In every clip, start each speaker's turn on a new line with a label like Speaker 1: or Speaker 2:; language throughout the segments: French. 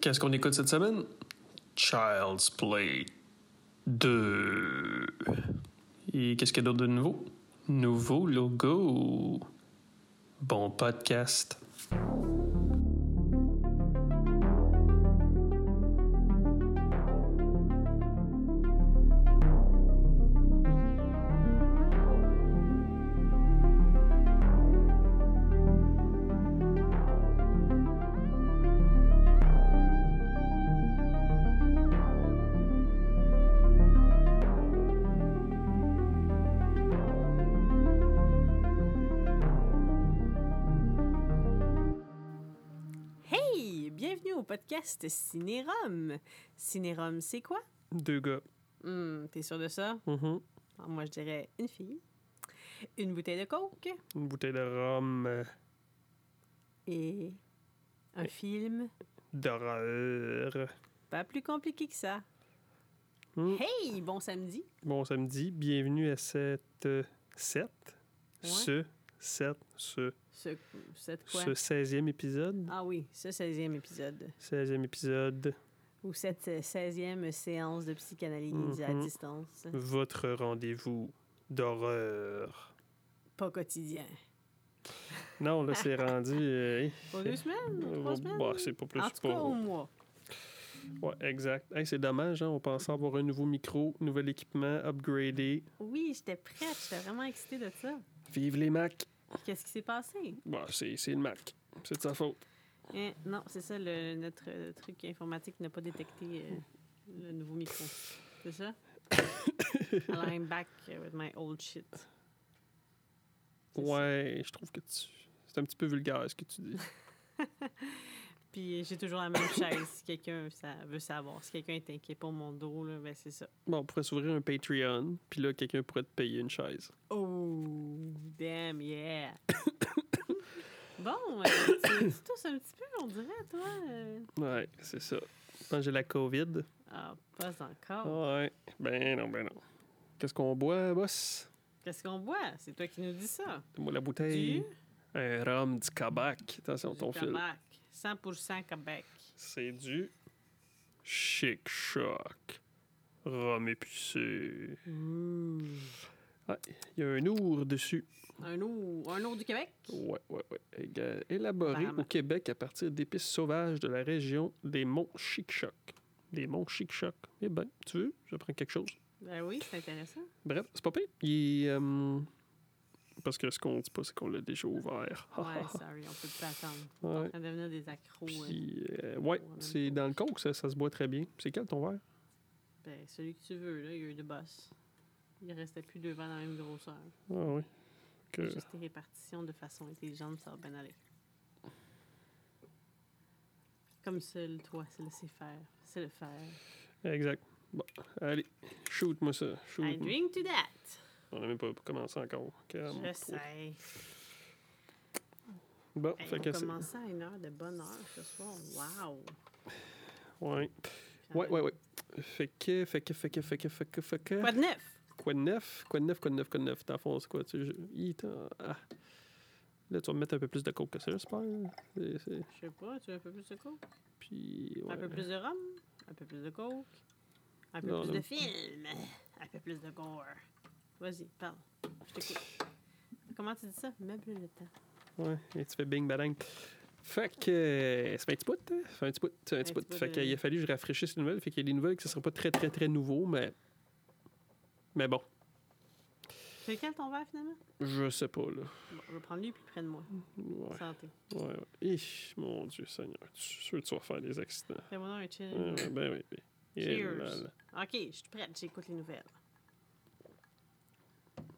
Speaker 1: Qu'est-ce qu'on écoute cette semaine? Child's Play 2. Et qu'est-ce qu'il y a d'autre de nouveau? Nouveau logo. Bon podcast.
Speaker 2: Hey! Bienvenue au podcast Cinérum. Cinérum, c'est quoi?
Speaker 1: Deux gars.
Speaker 2: Hmm, T'es sûr de ça?
Speaker 1: Mhm.
Speaker 2: Alors, moi, je dirais une fille, une bouteille de coke
Speaker 1: Une bouteille de rhum euh,
Speaker 2: et un film
Speaker 1: d'horreur.
Speaker 2: pas plus compliqué que ça.
Speaker 1: Hmm.
Speaker 2: Hey! Bon samedi!
Speaker 1: Bon samedi, bienvenue à cette 7. Ce 7. Ce,
Speaker 2: Ce, cette quoi?
Speaker 1: ce 16e épisode.
Speaker 2: Ah oui, ce 16e épisode.
Speaker 1: 16e épisode.
Speaker 2: Ou cette euh, 16e séance de psychanalyse à
Speaker 1: Mhm.
Speaker 2: distance.
Speaker 1: Votre rendez-vous d'horreur.
Speaker 2: Pas quotidien.
Speaker 1: Non, là, c'est rendu. euh, hey.
Speaker 2: Pour deux semaines? Trois semaines?
Speaker 1: Bah, c'est pas plus
Speaker 2: en tout cas,
Speaker 1: pour-
Speaker 2: au mois.
Speaker 1: Ouais, exact. Hey, c'est dommage, hein, on pensait avoir un nouveau micro, nouvel équipement, upgradé.
Speaker 2: Oui, j'étais prête. J'étais vraiment excitée de ça.
Speaker 1: Vive les Mac!
Speaker 2: Qu'est-ce qui s'est passé?
Speaker 1: Bah, c'est c'est le Mac. C'est de sa faute.
Speaker 2: Eh, non, c'est ça, le, notre euh, truc informatique n'a pas détecté euh, le nouveau micro. C'est ça? Alors, I'm back euh, with my old shit. C'est ça.
Speaker 1: Ouais, je trouve que tu. C'est un petit peu vulgaire ce que tu dis.
Speaker 2: Puis euh, j'ai toujours la même chaise. Si quelqu'un sa- veut savoir, si quelqu'un est inquiet pour mon dos, là, ben c'est ça.
Speaker 1: Bon, on pourrait s'ouvrir un Patreon, puis là, quelqu'un pourrait te payer une chaise.
Speaker 2: Oh, damn, yeah! bon, euh, tu, tu tousses un petit peu, on dirait, toi. euh.
Speaker 1: Ouais, c'est ça. Je pense que j'ai la COVID.
Speaker 2: Ah, pas encore.
Speaker 1: Ouais. Ben non, ben non. Qu'est-ce qu'on boit, boss?
Speaker 2: Qu'est-ce qu'on boit? C'est toi qui nous dis ça.
Speaker 1: Moi, la bouteille.
Speaker 2: Du-
Speaker 1: Un rhum du Québec. Attention, ton
Speaker 2: Du
Speaker 1: fil.
Speaker 2: Québec. 100% Québec.
Speaker 1: C'est du chic choc. Rhum épicé. Ouais, il y a un ours dessus.
Speaker 2: Un eau, un eau du Québec?
Speaker 1: Ouais, ouais, ouais. Éga- Élaboré
Speaker 2: Apparemment.
Speaker 1: au Québec à partir d'épices sauvages de la région des monts Chic-Choc. Des monts Chic-Choc. Eh ben, tu veux, j'apprends quelque chose.
Speaker 2: Ben oui, c'est intéressant.
Speaker 1: Bref, c'est pas pire. Il est, euh, parce que ce qu'on dit pas, c'est qu'on l'a déjà ouvert.
Speaker 2: Ouais, sorry, on peut plus attendre.
Speaker 1: Ah, Ouais.
Speaker 2: On va devenir des accros. hein.
Speaker 1: Puis, euh, ouais,
Speaker 2: On aime
Speaker 1: c'est
Speaker 2: pas.
Speaker 1: dans le coke, ça, ça se boit très bien. C'est quel ton verre?
Speaker 2: Ben, celui que tu veux, là, il y a eu de boss. Il restait plus deux verres dans la même grosseur.
Speaker 1: Ah oui. Que-
Speaker 2: Juste les répartitions de façon intelligente, ça va bien aller. Comme seul toi, c'est laisser faire. C'est le faire.
Speaker 1: Exact. Bon, allez, shoot-moi ça. Shoot
Speaker 2: I drink to that.
Speaker 1: On n'a même pas commencé encore. Calme,
Speaker 2: Je
Speaker 1: toi.
Speaker 2: sais.
Speaker 1: Bon,
Speaker 2: Hey,
Speaker 1: fait que
Speaker 2: on
Speaker 1: c'est...
Speaker 2: commence à une heure de bonne heure ce soir. Wow!
Speaker 1: Ouais. Ouais, ouais, ouais. Fait que, fait que, fait que, fait que, fait que, fait que...
Speaker 2: Quoi de neuf?
Speaker 1: Quoi de neuf? Quoi de neuf, quoi de neuf, quoi de neuf? Dans le fond, c'est quoi? Tu sais, je- Hi, t'as- ah. Là, tu vas me mettre un peu plus de coke que ça, j'espère. C'est- c'est-
Speaker 2: Je sais pas, tu veux un peu plus de coke?
Speaker 1: Puis, ouais.
Speaker 2: Un peu plus de rhum, un peu plus de coke, un peu
Speaker 1: Non,
Speaker 2: plus
Speaker 1: non.
Speaker 2: de film, un peu plus de gore. Vas-y, parle. Je t'écoute. Comment tu dis ça? Meuble le temps.
Speaker 1: Ouais, et tu fais bing, badang. Fait que. euh, Ça fait un petit bout, hein? Ça fait un petit bout, ça fait un petit bout. Fait
Speaker 2: de-
Speaker 1: qu'il a fallu que je rafraîchisse les nouvelles. Fait qu'il y a des nouvelles que ce ne sera pas très, très, très nouveau, mais. Mais bon,
Speaker 2: C'est lequel ton verre finalement?
Speaker 1: je sais pas, là.
Speaker 2: Bon, je vais prendre lui puis près de moi.
Speaker 1: Ouais,
Speaker 2: Santé.
Speaker 1: ouais, ouais. Hi, mon Dieu Seigneur, je suis sûr que tu vas faire des accidents.
Speaker 2: Fais-moi donc un chill.
Speaker 1: Ouais, ben. ouais, ben oui, oui. Et
Speaker 2: Mm. Cheers.
Speaker 1: là, là.
Speaker 2: Ok, je suis prête, j'écoute les nouvelles.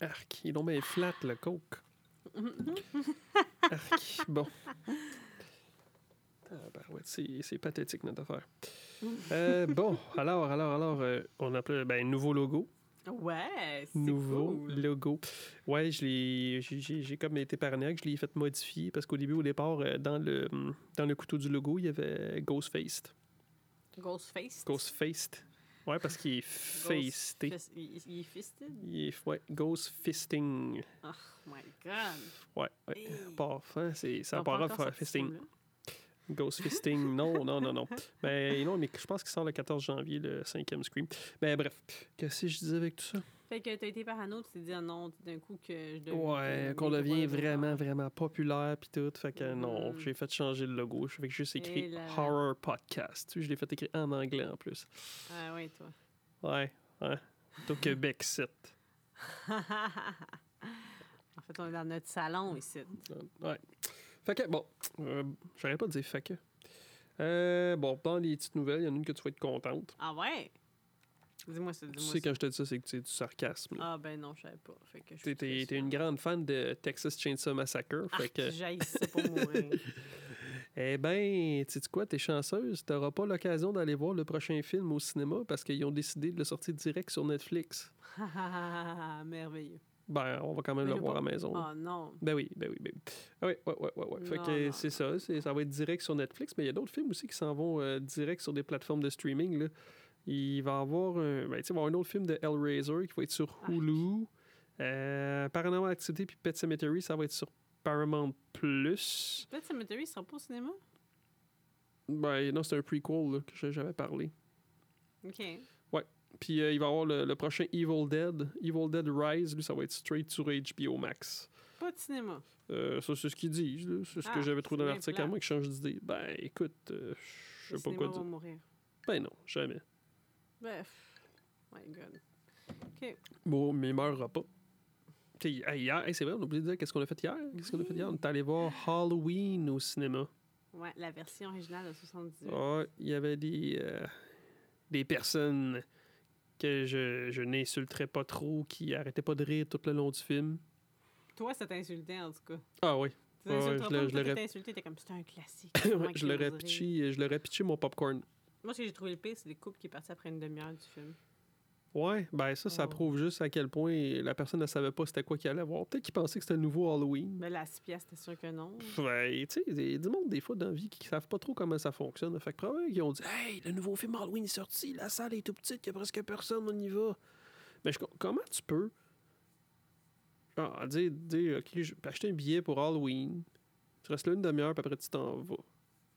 Speaker 1: Arc, il est donc bien flat, le coke. Arc, bon. Tabarouette, c'est c'est pathétique, notre affaire. Euh, bon, alors, alors, alors, euh, on appelle, ben, nouveau logo.
Speaker 2: Ouais, c'est
Speaker 1: nouveau
Speaker 2: cool.
Speaker 1: logo. Ouais, je l'ai, j'ai- j'ai j'ai comme été paranoïaque, je l'ai fait modifier parce qu'au début, au départ, euh, dans le, hum, dans le couteau du logo, il y avait Ghostfaced.
Speaker 2: Ghostface.
Speaker 1: Ghostfaced. Ouais, parce qu'il est feisté.
Speaker 2: Fist- Il il est fisted?
Speaker 1: Il est, ouais, Ghost Fisting.
Speaker 2: Oh my god.
Speaker 1: Ouais, ouais.
Speaker 2: Hey.
Speaker 1: Parfait, c'est, ça
Speaker 2: On
Speaker 1: part
Speaker 2: prend
Speaker 1: à
Speaker 2: encore
Speaker 1: faire
Speaker 2: cette
Speaker 1: fisting.
Speaker 2: histoire-là?
Speaker 1: Ghost Fisting, non, non, non, non. Mais non, mais je pense qu'il sort le 14 janvier, le cinquième Scream. Mais bref, qu'est-ce que je disais avec tout ça?
Speaker 2: Fait que t'as été parano, tu t'es dit ah non, d'un coup que je deviens.
Speaker 1: Ouais,
Speaker 2: que
Speaker 1: qu'on
Speaker 2: mes
Speaker 1: devient
Speaker 2: droits de
Speaker 1: vraiment,
Speaker 2: genre.
Speaker 1: vraiment populaire puis tout. Fait que non,
Speaker 2: Mhm.
Speaker 1: j'ai fait changer le logo. Fait que j'ai juste
Speaker 2: Et
Speaker 1: écrit
Speaker 2: là.
Speaker 1: Horror Podcast. Je l'ai fait écrire en anglais en plus.
Speaker 2: Ah ouais, toi.
Speaker 1: Ouais, ouais. Au Québec 7.
Speaker 2: en fait, on est dans notre salon ici.
Speaker 1: Euh, Ouais. Fait que, bon, euh, j'arrête pas de dire fait que. Euh, bon, dans les petites nouvelles, il y en a une que tu vas être contente.
Speaker 2: Ah ouais? Dis-moi ça,
Speaker 1: Tu
Speaker 2: dis-moi
Speaker 1: sais,
Speaker 2: ça.
Speaker 1: quand je te dis ça, c'est que c'est du sarcasme. là.
Speaker 2: Ah ben non, je savais pas. Fait
Speaker 1: T'es-
Speaker 2: que je
Speaker 1: T'es
Speaker 2: suis très
Speaker 1: t'es une
Speaker 2: sûre.
Speaker 1: grande fan de Texas Chainsaw Massacre.
Speaker 2: Ah,
Speaker 1: Fait que,
Speaker 2: j'haïs ça pour mourir.
Speaker 1: eh ben, tu sais quoi, t'es chanceuse, t'auras pas l'occasion d'aller voir le prochain film au cinéma parce qu'ils ont décidé de le sortir direct sur Netflix.
Speaker 2: Merveilleux.
Speaker 1: Ben, on va quand même
Speaker 2: Mais
Speaker 1: le
Speaker 2: là,
Speaker 1: voir à
Speaker 2: bon.
Speaker 1: la maison.
Speaker 2: Ah non.
Speaker 1: Ben oui, ben oui, ben oui. Ah oui, ouais, ouais, ouais, ouais. Fait
Speaker 2: Non,
Speaker 1: que
Speaker 2: non,
Speaker 1: c'est ça, c'est- ça va être direct sur Netflix, mais il y a d'autres films aussi qui s'en vont euh, direct sur des plateformes de streaming. Là. Il va y avoir, un- ben, tu sais, il va y avoir un autre film de Hellraiser qui va être sur
Speaker 2: Ah,
Speaker 1: Hulu. Euh, Paranormal Activity puis Pet Cemetery, ça va être sur Paramount Plus.
Speaker 2: Peut-être Cemetery, il sera pas au cinéma?
Speaker 1: Ben non, c'est un prequel là, que j'ai- j'avais parlé.
Speaker 2: OK.
Speaker 1: Puis euh, il va y avoir le, le prochain Evil Dead, Evil Dead Rise, lui, ça va être straight sur HBO Max.
Speaker 2: Pas de cinéma.
Speaker 1: Euh, ça, c'est ce qu'ils disent. là. C'est ce que
Speaker 2: Ah,
Speaker 1: j'avais trouvé
Speaker 2: c'est
Speaker 1: dans
Speaker 2: bien
Speaker 1: l'article,
Speaker 2: plat.
Speaker 1: à moins que je change d'idée. Ben, écoute, euh, je
Speaker 2: Le
Speaker 1: sais pas quoi
Speaker 2: cinéma
Speaker 1: dire.
Speaker 2: va mourir.
Speaker 1: Ben non, jamais.
Speaker 2: Bref. My God. OK.
Speaker 1: Bon, mais il meurera pas. T'sais, hey, Hier, hey, c'est vrai, on a oublié de dire qu'est-ce qu'on a fait hier. Qu'est-ce qu'on a fait hier? On est allé voir Halloween au cinéma.
Speaker 2: Ouais, la version originale de 78.
Speaker 1: Ah, il y avait des, euh, des personnes que je, je n'insulterais pas trop, qui arrêtaient pas de rire tout le long du film.
Speaker 2: Toi, ça t'insultait, en tout cas.
Speaker 1: Ah oui,
Speaker 2: Tu
Speaker 1: Ouais,
Speaker 2: t'insulteras
Speaker 1: je
Speaker 2: pas,
Speaker 1: le-
Speaker 2: mais
Speaker 1: je le
Speaker 2: toi,
Speaker 1: rép-
Speaker 2: t'es insulté, t'es comme, c'était un classique. Comment
Speaker 1: je
Speaker 2: qu'ils
Speaker 1: leur ai
Speaker 2: oseraient?
Speaker 1: pitché- je leur ai pitché mon popcorn.
Speaker 2: Moi, ce que j'ai trouvé le pire, c'est les couples qui partaient après une demi-heure du film.
Speaker 1: Ouais, ben ça, ça
Speaker 2: Oh.
Speaker 1: prouve juste à quel point la personne ne savait pas c'était quoi qu'il allait voir. Peut-être qu'il pensait que c'était le nouveau Halloween.
Speaker 2: Mais la 6 piastres, t'es sûr que non.
Speaker 1: Pff, Ouais, tu sais, il y a du monde des fois dans la vie qui savent pas trop comment ça fonctionne. Fait que probablement qu'ils ont dit Hey, le nouveau film Halloween est sorti, la salle est tout petite, il y a presque personne, on y va. Mais je com- comment tu peux ah, dire, dire Ok, je peux acheter un billet pour Halloween, tu restes là une demi-heure, puis après tu t'en vas.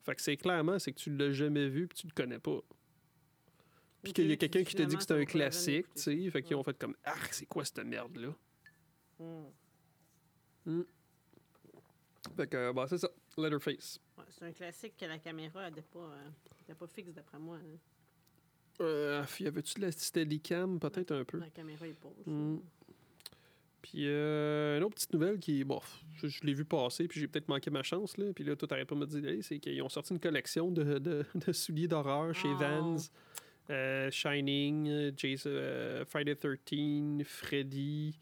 Speaker 1: Fait que c'est clairement, c'est que tu l'as jamais vu, puis tu le connais pas. Puis
Speaker 2: Ou
Speaker 1: qu'il y a
Speaker 2: tu-
Speaker 1: quelqu'un qui t'a dit que c'était un
Speaker 2: finalement, ça vaut pas la peine
Speaker 1: classique, tu
Speaker 2: d'écouter.
Speaker 1: sais. Fait qu'ils
Speaker 2: Ouais.
Speaker 1: ont fait comme Ah, c'est quoi cette merde-là?
Speaker 2: Mm.
Speaker 1: Fait que, bah, c'est ça. Leatherface.
Speaker 2: Ouais, c'est un classique que la caméra n'était pas, euh, était pas fixe, d'après moi. hein.
Speaker 1: Euh, y avait-tu de la Steadicam? Peut-être un peu.
Speaker 2: La caméra est pauvre.
Speaker 1: Mm. Puis, euh, une autre petite nouvelle qui, bon, je, je l'ai vu passer, puis j'ai peut-être manqué ma chance, là. Puis là, toi, t'arrêtes pas de me dire, Hey, c'est qu'ils ont sorti une collection de, de- de souliers d'horreur chez
Speaker 2: Oh.
Speaker 1: Vans. Euh, Shining, euh, Jason, euh, Friday 13, Freddy,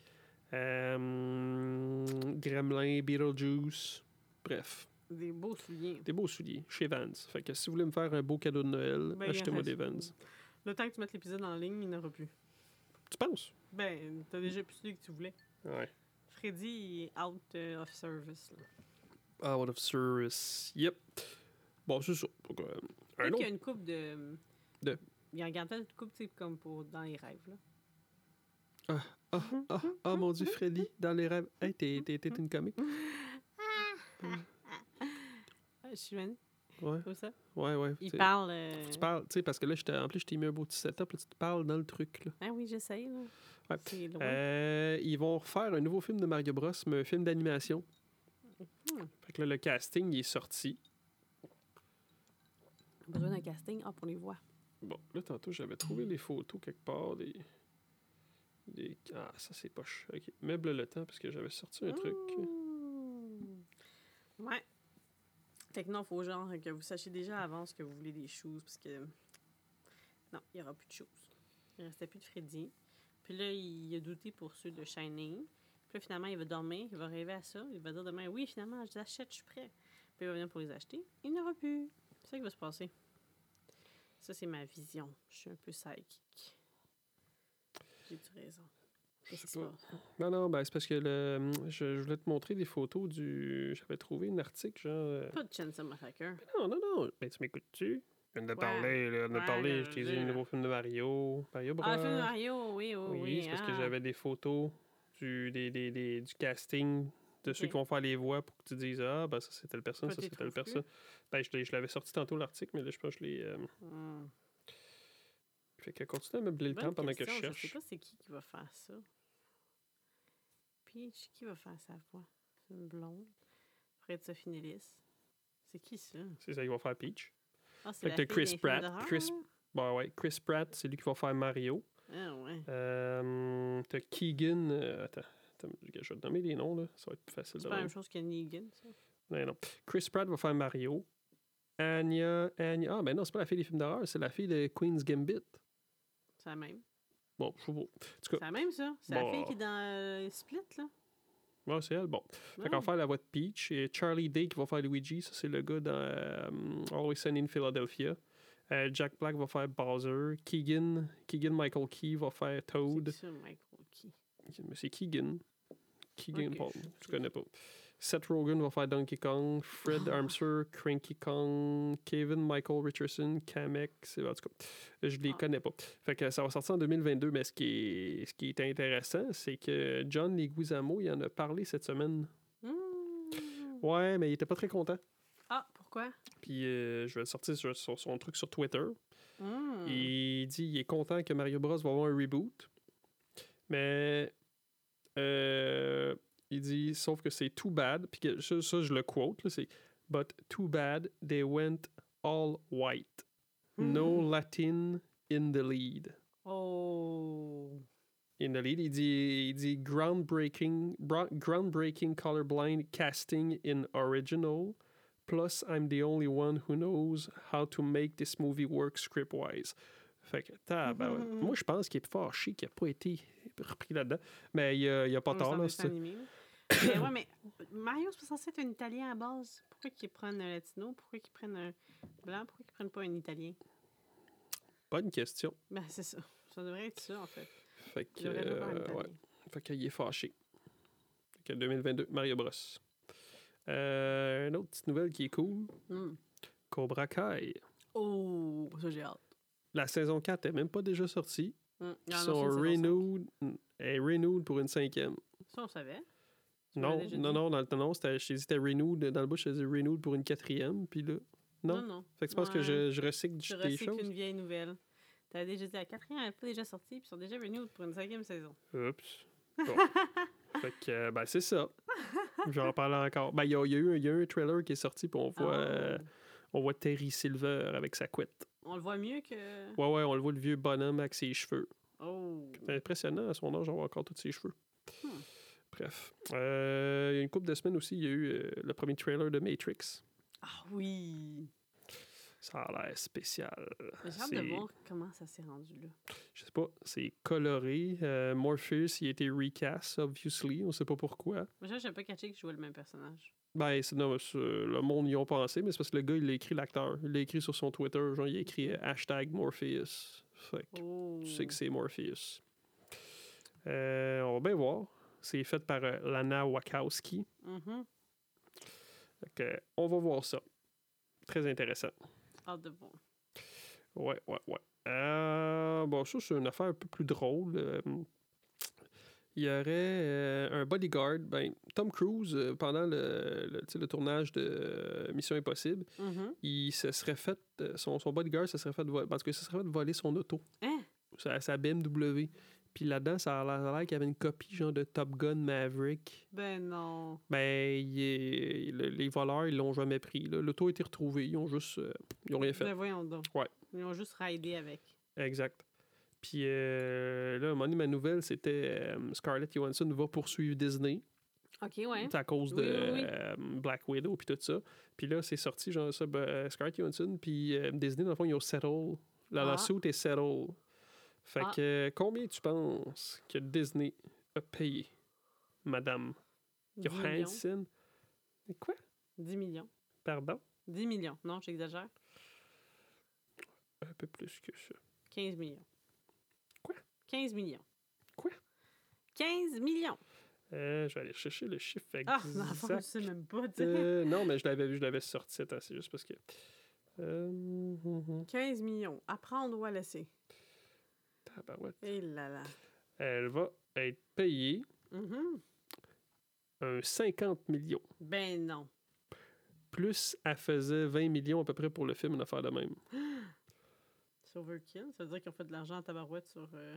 Speaker 1: euh, Gremlin, Beetlejuice. Bref,
Speaker 2: Des beaux souliers.
Speaker 1: des beaux souliers chez Vans. Fait que si vous voulez me faire un beau cadeau de Noël,
Speaker 2: Ben, il en
Speaker 1: achetez-moi
Speaker 2: reste.
Speaker 1: des Vans.
Speaker 2: Le temps que tu mettes l'épisode en ligne, il n'y en aura plus.
Speaker 1: Tu penses?
Speaker 2: Ben, t'as déjà plus celui que tu voulais.
Speaker 1: Ouais.
Speaker 2: Freddy il est out euh, of service. Là.
Speaker 1: Out of service. Yep. Bon, c'est ça. Donc, euh, un
Speaker 2: Peut-être qu'il y
Speaker 1: autre.
Speaker 2: a une coupe de.
Speaker 1: De-
Speaker 2: Il en garde peut-être une coupe, tu sais, comme pour dans les rêves. Là.
Speaker 1: Ah,
Speaker 2: Mhm.
Speaker 1: ah, ah, mon Dieu, Freddy, dans les rêves. Hey, t'es, t'es- t'es une comique.
Speaker 2: Mhm. Ah, je suis venue,
Speaker 1: Ouais,
Speaker 2: comme ça.
Speaker 1: ouais, ouais.
Speaker 2: Il
Speaker 1: t'sais.
Speaker 2: parle. euh,
Speaker 1: Tu parles, tu sais, parce que là, je t'ai- en plus, je t'ai mis un beau petit setup, là, tu te parles dans le truc. Là.
Speaker 2: Ah oui, j'essaye. Là.
Speaker 1: Ouais.
Speaker 2: C'est loin.
Speaker 1: Euh, ils vont refaire un nouveau film de Mario Bros, mais un film d'animation.
Speaker 2: Hmm.
Speaker 1: Fait que là, le casting, il est sorti.
Speaker 2: Besoin d'un casting. Ah, pour les voix.
Speaker 1: Bon, là, tantôt, j'avais trouvé les photos quelque part des. des... Ah, ça, c'est poche. Ok, meuble le temps, parce que j'avais sorti
Speaker 2: Hmm.
Speaker 1: un truc.
Speaker 2: Mmh. Ouais. Fait que non, faut genre que vous sachiez déjà à avance que vous voulez des choses parce que non, il n'y aura plus de choses. Il restait plus de Freddy. Puis là, il a douté pour ceux de Shining. Puis là, finalement, il va dormir, il va rêver à ça. Il va dire demain, oui, finalement, je les achète, je suis prêt. Puis il va venir pour les acheter. Il n'aura plus. C'est ça qui va se passer. Ça, c'est ma vision. Je suis un peu psychique. J'ai du raison.
Speaker 1: Je
Speaker 2: Qu'est-ce
Speaker 1: sais
Speaker 2: qui se
Speaker 1: pas.
Speaker 2: passe?
Speaker 1: Non, non, ben, c'est parce que le, je, je voulais te montrer des photos du. J'avais trouvé un article, genre. euh,
Speaker 2: Pas de Chainsaw Massacre.
Speaker 1: Non, non, non. Ben, tu m'écoutes-tu? Je viens de parler, là, de
Speaker 2: Ouais,
Speaker 1: parler. Je
Speaker 2: je
Speaker 1: t'ai dit
Speaker 2: sais.
Speaker 1: le nouveau film de Mario. Mario Bros.
Speaker 2: Ah, le film de Mario, oui, oui, oui.
Speaker 1: oui, c'est parce que
Speaker 2: ah.
Speaker 1: j'avais des photos du, des, des, des- du casting de ceux
Speaker 2: Ok.
Speaker 1: qui vont faire les voix pour que tu dises Ah, ben ça c'est telle personne,
Speaker 2: Toi,
Speaker 1: ça
Speaker 2: t'y
Speaker 1: c'est telle
Speaker 2: trouves plus?
Speaker 1: personne. Ben, je l'ai- je l'avais sorti tantôt l'article, mais là, je pense que je l'ai. euh,
Speaker 2: Hmm.
Speaker 1: Fait que continue à meubler le
Speaker 2: Bonne
Speaker 1: temps pendant que je
Speaker 2: question,
Speaker 1: cherche.
Speaker 2: sais pas c'est qui qui va faire ça. Peach, qui va faire sa voix? C'est une blonde. Fred Sophie Nellis. C'est qui ça?
Speaker 1: C'est ça, ils vont faire Peach.
Speaker 2: Ah,
Speaker 1: Fait
Speaker 2: c'est la
Speaker 1: que
Speaker 2: fille
Speaker 1: t'as Chris
Speaker 2: d'un film
Speaker 1: Pratt,
Speaker 2: d'horreur,
Speaker 1: Chris-
Speaker 2: là?
Speaker 1: Bon, ouais, Chris Pratt, c'est lui qui va faire Mario.
Speaker 2: Ah ouais.
Speaker 1: Euh, T'as Keegan. euh, attends, attends, je vais te nommer les noms, là. Ça va être plus facile de
Speaker 2: C'est pas la
Speaker 1: même.
Speaker 2: même chose que Negan, ça.
Speaker 1: Non, non. Chris Pratt va faire Mario. Anya. Anya. Ah, ben non, c'est pas la fille des films d'horreur, c'est la fille de Queen's Gambit.
Speaker 2: C'est la même.
Speaker 1: Bon, je sais pas.
Speaker 2: C'est la même, ça. C'est
Speaker 1: Bon.
Speaker 2: la fille qui est dans euh, Split, là. Ah,
Speaker 1: Ouais, c'est elle. Bon. Fait qu'on va
Speaker 2: Non?
Speaker 1: faire la voix de Peach. Et Charlie Day qui va faire Luigi. Ça, c'est le gars dans euh, Always Sunny in Philadelphia. Euh, Jack Black va faire Bowser. Keegan. Keegan Michael Key va faire Toad.
Speaker 2: C'est ça, Michael Key.
Speaker 1: Mais c'est Keegan. Keegan,
Speaker 2: Ok,
Speaker 1: bon,
Speaker 2: je-
Speaker 1: tu connais pas. Seth Rogen va faire Donkey Kong, Fred
Speaker 2: Ah.
Speaker 1: Armstrong, Cranky Kong, Kevin Michael Richardson, Kamek, c'est en tout cas, je les
Speaker 2: Ah.
Speaker 1: connais pas. Fait que ça va sortir en 2022, mais ce qui est, ce qui est intéressant, c'est que John Leguizamo, il en a parlé cette semaine.
Speaker 2: Hmm.
Speaker 1: Ouais, mais il était pas très content.
Speaker 2: Ah, pourquoi?
Speaker 1: Puis euh, je vais le sortir sur, sur son truc sur Twitter.
Speaker 2: Hmm.
Speaker 1: Il dit qu'il est content que Mario Bros va avoir un reboot. Mais euh, il dit sauf que c'est too bad. Puis que- ça, ça, je le quote, là, c'est But too bad they went all white. No Latin in the lead.
Speaker 2: Oh.
Speaker 1: In the lead, il dit, il dit groundbreaking, bra- groundbreaking colorblind casting in original. Plus, I'm the only one who knows how to make this movie work script-wise. Fait que, tabarouette.
Speaker 2: Mm-hmm.
Speaker 1: Moi, je pense qu'il est fort chier qu'il n'a pas été repris là-dedans. Mais il n'y a, pas
Speaker 2: Oui,
Speaker 1: tort,
Speaker 2: c'est un
Speaker 1: là.
Speaker 2: dessin
Speaker 1: c'est-
Speaker 2: animé, là. mais ouais, mais Mario, c'est censé être un Italien à base. Pourquoi qu'ils prennent un Latino? Pourquoi qu'ils prennent un Blanc? Pourquoi qu'ils prennent pas un Italien?
Speaker 1: Bonne question.
Speaker 2: Ben, c'est ça. Ça devrait être ça, en fait.
Speaker 1: Fait que,
Speaker 2: Il devrait pas prendre un
Speaker 1: euh, ouais.
Speaker 2: Italien.
Speaker 1: Fait qu'il est fâché. Fait que 2022, Mario Bros. Euh, une autre petite nouvelle qui est cool.
Speaker 2: Hmm.
Speaker 1: Cobra Kai.
Speaker 2: Oh, ça, j'ai hâte.
Speaker 1: La saison 4 n'est même pas déjà sortie.
Speaker 2: Hmm.
Speaker 1: Ils
Speaker 2: Ah, non,
Speaker 1: sont
Speaker 2: c'est une saison
Speaker 1: renewed, est renewed pour une cinquième.
Speaker 2: cinq. Ça, on savait. Tu me
Speaker 1: Non,
Speaker 2: l'avais déjà
Speaker 1: non,
Speaker 2: dit.
Speaker 1: non, dans le non, c'était- je t'ai dit c'était renewed. Dans le bout, je t'ai dit renewed pour une quatrième. Puis là, non.
Speaker 2: non. non.
Speaker 1: fait que je pense que
Speaker 2: Ouais.
Speaker 1: je, je recycle
Speaker 2: Tu
Speaker 1: des
Speaker 2: recycles
Speaker 1: choses.
Speaker 2: une vieille nouvelle. T'as déjà dit la quatrième, elle n'est pas déjà sortie, puis ils sont déjà venus pour une cinquième saison.
Speaker 1: Oups. Bon. fait que, euh, ben, c'est ça. J'en parle encore. Ben, il y a, il y a eu un- il y a eu un trailer qui est sorti, puis on voit, euh,
Speaker 2: Ah,
Speaker 1: on voit Terry Silver avec sa couette.
Speaker 2: on le voit mieux que.
Speaker 1: Ouais, ouais, on le voit le vieux bonhomme avec ses cheveux.
Speaker 2: Oh.
Speaker 1: C'est impressionnant à son âge d'avoir encore tous ses cheveux.
Speaker 2: Hmm.
Speaker 1: Bref. Euh, il y a une couple de semaines aussi, il y a eu euh, le premier trailer de Matrix.
Speaker 2: Ah oui.
Speaker 1: Ça a l'air spécial.
Speaker 2: J'ai hâte
Speaker 1: C'est-
Speaker 2: de voir comment ça s'est rendu là.
Speaker 1: Je sais pas, c'est coloré. Euh, Morpheus, il a été recast, obviously. On sait pas pourquoi.
Speaker 2: Moi, je n'ai pas catché que je jouais le même personnage.
Speaker 1: Ben, c'est- non, c'est- le monde y ont pensé, mais c'est parce que le gars, il l'a écrit, l'acteur. Il l'a écrit sur son Twitter. Genre, il a écrit euh, hashtag Morpheus. Fait que
Speaker 2: Oh.
Speaker 1: tu sais que c'est Morpheus. Euh, on va bien voir. C'est fait par euh, Lana Wachowski.
Speaker 2: Mhm.
Speaker 1: Fait que, on va voir ça. Très intéressant.
Speaker 2: Hâte de voir.
Speaker 1: Ouais, ouais, ouais. Euh, bon, ça, c'est une affaire un peu plus drôle. Euh, il y aurait euh, un bodyguard. Ben, Tom Cruise, euh, pendant le, le, tu sais, le tournage de euh, Mission Impossible,
Speaker 2: Mhm.
Speaker 1: il se serait fait. euh, son, son bodyguard se serait fait voler. Parce que se serait fait voler son auto.
Speaker 2: Hein?
Speaker 1: Sa, sa BMW. Puis là-dedans, ça a l'air- ça a l'air qu'il y avait une copie genre de Top Gun Maverick.
Speaker 2: Ben non.
Speaker 1: Ben, il est- le- les voleurs, ils l'ont jamais pris. là. L'auto a été retrouvée. Ils ont juste. euh, ils ont rien fait.
Speaker 2: Ben voyons donc.
Speaker 1: Ouais.
Speaker 2: Ils ont juste raidé avec.
Speaker 1: Exact. Puis euh, là, à un moment donné, ma nouvelle, c'était euh, Scarlett Johansson va poursuivre Disney.
Speaker 2: Ok, ouais.
Speaker 1: C'est à cause de
Speaker 2: Oui, oui, oui.
Speaker 1: euh, Black Widow puis tout ça. Puis là, c'est sorti, genre ça, ben, euh, Scarlett Johansson, puis euh, Disney, dans le fond, ils ont settle. La
Speaker 2: Ah.
Speaker 1: lawsuit est settle. Fait
Speaker 2: Ah.
Speaker 1: que euh, combien tu penses que Disney a payé, Madame
Speaker 2: 10 millions.
Speaker 1: Johansson? Quoi?
Speaker 2: 10 millions.
Speaker 1: Pardon?
Speaker 2: 10 millions. Non, j'exagère.
Speaker 1: Un peu plus que ça.
Speaker 2: 15 millions.
Speaker 1: Quoi?
Speaker 2: 15 millions.
Speaker 1: Quoi?
Speaker 2: 15 millions.
Speaker 1: Euh, je vais aller chercher le chiffre exact.
Speaker 2: Ah, dans le fond, je sais même pas. tu sais.
Speaker 1: Euh, non, mais je l'avais vu, je l'avais sorti. Attends, c'est juste parce que. Euh, hum, hum, hum.
Speaker 2: 15 millions. À prendre ou à laisser.
Speaker 1: Tabarouette.
Speaker 2: Et là Mm-hmm. là.
Speaker 1: Elle va être payée
Speaker 2: Mhm.
Speaker 1: un 50 millions.
Speaker 2: Ben non.
Speaker 1: Plus elle faisait 20 millions à peu près pour le film, une affaire de même.
Speaker 2: C'est overkill. Ça veut dire qu'ils ont fait de l'argent à tabarouette sur euh,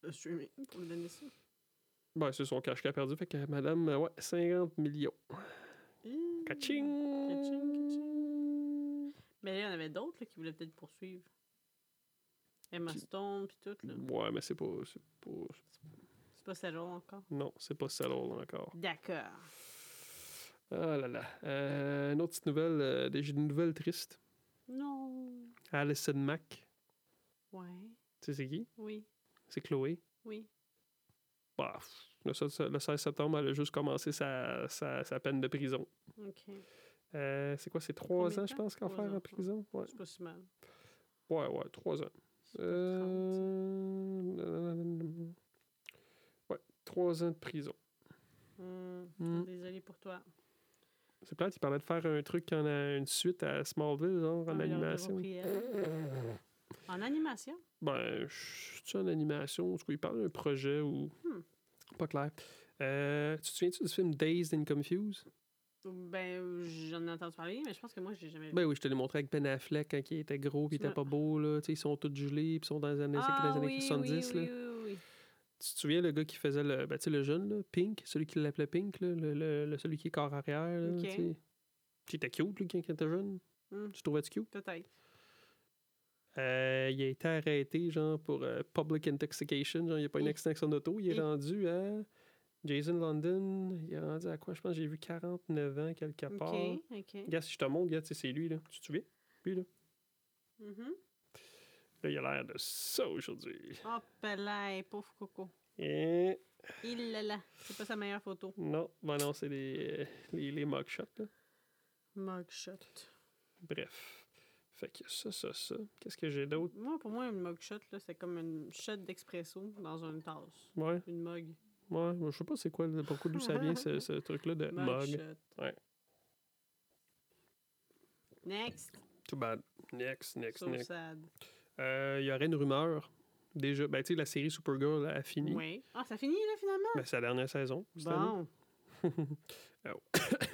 Speaker 2: le streaming pour lui donner ça.
Speaker 1: Ben, c'est son cash qu'elle a perdu. Fait que madame, euh, ouais, 50 millions.
Speaker 2: Hum.
Speaker 1: Kaching!
Speaker 2: Kaching, kaching. Mais là, il y en avait d'autres là, qui voulaient peut-être poursuivre. Emma
Speaker 1: Qui- Mmh.
Speaker 2: Stone, puis tout. là.
Speaker 1: Ouais, mais c'est pas, c'est pas.
Speaker 2: C'est pas Sarah encore.
Speaker 1: Non, c'est pas ça drôle encore.
Speaker 2: D'accord.
Speaker 1: Ah là là. Euh, une autre petite nouvelle. euh, des- J'ai une nouvelle triste.
Speaker 2: Non.
Speaker 1: Alison Mack.
Speaker 2: Ouais.
Speaker 1: Tu sais, c'est qui
Speaker 2: Oui.
Speaker 1: C'est Chloé.
Speaker 2: Oui.
Speaker 1: Bah, pff, le, so- le 16 septembre, elle a juste commencé sa, sa, sa peine de prison.
Speaker 2: OK.
Speaker 1: Euh, c'est quoi C'est trois
Speaker 2: Combien de
Speaker 1: ans, je
Speaker 2: temps?
Speaker 1: pense, qu'en
Speaker 2: Trois
Speaker 1: faire
Speaker 2: ans,
Speaker 1: en
Speaker 2: ouais.
Speaker 1: prison Ouais,
Speaker 2: C'est pas si mal.
Speaker 1: ouais, ouais trois ans.
Speaker 2: C'est pas trente.
Speaker 1: Euh... Ouais, trois ans de prison.
Speaker 2: Hum,
Speaker 1: Mm.
Speaker 2: Désolé pour toi.
Speaker 1: C'est plate, il parlait de faire un truc en a une suite à Smallville, genre
Speaker 2: Ah,
Speaker 1: en
Speaker 2: mais là, on l'a
Speaker 1: animation.
Speaker 2: repris, elle. En animation?
Speaker 1: Ben, je suis en animation, en tout cas, il parlait d'un projet ou.
Speaker 2: Hmm.
Speaker 1: Pas clair. Euh, tu te souviens-tu du film Dazed and Confused?
Speaker 2: Ben, j'en ai entendu parler, mais je pense que moi, j'ai jamais vu.
Speaker 1: Ben oui, je te l'ai montré avec Ben Affleck quand il était gros puis il
Speaker 2: Ouais.
Speaker 1: était pas beau, là. Tu sais, ils sont tous gelés puis ils sont dans les années, dans les années 70, là.
Speaker 2: Ah oui, oui, oui.
Speaker 1: Tu te souviens le gars qui faisait le, ben, tu sais, le jeune, là, Pink, celui qui l'appelait Pink, là, le, le- le- celui qui est corps arrière. Là,
Speaker 2: Ok.
Speaker 1: tu sais. Qui était cute, lui, quand il était jeune.
Speaker 2: Hmm.
Speaker 1: Tu trouvais-tu cute?
Speaker 2: Peut-être.
Speaker 1: Euh, il a été arrêté, genre, pour euh, public intoxication. Genre, il a pas eu
Speaker 2: Hi.
Speaker 1: d'accident avec son auto. Il est
Speaker 2: Hi.
Speaker 1: rendu à Jason London. Il est rendu à quoi? Je pense que j'ai vu 49 ans quelque part.
Speaker 2: OK, OK.
Speaker 1: Regarde, si je te montre, regarde, tu sais, c'est lui, là. Tu te souviens? Lui, là.
Speaker 2: Mhm.
Speaker 1: Là, il a l'air de ça aujourd'hui.
Speaker 2: Hop là, et pauvre coco.
Speaker 1: Et...
Speaker 2: Il là là. C'est pas sa meilleure photo.
Speaker 1: Non, ben non, c'est les, les, les mugshots, là.
Speaker 2: Mugshot.
Speaker 1: Bref. Fait que ça, ça, ça. Qu'est-ce que j'ai d'autre?
Speaker 2: Moi, pour moi, une mugshot, là, c'est comme une shot d'expresso dans une tasse.
Speaker 1: Ouais,
Speaker 2: Une mug.
Speaker 1: ouais. Je sais pas c'est quoi, pourquoi d'où ça vient ce, ce truc-là de mug.
Speaker 2: Mugshot.
Speaker 1: Ouais.
Speaker 2: Next.
Speaker 1: Too bad. Next, next,
Speaker 2: So
Speaker 1: next.
Speaker 2: sad.
Speaker 1: Euh, Il y aurait une rumeur. Déjà, ben tu sais, la série Supergirl a fini.
Speaker 2: Oui. Ah, ça finit, là, finalement?
Speaker 1: Ben, sa dernière saison. cette année. Oh.
Speaker 2: Bon.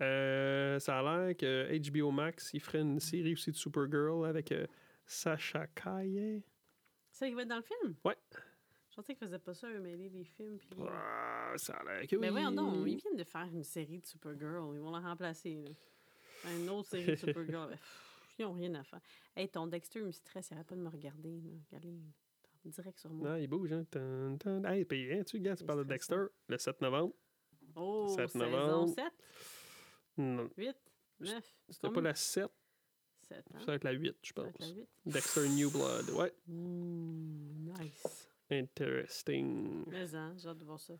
Speaker 1: Euh, ça a l'air que HBO Max, il ferait une série aussi de Supergirl avec euh, Sacha Kaye.
Speaker 2: C'est ça qui va être dans le film?
Speaker 1: Ouais.
Speaker 2: Je pensais qu'ils faisaient pas ça, eux, mêler les films. Puis...
Speaker 1: Ah, ça a l'air que oui.
Speaker 2: Mais Ben, voyons donc, ils viennent de faire une série de Supergirl. Ils vont la remplacer. Là. Une autre série de Supergirl. Ben, pff, ils n'ont rien à faire. Hey, ton Dexter il me stresse. Il arrête pas de me regarder. Là. Regardez, il est direct sur moi.
Speaker 1: Non, il bouge, hein. Tan, tan. Hey, puis, hein, tu regardes, tu
Speaker 2: C'est
Speaker 1: parles de
Speaker 2: stressant.
Speaker 1: Dexter le 7 novembre.
Speaker 2: Oh,
Speaker 1: 7
Speaker 2: saison
Speaker 1: novembre.
Speaker 2: 7,
Speaker 1: Non,
Speaker 2: 8, 9.
Speaker 1: C'était pas la 7,
Speaker 2: 7,
Speaker 1: ça va être la 8, je pense.
Speaker 2: la 8.
Speaker 1: Dexter New Blood, ouais.
Speaker 2: Ouh, Mmh, nice.
Speaker 1: Interesting.
Speaker 2: Mais hein, j'ai hâte de voir ça.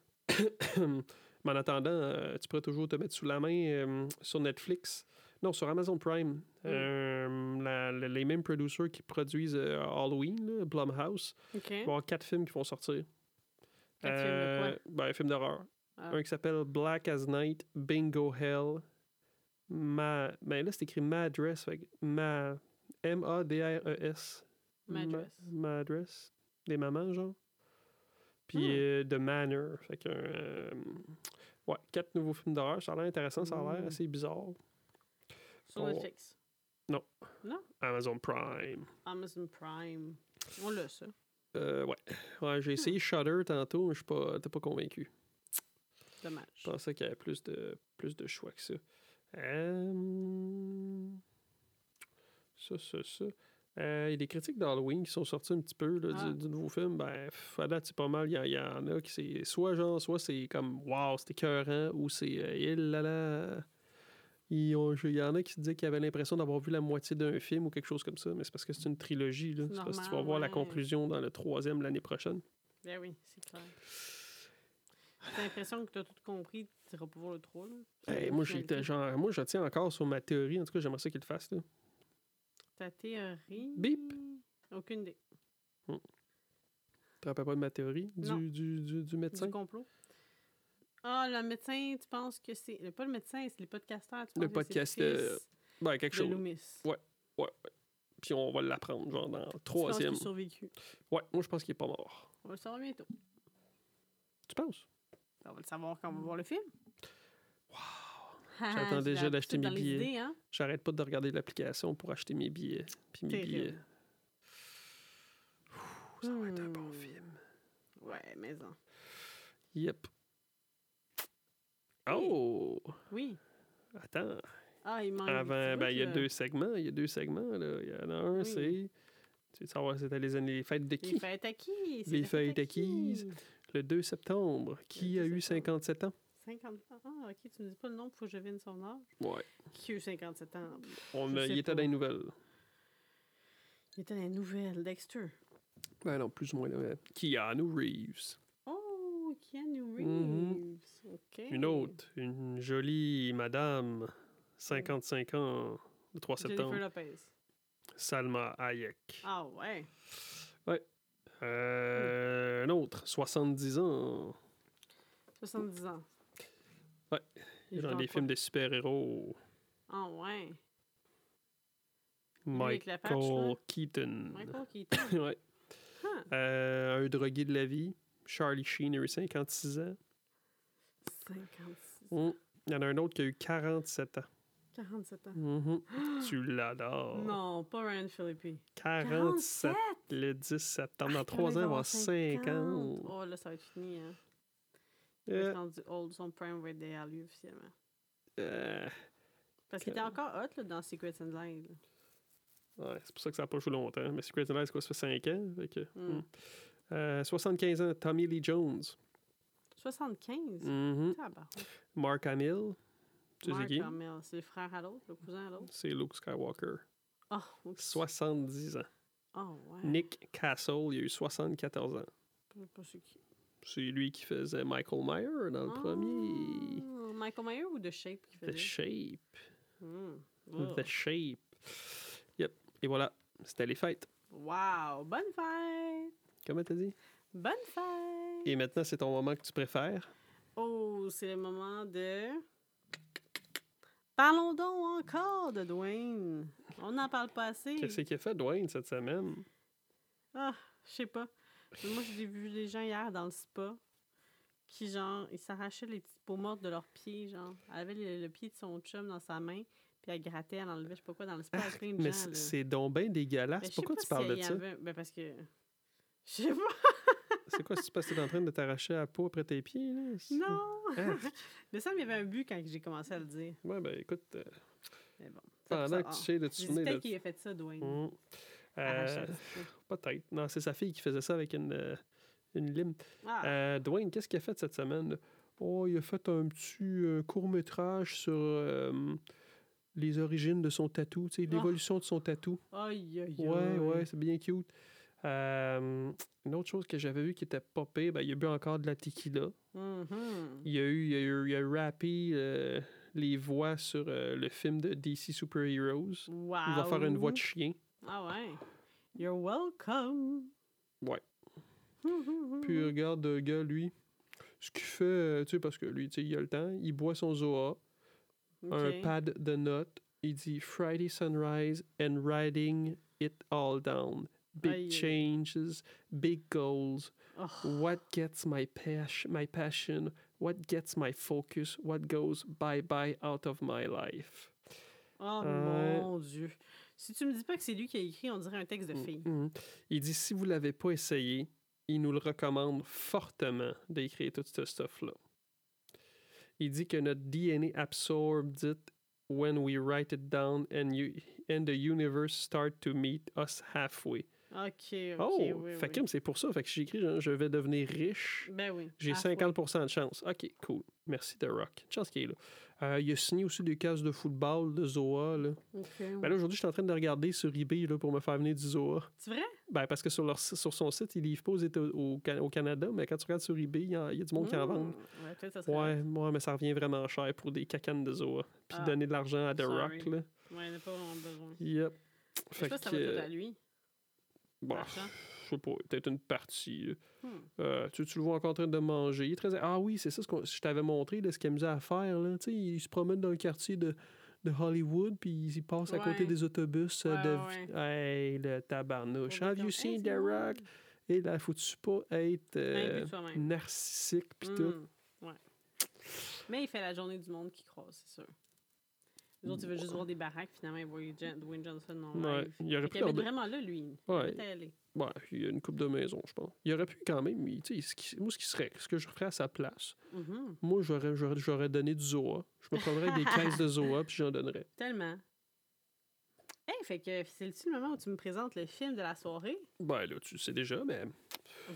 Speaker 1: Mais en attendant, euh, tu pourrais toujours te mettre sous la main euh, sur Netflix. Non, sur Amazon Prime.
Speaker 2: Hmm.
Speaker 1: Euh, la- la- les mêmes producers qui produisent euh, Halloween, là, Blumhouse,
Speaker 2: OK.
Speaker 1: vont avoir quatre films qui vont sortir.
Speaker 2: Quatre films de quoi?
Speaker 1: ben, un film d'horreur.
Speaker 2: Ah.
Speaker 1: Un qui s'appelle Black as Night, Bingo Hell. Ma... Ben là, c'est écrit Ma Address. fait que ma... M-A-D-R-E-S.
Speaker 2: Madress.
Speaker 1: E Ma... Madress. Des mamans, genre. Puis
Speaker 2: Hmm.
Speaker 1: euh, The Manor. Fait que. euh, ouais, quatre nouveaux films d'horreur. Ça a l'air intéressant, ça a l'air
Speaker 2: Hmm.
Speaker 1: assez bizarre.
Speaker 2: Sur
Speaker 1: on-
Speaker 2: Netflix.
Speaker 1: Amazon Prime.
Speaker 2: Amazon Prime. On l'a, ça.
Speaker 1: Euh, ouais. Ouais, j'ai essayé Shudder tantôt, mais je suis pas, t'es pas convaincu.
Speaker 2: Dommage.
Speaker 1: Je pensais qu'il y avait plus de, plus de choix que ça. Euh, Ça, ça, ça. Euh, Il y a des critiques d'Halloween qui sont sorties un petit peu là,
Speaker 2: Ah.
Speaker 1: du, du nouveau film. Ben, pff, à date, c'est pas mal. Il y a- il y, en a qui c'est soit genre, soit c'est comme Waouh, c'était écœurant, ou c'est euh, Il là là. Ils ont- Il y en a qui se disaient qu'ils avaient l'impression d'avoir vu la moitié d'un film ou quelque chose comme ça, mais c'est parce que c'est une trilogie. là.
Speaker 2: C'est
Speaker 1: C'est parce que tu vas
Speaker 2: normal,
Speaker 1: voir la
Speaker 2: ouais.
Speaker 1: conclusion dans le troisième l'année prochaine.
Speaker 2: Ben oui, c'est clair. T'as l'impression que t'as tout compris, tu iras pouvoir le 3, là. C'est
Speaker 1: Hey,
Speaker 2: la
Speaker 1: moi, j'étais
Speaker 2: finalité.
Speaker 1: genre, moi, je tiens encore sur ma théorie. En tout cas, j'aimerais ça qu'ils le fassent. là.
Speaker 2: Ta théorie.
Speaker 1: Bip!
Speaker 2: Aucune idée.
Speaker 1: Tu te rappelles pas de ma théorie
Speaker 2: Non.
Speaker 1: du, du, du, du médecin?
Speaker 2: Du complot. Ah, le médecin, tu penses que c'est. le- Pas le médecin, c'est les podcasteurs. Tu
Speaker 1: Le
Speaker 2: penses que c'est
Speaker 1: podcasteur,
Speaker 2: le fils
Speaker 1: Ben, quelque
Speaker 2: de
Speaker 1: chose.
Speaker 2: Loomis.
Speaker 1: Ouais, Puis on va l'apprendre, genre, dans le
Speaker 2: Tu penses qu'il a
Speaker 1: troisième.
Speaker 2: survécu.
Speaker 1: Ouais, moi, je pense qu'il est pas mort.
Speaker 2: On le saura bientôt.
Speaker 1: Tu penses?
Speaker 2: On va le savoir quand on va voir le film. Ah,
Speaker 1: J'attends
Speaker 2: Je l'ai
Speaker 1: déjà d'acheter
Speaker 2: dans
Speaker 1: mes
Speaker 2: les
Speaker 1: billets.
Speaker 2: idées, hein?
Speaker 1: J'arrête pas de regarder l'application pour acheter mes billets. Puis mes
Speaker 2: Terrible.
Speaker 1: billets. Ouh, ça va être un bon
Speaker 2: Hmm.
Speaker 1: film.
Speaker 2: Ouais, maison.
Speaker 1: Yep. Oh!
Speaker 2: Oui.
Speaker 1: Attends.
Speaker 2: Ah, il manque. des petits
Speaker 1: Avant, ben, il y a
Speaker 2: bouts, là.
Speaker 1: deux segments. Il y a deux segments. Là. Il y en a un,
Speaker 2: Oui.
Speaker 1: c'est. Tu veux savoir, c'était les, années- les fêtes de qui?
Speaker 2: Les fêtes acquises. c'est
Speaker 1: Les
Speaker 2: la
Speaker 1: fêtes acquises. Le 2 septembre. Qui a
Speaker 2: 2
Speaker 1: eu
Speaker 2: septembre.
Speaker 1: 57 ans?
Speaker 2: 50 ans. Ah, ok, tu me dis pas le nom, faut que je devine son âge.
Speaker 1: Ouais.
Speaker 2: Qui a eu 57 ans? Pff,
Speaker 1: On
Speaker 2: Je
Speaker 1: a-
Speaker 2: sais
Speaker 1: il était
Speaker 2: pas.
Speaker 1: dans les nouvelles.
Speaker 2: Il était dans les nouvelles, Dexter.
Speaker 1: Ben non, plus ou moins. Là. mais Keanu Reeves.
Speaker 2: Oh, Keanu Reeves.
Speaker 1: Mhm.
Speaker 2: OK.
Speaker 1: Une autre. Une jolie madame. 55 ans. Le 3 septembre.
Speaker 2: Jennifer Lopez.
Speaker 1: Salma Hayek.
Speaker 2: Ah, ouais.
Speaker 1: Euh, un autre. 70 ans.
Speaker 2: 70 ans.
Speaker 1: Ouais.
Speaker 2: Il est
Speaker 1: Genre
Speaker 2: en
Speaker 1: des
Speaker 2: quoi?
Speaker 1: films de super-héros.
Speaker 2: Ah, ouais. avec la patch,
Speaker 1: Michael
Speaker 2: là.
Speaker 1: Keaton.
Speaker 2: Michael Keaton.
Speaker 1: ouais.
Speaker 2: Ah,
Speaker 1: Euh, un drogué de la vie. Charlie Sheen a eu 56 ans.
Speaker 2: 56.
Speaker 1: Mm. Il y en a un autre qui a eu 47 ans.
Speaker 2: 47 ans.
Speaker 1: Mhm. Tu l'adores.
Speaker 2: Non, pas Ryan Philippi.
Speaker 1: 47. Le 10 septembre.
Speaker 2: Ah,
Speaker 1: Dans 3 ans, il va avoir 50.
Speaker 2: Oh, là, ça va être fini, hein. Il est
Speaker 1: Euh,
Speaker 2: rendu old, son prime va être derrière lui, officiellement.
Speaker 1: euh,
Speaker 2: Parce qu'il était encore hot, là, dans Secrets and Lies. là.
Speaker 1: ouais, c'est pour ça que ça n'a pas joué longtemps. Mais Secret Lies, quoi, ça fait 5 ans. Fait que,
Speaker 2: Mm.
Speaker 1: mm. Euh, 75 ans. Tommy Lee Jones.
Speaker 2: 75?
Speaker 1: Mhm.
Speaker 2: Tabarnak.
Speaker 1: Mark Hamill. Tu sais
Speaker 2: Mark
Speaker 1: qui?
Speaker 2: Hamill, C'est le frère à l'autre, le cousin à l'autre.
Speaker 1: C'est Luke Skywalker.
Speaker 2: Ah, oups.
Speaker 1: 70 ans.
Speaker 2: Oh, ouais.
Speaker 1: Nick Castle, il a eu 74 ans.
Speaker 2: Je sais pas c'est qui.
Speaker 1: C'est lui qui faisait Michael Meyer dans le
Speaker 2: Ah,
Speaker 1: premier.
Speaker 2: Michael Myers ou The Shape qui
Speaker 1: The
Speaker 2: faisait?
Speaker 1: Shape.
Speaker 2: Hmm. Oh.
Speaker 1: The Shape. Yep. Et voilà. C'était les fêtes.
Speaker 2: Wow! Bonne fête!
Speaker 1: Comment t'as dit?
Speaker 2: Bonne fête!
Speaker 1: Et maintenant, c'est ton moment que tu préfères.
Speaker 2: Oh, c'est le moment de. Parlons donc encore de Dwayne. On n'en parle pas assez.
Speaker 1: Qu'est-ce qu'il a fait, Dwayne, cette semaine?
Speaker 2: Ah, je sais pas. Mais Moi, j'ai vu les gens hier dans le spa qui, genre, ils s'arrachaient les petites peaux mortes de leurs pieds, genre. Elle avait le, le pied de son chum dans sa main, puis elle grattait, elle enlevait, je sais pas quoi, dans le spa. avec plein de
Speaker 1: Mais
Speaker 2: gens,
Speaker 1: c'est-
Speaker 2: là.
Speaker 1: c'est donc bien
Speaker 2: Ben,
Speaker 1: dégueulasse.
Speaker 2: je sais
Speaker 1: Pourquoi
Speaker 2: pas
Speaker 1: tu parles
Speaker 2: s'il
Speaker 1: de
Speaker 2: y
Speaker 1: ça?
Speaker 2: avait- Ben, parce que. Je sais pas.
Speaker 1: C'est quoi? C'est parce que t'es en train de t'arracher la peau après tes pieds? Là? C'est-
Speaker 2: Non!
Speaker 1: Arc.
Speaker 2: Mais ça, il y avait un but quand j'ai commencé à le dire.
Speaker 1: Ouais, ben écoute, euh,
Speaker 2: Mais bon. c'est pour
Speaker 1: pendant
Speaker 2: ça.
Speaker 1: que
Speaker 2: Ah.
Speaker 1: tu sais de te
Speaker 2: J'ai dit,
Speaker 1: souvenir de
Speaker 2: peut-être qu'il a fait ça, Dwayne.
Speaker 1: Mm.
Speaker 2: Arracher
Speaker 1: Euh,
Speaker 2: le petit pied.
Speaker 1: Peut-être. Non, c'est sa fille qui faisait ça avec une, euh, une lime.
Speaker 2: Ah,
Speaker 1: Euh, Dwayne, qu'est-ce qu'il a fait cette semaine? Oh, il a fait un petit euh, court-métrage sur euh, les origines de son tatou, tu sais,
Speaker 2: Ah.
Speaker 1: l'évolution de son tatou.
Speaker 2: aïe, aïe, aïe.
Speaker 1: Ouais, ouais, c'est bien cute. Euh, une autre chose que j'avais vue qui était popée, ben, il a bu encore de la tequila.
Speaker 2: Mhm.
Speaker 1: Il a eu, il a eu, il a rappé euh, les voix sur euh, le film de DC Super Heroes. Il va faire une voix de
Speaker 2: Wow.
Speaker 1: chien.
Speaker 2: Ah ouais. You're welcome. Mm-hmm.
Speaker 1: Ouais. Puis
Speaker 2: Mm.
Speaker 1: il regarde le gars, lui, ce qu'il fait, euh, tu sais, parce que lui, tu sais, il a le temps, il boit son Zoa, un
Speaker 2: pack.
Speaker 1: pad de notes, il dit Friday sunrise and writing it all down. Big
Speaker 2: Aïe, aïe.
Speaker 1: changes, big goals.
Speaker 2: Oh,
Speaker 1: What gets my, pas- my passion? What gets my focus? What goes bye bye out of my life?
Speaker 2: Oh
Speaker 1: Ouais.
Speaker 2: mon Dieu. Si tu me dis pas que c'est lui qui a écrit, on dirait un texte de fille.
Speaker 1: Mhm. Il dit si vous l'avez pas essayé, il nous le recommande fortement d'écrire tout ce stuff-là. Il dit que notre DNA absorbed it when we write it down and, you, and the universe start to meet us halfway.
Speaker 2: Ok, ok.
Speaker 1: oh,
Speaker 2: oui,
Speaker 1: fait
Speaker 2: oui.
Speaker 1: que c'est pour ça. Fait que j'écris genre, je vais devenir riche.
Speaker 2: Ben oui.
Speaker 1: J'ai
Speaker 2: à
Speaker 1: 50% de chance. OK, cool. Merci The Rock. Une Chance qu'il est là. Euh, il a signé aussi des cases de football, de Zoa. Là.
Speaker 2: fois. Ok.
Speaker 1: Ben là, aujourd'hui, je suis en train de regarder sur eBay là, pour me faire venir du Zoa.
Speaker 2: C'est vrai?
Speaker 1: Ben, parce que sur, leur, sur son site, ils livrent pas aux Éta- au, Can- au Canada, mais quand tu regardes sur eBay, il y, en- il y a du monde qui en
Speaker 2: Hmm.
Speaker 1: vend.
Speaker 2: Ouais, peut-être ça
Speaker 1: Ouais,
Speaker 2: serait.
Speaker 1: ouais, mais ça revient vraiment cher pour des cacanes de Zoa. Puis
Speaker 2: Ah,
Speaker 1: donner de l'argent à The
Speaker 2: sorry.
Speaker 1: Rock, là.
Speaker 2: Ouais, il n'a pas vraiment besoin.
Speaker 1: Yep.
Speaker 2: Je sais
Speaker 1: Fait
Speaker 2: pas si ça
Speaker 1: que, bah.
Speaker 2: va tout à lui.
Speaker 1: bon,
Speaker 2: l'argent.
Speaker 1: je sais pas, peut-être une partie. là.
Speaker 2: Hmm.
Speaker 1: Euh, tu, tu le vois encore en train de manger. Il est très- Ah oui, c'est ça ce que je t'avais montré, de ce qu'il amusait à faire, là. Tu sais, il se promène dans le quartier de, de Hollywood, puis il passe à côté
Speaker 2: Ouais.
Speaker 1: des autobus. euh,
Speaker 2: Ouais,
Speaker 1: de... Hey, le tabarnouche.
Speaker 2: Pour
Speaker 1: Have
Speaker 2: dire
Speaker 1: you
Speaker 2: comme,
Speaker 1: seen
Speaker 2: Hey,
Speaker 1: The
Speaker 2: c'est moi.
Speaker 1: Rock? Et là, faut-tu pas être...
Speaker 2: Ben,
Speaker 1: euh,
Speaker 2: puis toi-même.
Speaker 1: narcissique pis tout.
Speaker 2: Hmm. Mais il fait la journée du monde qui croise, c'est sûr. Les autres, ils veulent juste voir des baraques. Finalement, ils voient Jan- Dwayne Johnson en
Speaker 1: Ouais,
Speaker 2: live.
Speaker 1: il aurait
Speaker 2: Fait
Speaker 1: pu
Speaker 2: qu'il habite
Speaker 1: leur-
Speaker 2: vraiment là, lui. Il
Speaker 1: Ouais,
Speaker 2: est allé.
Speaker 1: Ouais, il y a une coupe de maison, je pense. Il aurait pu quand même, mais, tu sais, ce qui- moi, ce qui serait, ce que je ferais à sa place,
Speaker 2: Mhm.
Speaker 1: moi, j'aurais, j'aurais, j'aurais donné du Zoa. Je me prendrais des caisses de Zoa, puis j'en donnerais.
Speaker 2: Tellement. Hey, fait que c'est le moment où tu me présentes le film de la soirée.
Speaker 1: Ben, là, tu le sais déjà, mais,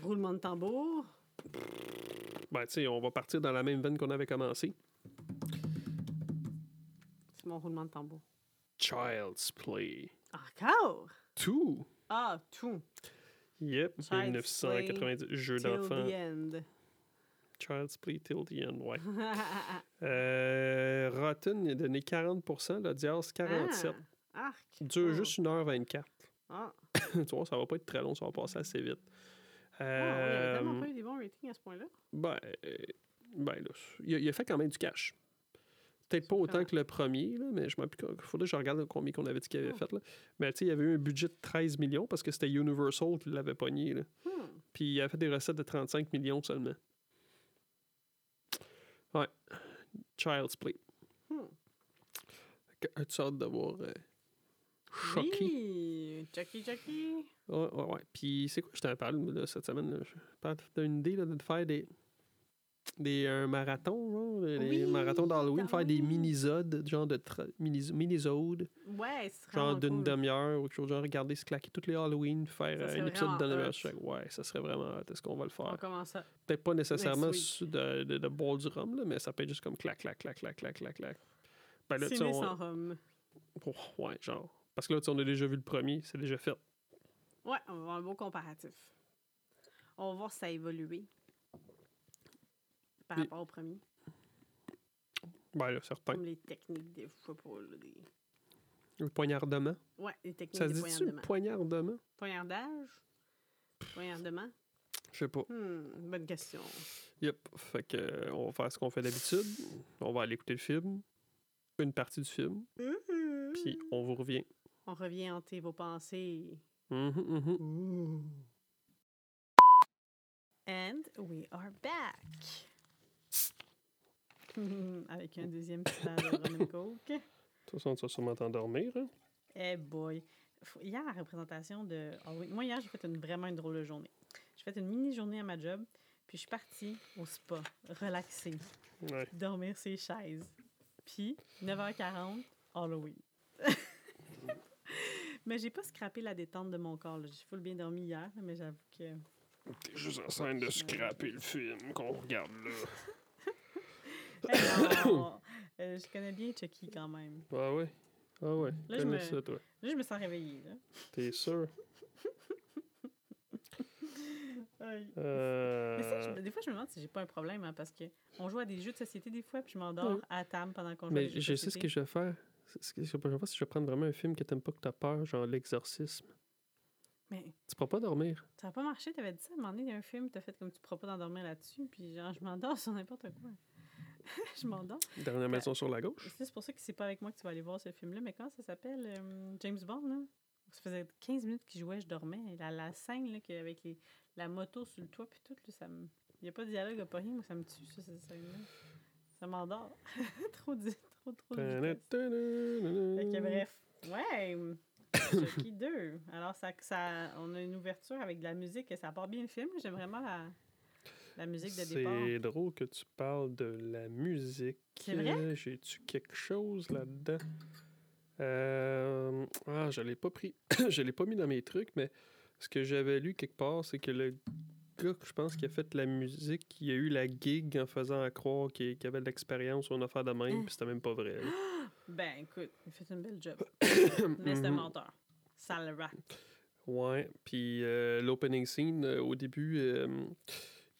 Speaker 2: Roulement de tambour.
Speaker 1: ben, tu sais, on va partir dans la même veine qu'on avait commencé.
Speaker 2: C'est mon roulement de tambour.
Speaker 1: Child's Play
Speaker 2: Encore?
Speaker 1: 2.
Speaker 2: Ah, tout.
Speaker 1: Yep,
Speaker 2: Child's Play
Speaker 1: 1990, jeu
Speaker 2: Till
Speaker 1: d'enfant.
Speaker 2: the end.
Speaker 1: Child's Play Till the End, ouais.
Speaker 2: Ah.
Speaker 1: Euh, Rotten, il a donné 40%, l'audience 47.
Speaker 2: Ah, arc.
Speaker 1: Dure
Speaker 2: Oh.
Speaker 1: juste 1h24.
Speaker 2: Ah,
Speaker 1: tu vois, ça va pas être très long, ça va passer assez vite.
Speaker 2: Ah, ouais, il avait
Speaker 1: Euh,
Speaker 2: tellement pas eu des bons ratings à ce point-là.
Speaker 1: ben, euh, ben là, il a, il a fait quand même du cash. Peut-être pas autant
Speaker 2: Surprenant.
Speaker 1: que le premier, là, mais je Il faudrait que je regarde combien qu'on avait dit qu'il avait
Speaker 2: Oh.
Speaker 1: fait. Là. Mais tu sais, il y avait eu un budget de 13 millions parce que c'était Universal qui l'avait pogné. Là.
Speaker 2: Hmm.
Speaker 1: Puis il a fait des recettes de 35 millions seulement. Ouais. Child's Play.
Speaker 2: Hmm.
Speaker 1: Que- As-tu hâte de voir euh, Chucky?
Speaker 2: Oui, Chucky, Chucky.
Speaker 1: Ouais, ouais, ouais. Puis c'est quoi, je t'en parle moi, là, cette semaine. Là, je parle t'as une idée là, de faire des. Des un marathon, genre, des
Speaker 2: Oui,
Speaker 1: marathons d'Halloween, faire des
Speaker 2: d'Halloween.
Speaker 1: minisodes, genre de tra- minis- minisodes,
Speaker 2: Ouais, c'est
Speaker 1: genre d'une demi-heure, ou quelque chose, genre regarder se claquer toutes les Halloween, puis faire
Speaker 2: Ça
Speaker 1: euh, un
Speaker 2: serait
Speaker 1: épisode de
Speaker 2: vraiment
Speaker 1: demi-heure
Speaker 2: hot.
Speaker 1: chaque. Ouais, ça serait vraiment hot. Est-ce qu'on va le faire?
Speaker 2: On commence ça.
Speaker 1: Peut-être pas nécessairement
Speaker 2: week.
Speaker 1: su- de, de, de boire du rhum, là, mais ça peut être juste comme clac, clac, clac, clac, clac, clac, clac. Ben là, tu
Speaker 2: C'est
Speaker 1: sais,
Speaker 2: né
Speaker 1: on-
Speaker 2: sans rhum.
Speaker 1: oh, ouais, genre. Parce que là, tu sais, on a déjà vu le premier, c'est déjà fait.
Speaker 2: Ouais, on va avoir un beau comparatif. On va voir si ça a évolué par
Speaker 1: Et-
Speaker 2: rapport au premier.
Speaker 1: Ben là, certain.
Speaker 2: Comme les techniques des fois pour là, des... Mm.
Speaker 1: Le poignardement.
Speaker 2: Ouais, les techniques
Speaker 1: Ça se
Speaker 2: de
Speaker 1: dit-tu le
Speaker 2: poignardement.
Speaker 1: poignardement?
Speaker 2: Poignardage? Poignardement?
Speaker 1: Je sais pas.
Speaker 2: Hmm, bonne question.
Speaker 1: Yep. Fait que, euh, on va faire ce qu'on fait d'habitude. On va aller écouter le film. Une partie du film. Puis on vous revient.
Speaker 2: On revient hanter vos pensées.
Speaker 1: Mhm, mhm.
Speaker 2: And we are back. Avec un deuxième petit verre de rum and coke.
Speaker 1: Toi, ça, tu vas sûrement t'endormir. Hein?
Speaker 2: Eh boy. Faut- Hier, à la représentation de Halloween, moi, hier, j'ai fait une, vraiment une drôle de journée. J'ai fait une mini-journée à ma job, puis je suis partie au spa, relaxée,
Speaker 1: Ouais.
Speaker 2: dormir sur les chaises. Puis, 9h40, Halloween. mais j'ai pas scrappé la détente de mon corps. là. J'ai full bien dormi hier, là, mais j'avoue que...
Speaker 1: T'es juste en train de scraper le film qu'on regarde là.
Speaker 2: Eh non! Euh, je connais bien Chucky quand même.
Speaker 1: Ah ouais? Ah ouais.
Speaker 2: Là, je
Speaker 1: Connais
Speaker 2: me-
Speaker 1: ça, toi.
Speaker 2: Là, je me sens réveillée. Là.
Speaker 1: T'es sûr?
Speaker 2: Aïe.
Speaker 1: Euh...
Speaker 2: Mais ça, je- des fois, je me demande si j'ai pas un problème, hein, parce que on joue à des jeux de société des fois, puis je m'endors
Speaker 1: Oui.
Speaker 2: à table pendant qu'on joue à
Speaker 1: Mais
Speaker 2: des jeux
Speaker 1: je
Speaker 2: de
Speaker 1: sais ce
Speaker 2: société.
Speaker 1: que je vais faire. C'est ce que Je vais faire si je vais prendre vraiment un film que t'aimes pas, que t'as peur, genre l'exorcisme.
Speaker 2: Mais
Speaker 1: Tu pourras pas dormir.
Speaker 2: ça n'a pas marché, t'avais dit ça. À un moment donné, il y a un film, t'as fait comme tu pourras pas t'endormir là-dessus, puis genre, je m'endors sur n'importe quoi. je m'endors.
Speaker 1: Dernière
Speaker 2: Ben,
Speaker 1: maison sur la
Speaker 2: Et
Speaker 1: gauche.
Speaker 2: C'est pour ça que c'est pas avec moi que tu vas aller voir ce film-là, mais comment ça s'appelle euh, James Bond, là Ça faisait 15 minutes qu'il jouait, je dormais. Et La, la scène, là, que- avec les, la moto sur le toit, puis tout, là, ça me. Il n'y a pas de dialogue, il n'y a pas rien, moi, ça me tue, ça, cette scène-là. Ça m'endort. trop, de- trop, trop de vitesse. Fait que bref. Ouais. Chucky 2. Alors, ça, ça, on a une ouverture avec de la musique et ça part bien le film. J'aime vraiment la, la musique de départ.
Speaker 1: C'est drôle que tu parles de la musique.
Speaker 2: C'est vrai?
Speaker 1: Euh, J'ai-tu quelque chose là-dedans? Euh, Ah, je l'ai pas pris. je l'ai pas mis dans mes trucs, mais ce que j'avais lu quelque part, c'est que le gars, que je pense, qui a fait la musique, il a eu la gig en faisant à croire qu'il qu'il avait de l'expérience ou une affaire de même,
Speaker 2: Hein?
Speaker 1: puis c'était même pas vrai. là.
Speaker 2: Ben, écoute, il fait une belle job. Mais c'est un
Speaker 1: Mhm.
Speaker 2: menteur. Ça le rack.
Speaker 1: Ouais, puis euh, l'opening scene, euh, au début, euh,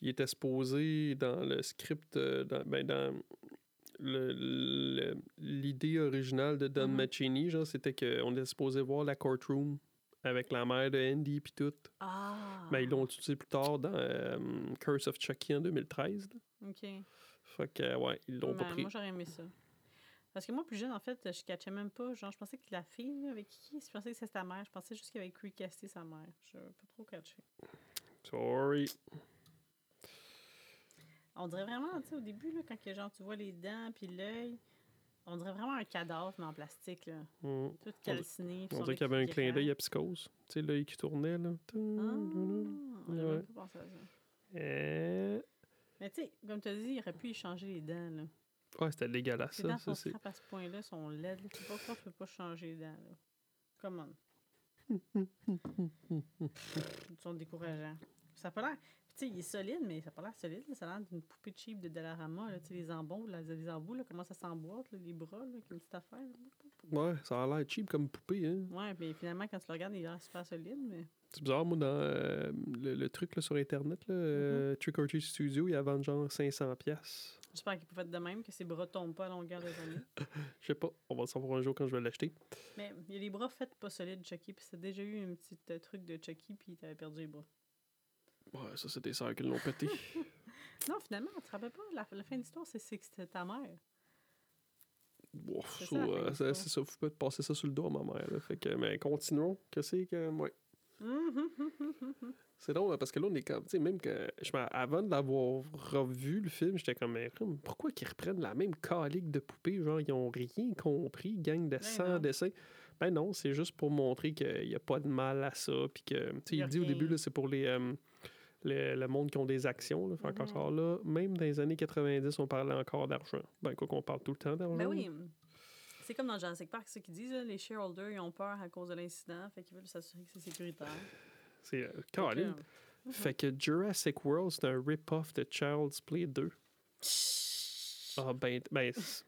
Speaker 1: il était supposé dans le script, euh, dans, ben, dans le- le- l'idée originale de Don
Speaker 2: Mhm.
Speaker 1: Mancini, genre, c'était qu'on était supposé voir la courtroom avec la mère de Andy puis tout.
Speaker 2: Ah!
Speaker 1: Mais ils l'ont utilisé plus tard dans euh, Curse of Chucky en 2013. là.
Speaker 2: OK.
Speaker 1: Fait que, ouais, ils l'ont pas
Speaker 2: Ben,
Speaker 1: pris.
Speaker 2: moi, j'aurais aimé ça. Parce que moi, plus jeune, en fait, je catchais même pas. Genre, je pensais que la fille, là, avec qui, je pensais que c'était sa mère. Je pensais juste qu'il avait recasté sa mère. Je pas trop catché.
Speaker 1: Sorry.
Speaker 2: On dirait vraiment, tu sais, au début, là, quand que, genre, tu vois les dents puis l'œil, on dirait vraiment un cadavre, mais en plastique, là.
Speaker 1: Mm.
Speaker 2: Tout calciné. puis
Speaker 1: On
Speaker 2: son
Speaker 1: dirait qu'il y
Speaker 2: bec
Speaker 1: avait un
Speaker 2: qui
Speaker 1: clin d'œil
Speaker 2: dérape.
Speaker 1: à psychose. Tu sais, l'œil qui tournait, là.
Speaker 2: Ah, j'avais
Speaker 1: Ouais.
Speaker 2: pas pensé à ça.
Speaker 1: Euh,
Speaker 2: Mais tu sais, comme tu as dit, il aurait pu y changer les dents, là.
Speaker 1: Ouais, c'était dégueulasse,
Speaker 2: Ces
Speaker 1: ça.
Speaker 2: dents
Speaker 1: ça
Speaker 2: sont
Speaker 1: c'est...
Speaker 2: frappes à ce point-là, sont laides. Je sais pas pourquoi tu peux pas changer les dents, là. Come on. Ils sont décourageants. Ça a pas l'air... Puis Tu sais, il est solide, mais ça a pas l'air solide. là. Ça a l'air d'une poupée cheap de Dollarama, là. Tu sais, les embouts, là, les embouts, là, comment ça s'emboîte, là, les bras, là, comme une petite affaire. là.
Speaker 1: Ouais, ça a l'air cheap comme poupée, hein.
Speaker 2: Ouais, mais finalement, quand tu le regardes, il a l'air super solide, mais...
Speaker 1: C'est bizarre, moi, dans euh, le, le truc là, sur Internet, là, euh, Trick or Treat Studio, il à vendre genre 500$. piastres.
Speaker 2: J'espère qu'il peut faire de même, que ses bras tombent pas à longueur de journée.
Speaker 1: Je sais pas, on va le savoir un jour quand je vais l'acheter.
Speaker 2: Mais il y a les bras faits pas solides, Chucky, puis t'as déjà eu un petit euh, truc de Chucky, puis t'avais perdu les bras.
Speaker 1: Ouais, ça, c'est des sœurs qui l'ont pété.
Speaker 2: Non, finalement, tu te rappelles pas, la, la fin de l'histoire, c'est c'est que c'était ta mère.
Speaker 1: Wow,
Speaker 2: C'est
Speaker 1: ça,
Speaker 2: ça,
Speaker 1: euh,
Speaker 2: fait que
Speaker 1: ça,
Speaker 2: ça.
Speaker 1: c'est ça, vous pouvez passer ça sur le dos à ma mère. là. Fait que, mais continuons. Qu'est-ce que c'est que. Ouais.
Speaker 2: Mhm.
Speaker 1: C'est drôle, hein, parce que là, on est comme. Tu sais, même que. Je m'en- avant de l'avoir revu, le film, j'étais comme. Mais, hum, pourquoi qu'ils reprennent la même calique de poupée Genre, ils ont rien compris, gang de
Speaker 2: Ben
Speaker 1: 100
Speaker 2: non.
Speaker 1: dessins. Ben non, c'est juste pour montrer qu'il n'y a pas de mal à ça. Puis que. Tu sais,
Speaker 2: Y a
Speaker 1: il dit au
Speaker 2: rien.
Speaker 1: début, là, c'est pour les. euh, le, le monde qui ont des actions. Là, fait
Speaker 2: Mhm.
Speaker 1: qu'encore là, même dans les années 90, on parlait encore d'argent. Ben, quoi qu'on parle tout le temps d'argent.
Speaker 2: Ben
Speaker 1: là.
Speaker 2: oui. C'est comme dans Jurassic Park, ce qu'ils disent, là, les shareholders, ils ont peur à cause de l'incident, fait qu'ils veulent s'assurer que c'est sécuritaire.
Speaker 1: C'est. euh,
Speaker 2: Fait que, euh,
Speaker 1: calique. Fait que Jurassic World, c'est un rip-off de Child's Play 2.
Speaker 2: euh,
Speaker 1: Ah, ben, ben. c'est-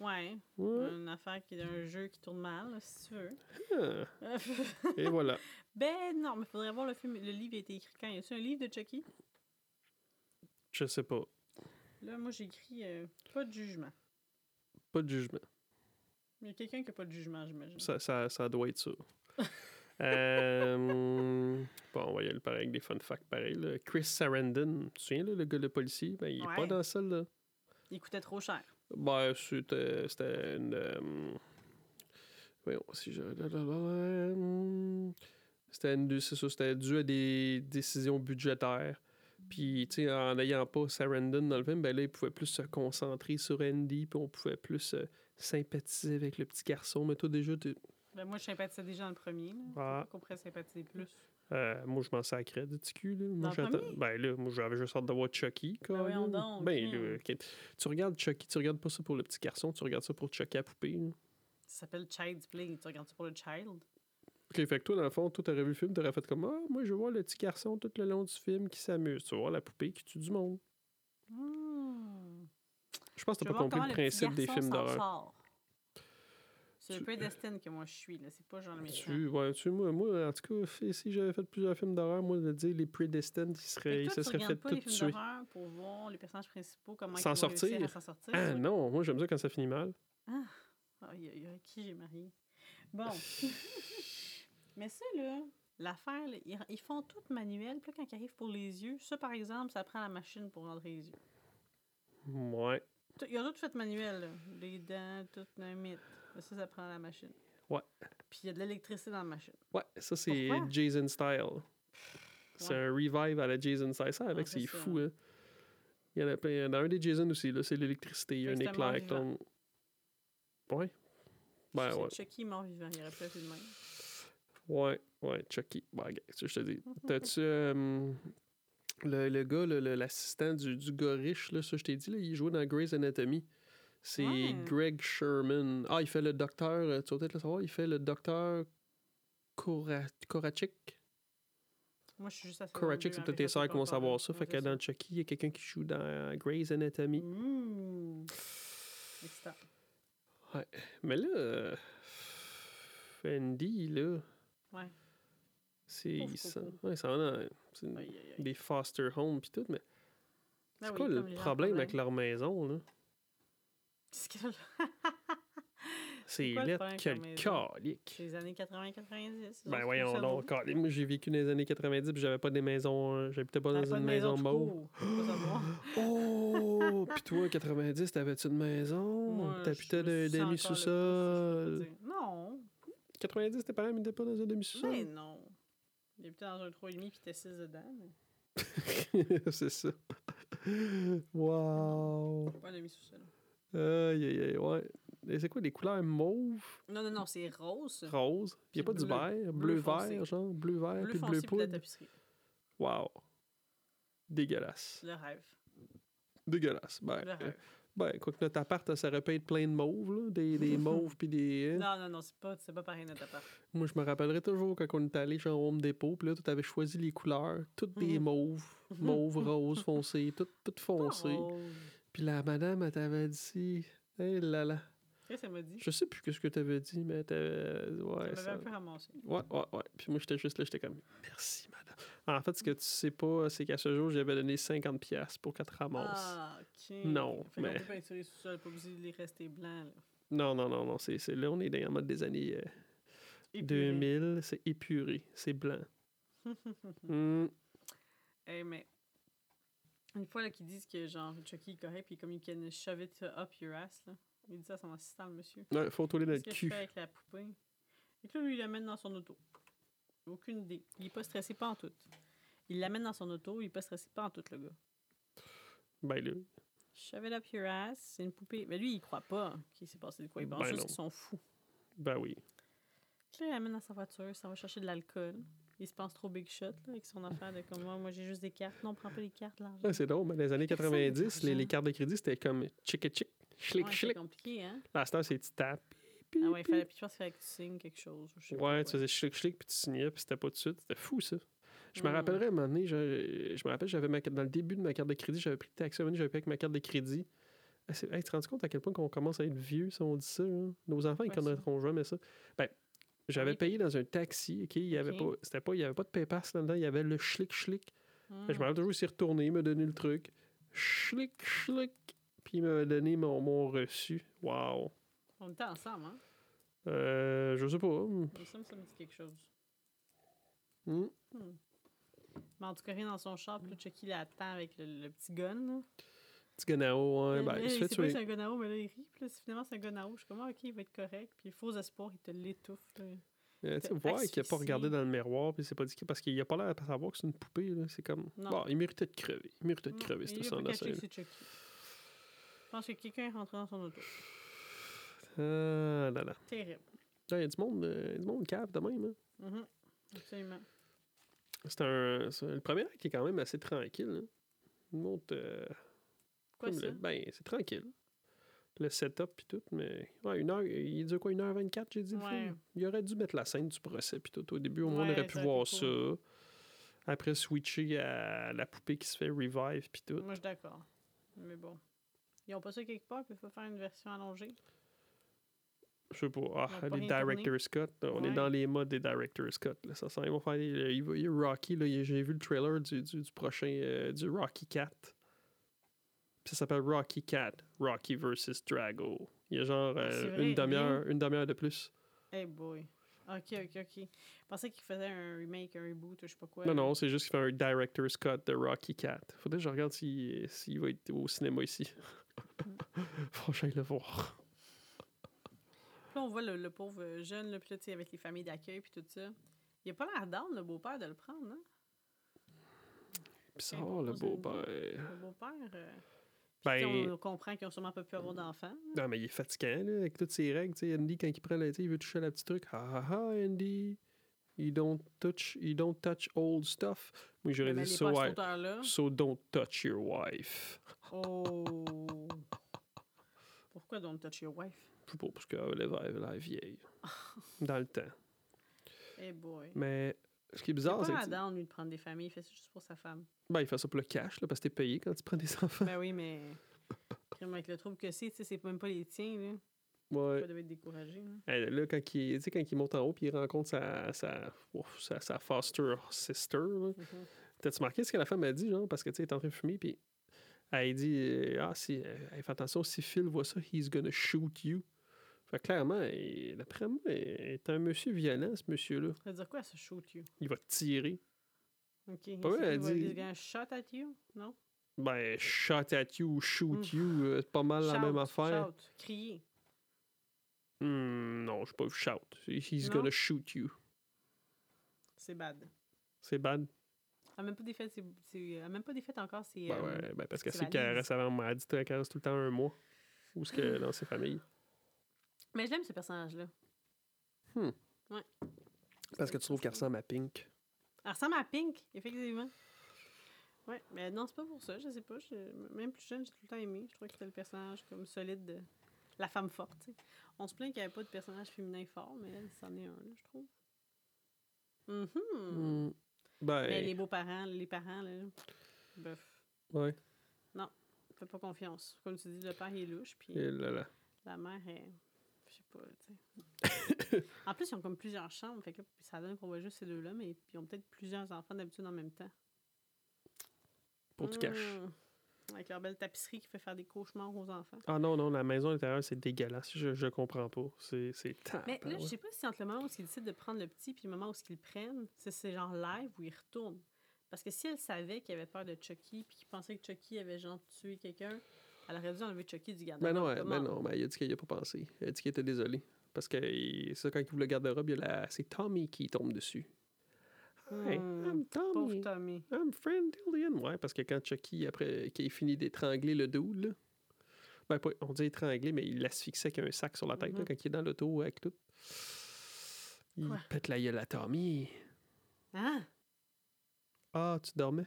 Speaker 2: Ouais,
Speaker 1: Ouais.
Speaker 2: une affaire qui est un jeu qui tourne mal, là, si tu veux.
Speaker 1: Ah. Et voilà.
Speaker 2: ben non, mais faudrait voir le film. Le livre a été écrit quand? Y a-tu un livre de Chucky?
Speaker 1: Je sais pas.
Speaker 2: Là, moi, j'ai écrit euh, pas de jugement.
Speaker 1: Pas de jugement.
Speaker 2: Il y a quelqu'un qui a pas de jugement, j'imagine.
Speaker 1: Ça, ça, ça doit être ça. Euh, bon, on va y aller pareil avec des fun facts pareil. là. Chris Sarandon, tu te souviens, là, le gars de policier? Ben, il est pas
Speaker 2: Ouais.
Speaker 1: dans ça, là.
Speaker 2: Il coûtait trop cher.
Speaker 1: Ben, c'était c'était une. euh, voyons, si je. la, la, la, la, hum, C'était une- c'est ça, c'était dû à des décisions budgétaires. Puis, tu sais, en n'ayant pas Sarandon dans le film, ben là, il pouvait plus se concentrer sur Andy, puis on pouvait plus euh, sympathiser avec le petit garçon. Mais toi, déjà, tu-
Speaker 2: Ben, moi, je sympathisais déjà dans le premier. Là.
Speaker 1: Ah.
Speaker 2: Je pourrais sympathiser plus.
Speaker 1: euh, moi, je m'en sacrais de petit cul, là. Moi,
Speaker 2: le
Speaker 1: j'attends-
Speaker 2: premier?
Speaker 1: ben là, moi, j'avais juste hâte d'avoir Chucky,
Speaker 2: Ben voyons
Speaker 1: câlin.
Speaker 2: donc,
Speaker 1: Ben,
Speaker 2: hein.
Speaker 1: là, ok. Tu regardes Chucky, tu regardes pas ça pour le petit garçon, tu regardes ça pour Chucky à poupée, là.
Speaker 2: Ça s'appelle Child's Play. Tu regardes ça pour le child?
Speaker 1: Ok, fait que toi, dans le fond, toi, t'aurais vu le film, t'aurais fait comme Ah, moi, je vois le petit garçon tout le long du film qui s'amuse. Tu vois la poupée qui tue du monde.
Speaker 2: Hmm.
Speaker 1: Je pense que
Speaker 2: Je
Speaker 1: t'as
Speaker 2: veux
Speaker 1: pas
Speaker 2: voir
Speaker 1: compris
Speaker 2: comment
Speaker 1: le
Speaker 2: petit
Speaker 1: principe des
Speaker 2: garçon
Speaker 1: films
Speaker 2: s'en
Speaker 1: d'horreur.
Speaker 2: sort. C'est
Speaker 1: Tu-
Speaker 2: le Predestin que moi je suis, là. C'est pas genre le méchant.
Speaker 1: Tu, ouais, tu, moi, moi, en tout cas, fait- si j'avais fait plusieurs films d'horreur, moi, de dire les Predestined, ils,
Speaker 2: Fait
Speaker 1: seraient,
Speaker 2: que
Speaker 1: ils
Speaker 2: toi,
Speaker 1: se
Speaker 2: tu
Speaker 1: seraient
Speaker 2: regardes
Speaker 1: fait
Speaker 2: pas
Speaker 1: tout
Speaker 2: les films
Speaker 1: tuer.
Speaker 2: d'horreur pour voir les personnages principaux, comment
Speaker 1: S'en
Speaker 2: ils vont réussir
Speaker 1: sortir.
Speaker 2: à s'en sortir. Ah,
Speaker 1: Ah
Speaker 2: toi?
Speaker 1: non, moi, j'aime ça quand ça finit mal.
Speaker 2: Aïe, aïe, aïe, qui j'ai marié. Bon. Mais ça, là, l'affaire, là, ils, ils font tout manuel. Puis là, quand ils arrivent pour les yeux, ça, par exemple, ça prend la machine pour rentrer les yeux.
Speaker 1: Ouais.
Speaker 2: Tout- Ils ont tout fait manuel, là. Les dents, tout, un mythe. Ça, ça prend la machine.
Speaker 1: Ouais.
Speaker 2: Puis il y a de l'électricité dans la machine.
Speaker 1: Ouais, ça, c'est
Speaker 2: Pourquoi?
Speaker 1: Jason Style. C'est
Speaker 2: Ouais.
Speaker 1: un revive à la Jason Style. Ça, avec,
Speaker 2: Ah, ça,
Speaker 1: c'est
Speaker 2: c'est-
Speaker 1: fou, hein. Il y en a plein. Dans un des Jason aussi, là, c'est l'électricité. Il y a
Speaker 2: Fait
Speaker 1: un
Speaker 2: que c'est un mort
Speaker 1: éclair qui
Speaker 2: vivant.
Speaker 1: tombe. Ouais. Ben,
Speaker 2: C'est
Speaker 1: ouais.
Speaker 2: Chucky mort-vivant, il aurait pu être le même.
Speaker 1: Ouais, ouais, Chucky. Bah, regarde, ça, je te dis. T'as-tu. euh, le, le gars, le- le- l'assistant du, du gars riche, là, ça, je t'ai dit, là, il jouait dans Grey's Anatomy. C'est
Speaker 2: Ouais.
Speaker 1: Greg Sherman. Ah, il fait le docteur. euh, Tu vas peut-être le savoir, il fait le docteur Kora- Korachik.
Speaker 2: Moi, je suis juste à ça.
Speaker 1: Korachik, c'est peut-être tes sœurs qui vont savoir ça. Fait que dans Chucky, il y a quelqu'un qui joue dans euh, Grey's Anatomy.
Speaker 2: Mmh. Mm. Excitant.
Speaker 1: Mais là, euh, Andy, là.
Speaker 2: Ouais.
Speaker 1: C'est.
Speaker 2: Pauvre
Speaker 1: il s'en-
Speaker 2: coco.
Speaker 1: Ouais, ça en a. c'est une-
Speaker 2: Aïe, aïe, aïe.
Speaker 1: des foster homes pis tout, mais
Speaker 2: Ben
Speaker 1: Mmh. c'est
Speaker 2: oui,
Speaker 1: quoi
Speaker 2: comme
Speaker 1: le
Speaker 2: les hein. gens,
Speaker 1: problème, avec leur maison, là?
Speaker 2: Qu'est-ce que-
Speaker 1: C'est
Speaker 2: quoi le
Speaker 1: lettre
Speaker 2: problème avec leur
Speaker 1: quel
Speaker 2: maison?
Speaker 1: calique!
Speaker 2: C'est les années 80-90.
Speaker 1: Ben voyons donc, calique. Moi, j'ai vécu dans les années 90 pis j'avais pas des maisons... euh, J'habitais pas dans une maison, mauve. Oh! pis toi, 90, t'avais-tu une maison? T'habitais d'un demi-sous-sol?
Speaker 2: Non,
Speaker 1: 90, tes parents m'étaient pas dans un
Speaker 2: mais
Speaker 1: demi-sous-sol?
Speaker 2: non. J'habitais dans un 3,5 puis t'es 6 dedans. mais-
Speaker 1: C'est ça. Wow.
Speaker 2: Pas l'ami sous-sol.
Speaker 1: Aïe, aïe, aïe, ouais. Et c'est quoi, les couleurs mauve,
Speaker 2: Non, non, non, c'est rose.
Speaker 1: rose, il n'y a
Speaker 2: Puis
Speaker 1: pas du
Speaker 2: bleu.
Speaker 1: vert,
Speaker 2: Bleu foncé.
Speaker 1: bleu-vert, genre, bleu-vert,
Speaker 2: Bleu
Speaker 1: puis bleu
Speaker 2: foncé pour la
Speaker 1: poudre.
Speaker 2: tapisserie.
Speaker 1: Wow. Dégueulasse.
Speaker 2: Le rêve.
Speaker 1: Dégueulasse. Ben,
Speaker 2: Le
Speaker 1: euh,
Speaker 2: rêve.
Speaker 1: ben, quoi que notre appart, ça aurait pu être plein de mauves, là, des, des mauves puis des... hein,
Speaker 2: Non, non, non, c'est pas, c'est pas pareil notre appart.
Speaker 1: Moi, je me rappellerai toujours quand on est allé genre au Home Depot, puis là, tu avais choisi les couleurs, toutes des
Speaker 2: Mhm.
Speaker 1: mauves, mauve, rose, foncé, tout, tout foncé.
Speaker 2: Oh.
Speaker 1: Puis la madame, elle t'avait dit... Hé là là.
Speaker 2: Qu'est-ce qu'elle m'a dit?
Speaker 1: Je sais plus que ce que t'avais dit, mais t'avais...
Speaker 2: Elle
Speaker 1: Ouais,
Speaker 2: m'avait
Speaker 1: ça...
Speaker 2: un peu ramassé.
Speaker 1: Ouais, ouais, ouais. Puis moi, j'étais juste là, j'étais comme, merci, madame. En fait, ce que tu sais pas, c'est qu'à ce jour, j'avais donné 50$ piastres pour qu'elle te ramasse.
Speaker 2: Ah, ok.
Speaker 1: Non,
Speaker 2: fait
Speaker 1: mais-
Speaker 2: qu'on peut peinturer sous-sol, pas obligé de les rester blancs. Là.
Speaker 1: Non, non, non, non. C'est, c'est- là, on est dans- en mode des années euh,
Speaker 2: Et puis,
Speaker 1: 2000. C'est épuré, c'est blanc. Hmm.
Speaker 2: Hey, eh, mais une fois là, qu'ils disent que genre Chucky est correct, puis comme you can shove it up your ass, là. il dit ça à son assistant, le monsieur.
Speaker 1: Ouais, faut tourner
Speaker 2: Qu'est-ce
Speaker 1: notre
Speaker 2: que je
Speaker 1: cul.
Speaker 2: fais avec la poupée? Et que là, lui, il l'amène dans son auto. Aucune idée. Il est pas stressé, pas en tout. Il l'amène dans son auto, il est pas stressé, pas en tout, le gars.
Speaker 1: Ben là,
Speaker 2: Shove it up your ass, c'est une poupée. Mais lui, il croit pas qu'il s'est passé de quoi. Il pense
Speaker 1: Ben
Speaker 2: juste
Speaker 1: non.
Speaker 2: qu'ils sont fous.
Speaker 1: ben oui.
Speaker 2: Puis là, il l'amène dans sa voiture, ça va chercher de l'alcool. Il se pense trop big shot là, avec son affaire de comme moi, moi j'ai juste des cartes. Non, prends pas les cartes, l'argent.
Speaker 1: Ouais, c'est drôle, mais dans les années
Speaker 2: Personne
Speaker 1: 90,
Speaker 2: d'argent.
Speaker 1: les, les cartes de crédit, c'était comme chic chic,
Speaker 2: Ouais,
Speaker 1: chlic
Speaker 2: c'est
Speaker 1: chlic.
Speaker 2: compliqué, hein?
Speaker 1: À cette heure, c'est tu tapes.
Speaker 2: Ah ouais, il fallait, puis je pense qu'il fallait que tu signes quelque chose. Ou je sais pas
Speaker 1: Ouais, tu
Speaker 2: quoi.
Speaker 1: faisais chlic chlic puis tu signais puis c'était pas tout de suite, c'était fou ça. Je me
Speaker 2: Mm.
Speaker 1: rappellerai à un moment donné, je, je me rappelle, j'avais ma, carte- dans le début de ma carte de crédit, j'avais pris le taxi, à un moment donné, j'avais payé avec ma carte de crédit. Ah, c'est- hey, tu te rends compte à quel point on commence à être vieux si on dit ça? hein? Nos enfants, ils
Speaker 2: Quoi, ça?
Speaker 1: connaîtront jamais ça. Ben, j'avais
Speaker 2: Oui.
Speaker 1: payé dans un taxi, OK? Il n'y avait,
Speaker 2: Ok.
Speaker 1: pas- c'était pas, il y avait pas de PayPass là-dedans, il y avait le schlick schlick.
Speaker 2: Hmm.
Speaker 1: Je me rappelle toujours, il s'est retourné, il m'a donné le truc. Schlick schlick. Puis il m'a donné mon, mon reçu. Wow.
Speaker 2: On était ensemble, hein?
Speaker 1: Euh, je sais pas.
Speaker 2: Il me semble que ça me dit quelque chose.
Speaker 1: Hmm.
Speaker 2: Mais en tout cas, rien dans son char, puis là, Chucky l'attend avec le, le petit gun. Là.
Speaker 1: Petit ganao, ouais.
Speaker 2: Là,
Speaker 1: Ben,
Speaker 2: là,
Speaker 1: il se fait
Speaker 2: sait pas
Speaker 1: tuer.
Speaker 2: si c'est un gonao, mais là, il rit. Puis là, c'est- finalement, c'est un gonao. Je suis comme, ah, ok, il va être correct. Puis faux espoir, il te l'étouffe. là.
Speaker 1: Euh, tu sais,
Speaker 2: T'as
Speaker 1: voir qu'il n'a pas
Speaker 2: asphyxié.
Speaker 1: regardé dans le miroir, puis c'est pas dit que- parce qu'il a pas l'air de savoir que c'est une poupée. là. C'est comme.
Speaker 2: Non.
Speaker 1: Bon, il méritait de crever. Il méritait de
Speaker 2: Non,
Speaker 1: crever,
Speaker 2: mais
Speaker 1: ce
Speaker 2: Mm. il a pas
Speaker 1: sang-là.
Speaker 2: catché que c'est Chucky. Je pense que quelqu'un est rentré dans son auto.
Speaker 1: Ah là là.
Speaker 2: Terrible.
Speaker 1: Il y a du monde, euh, y a du monde cave de même. hein.
Speaker 2: Mhm. Absolument.
Speaker 1: C'est un. c'est- Le premier acte est quand même assez tranquille. hein. Il monte. euh,
Speaker 2: Quoi
Speaker 1: comme
Speaker 2: ça?
Speaker 1: le- ben, c'est tranquille. Le setup puis tout, mais. Ouais, une heure. Il dure quoi, 1h24, j'ai dit le
Speaker 2: Ouais.
Speaker 1: film? Il aurait dû mettre la scène du procès puis tout. Au début, au moins, on
Speaker 2: Ouais,
Speaker 1: aurait pu
Speaker 2: ça aurait
Speaker 1: voir
Speaker 2: été
Speaker 1: ça. Après, switcher à la poupée qui se fait revive puis tout.
Speaker 2: Moi, je suis d'accord. Mais bon. Ils ont pas ça quelque part, puis il faut faire une version allongée.
Speaker 1: Je sais pas. Ah,
Speaker 2: Ils ont pas
Speaker 1: les
Speaker 2: rien tourné.
Speaker 1: Director Scott. on est
Speaker 2: Ouais.
Speaker 1: dans les modes des Director Scott. Là. Ça sent. Ils vont faire. les- il va- il y a Rocky. là, il- J'ai vu le trailer du, du, du prochain. euh, du Rocky Cat. Puis ça s'appelle Rocky Cat. Rocky versus Drago. Il y a genre euh,
Speaker 2: Ah, C'est vrai,
Speaker 1: une demi-heure une demi-heure de plus.
Speaker 2: Hey boy. Ok, ok, ok. Je pensais qu'il faisait un remake, un reboot, ou je sais pas quoi.
Speaker 1: Non, non, c'est juste qu'il fait un Director Scott de Rocky Cat. Faudrait que je regarde s'il s'il va être au cinéma ici. Faut que j'aille le voir.
Speaker 2: Puis là, on voit le, le pauvre jeune, là, puis là, tu sais, avec les familles d'accueil, puis tout ça. Il a pas l'air d'âme, le beau-père, de le prendre, hein?
Speaker 1: Bizarre, le
Speaker 2: propose une idée.
Speaker 1: beau-père.
Speaker 2: Le beau-père. euh, puis, tu sais,
Speaker 1: Ben.
Speaker 2: on comprend qu'ils ont sûrement pas pu avoir d'enfants.
Speaker 1: Non, mais il est fatigant, là, avec toutes ses règles. tu sais, Andy, quand il prend la tu sais, il veut toucher à la petite truc. Ah ah, ah, Andy, you don't touch, you don't touch old stuff. Moi, j'aurais
Speaker 2: Mais
Speaker 1: dit
Speaker 2: les
Speaker 1: so, I-
Speaker 2: pas là
Speaker 1: so don't touch your wife.
Speaker 2: Oh! Pourquoi don't touch your wife?
Speaker 1: Je sais pas, parce qu'elle est la vieille. Dans le temps.
Speaker 2: Hey boy.
Speaker 1: Mais ce qui est
Speaker 2: Il a
Speaker 1: bizarre,
Speaker 2: pas
Speaker 1: c'est
Speaker 2: l'air
Speaker 1: que
Speaker 2: d'âme, lui, de prendre des familles. Il fait ça juste pour sa femme.
Speaker 1: ben, il fait ça pour le cash, là, parce que t'es payé quand tu prends des enfants.
Speaker 2: ben oui, mais... crime, Avec le trouble que c'est, tu sais, c'est même pas les tiens, là.
Speaker 1: Ouais.
Speaker 2: Tu devais être découragé, là.
Speaker 1: Eh, Là, quand il, tu sais, quand il monte en haut puis il rencontre sa, sa, ouf, sa, sa foster sister, là,
Speaker 2: Mhm.
Speaker 1: T'as-tu remarqué ce que la femme a dit, genre, parce que tu sais, elle est en train de fumer, puis elle dit euh, Ah, si, euh, hey, fais attention, si Phil voit ça, he's gonna shoot you. Fait que clairement, il- d'après moi, il est un monsieur violent, ce monsieur-là.
Speaker 2: Ça veut dire quoi, ça shoot you?
Speaker 1: Il va te tirer.
Speaker 2: OK.
Speaker 1: ouais,
Speaker 2: c'est-
Speaker 1: elle
Speaker 2: what,
Speaker 1: dit-
Speaker 2: This guy shot at you? Non?
Speaker 1: Ben, shot at you ou shoot
Speaker 2: Mm.
Speaker 1: you, euh, c'est pas mal la
Speaker 2: Shout,
Speaker 1: même affaire.
Speaker 2: Shout, crier.
Speaker 1: Hmm, non, je pas shout. He's
Speaker 2: Non?
Speaker 1: gonna shoot you.
Speaker 2: C'est bad.
Speaker 1: C'est bad.
Speaker 2: Elle n'a même pas défaite, c'est, elle a même pas défaite encore. C'est,
Speaker 1: Ben
Speaker 2: euh,
Speaker 1: ouais, ben parce
Speaker 2: c'est
Speaker 1: qu'elle sait
Speaker 2: valise.
Speaker 1: qu'elle reste avant maladie, elle reste tout le temps un mois. Où est-ce que dans ses familles?
Speaker 2: Mais je l'aime, ce personnage-là.
Speaker 1: Hmm.
Speaker 2: Ouais.
Speaker 1: Parce que tu trouves qu'elle ressemble à Pink.
Speaker 2: Elle ressemble à Pink, effectivement. Ouais, mais non, c'est pas pour ça, je sais pas. je- Même plus jeune, j'ai tout le temps aimé. Je trouvais que c'était le personnage comme solide de la femme forte. tu sais. On se plaint qu'il n'y avait pas de personnage féminin fort, mais elle, c'en est un, là, je trouve. Mhm.
Speaker 1: Mm. Ben,
Speaker 2: Mais les beaux-parents, les parents, là, bof,
Speaker 1: ouais.
Speaker 2: fais pas confiance. Comme tu dis, le père il est louche, puis
Speaker 1: Et là, là.
Speaker 2: la mère est. Je sais pas, tu sais. en plus, ils ont comme plusieurs chambres, fait que là, ça donne qu'on voit juste ces deux-là, mais puis ils ont peut-être plusieurs enfants d'habitude en même temps.
Speaker 1: Pour du cash.
Speaker 2: Mmh. Avec leur belle tapisserie qui fait faire des cauchemars aux enfants.
Speaker 1: Ah non, non, la maison intérieure, c'est dégueulasse. Je, je comprends pas. C'est. c'est
Speaker 2: Mais là,
Speaker 1: tabarouette.
Speaker 2: je sais pas si entre le moment où ils décident de prendre le petit puis le moment où ils le prennent, c'est ces genre live où ils retournent. Parce que si elle savait qu'il avait peur de Chucky puis qu'il pensait que Chucky avait genre tué quelqu'un, elle aurait dû enlever Chucky du
Speaker 1: Ben
Speaker 2: garde-robe.
Speaker 1: non, elle,
Speaker 2: Comment?
Speaker 1: ben non, ben il a dit qu'il n'y a pas pensé. Il a dit qu'il était désolé. Parce que il- ça, quand il ouvre le garde-robe, il y a la- c'est Tommy qui tombe dessus. ben Hey,
Speaker 2: Hmm,
Speaker 1: I'm
Speaker 2: Pauvre
Speaker 1: Tommy.
Speaker 2: Tommy.
Speaker 1: I'm friend Dillian. Ouais, parce que quand Chucky, après qu'il ait fini d'étrangler le dude, là, ben, pas- on dit étrangler, mais il l'asphyxiait avec un sac sur la tête, là,
Speaker 2: Mhm.
Speaker 1: quand il est dans l'auto avec tout. Il
Speaker 2: Quoi?
Speaker 1: pète la gueule à Tommy.
Speaker 2: Hein?
Speaker 1: Ah, tu dormais?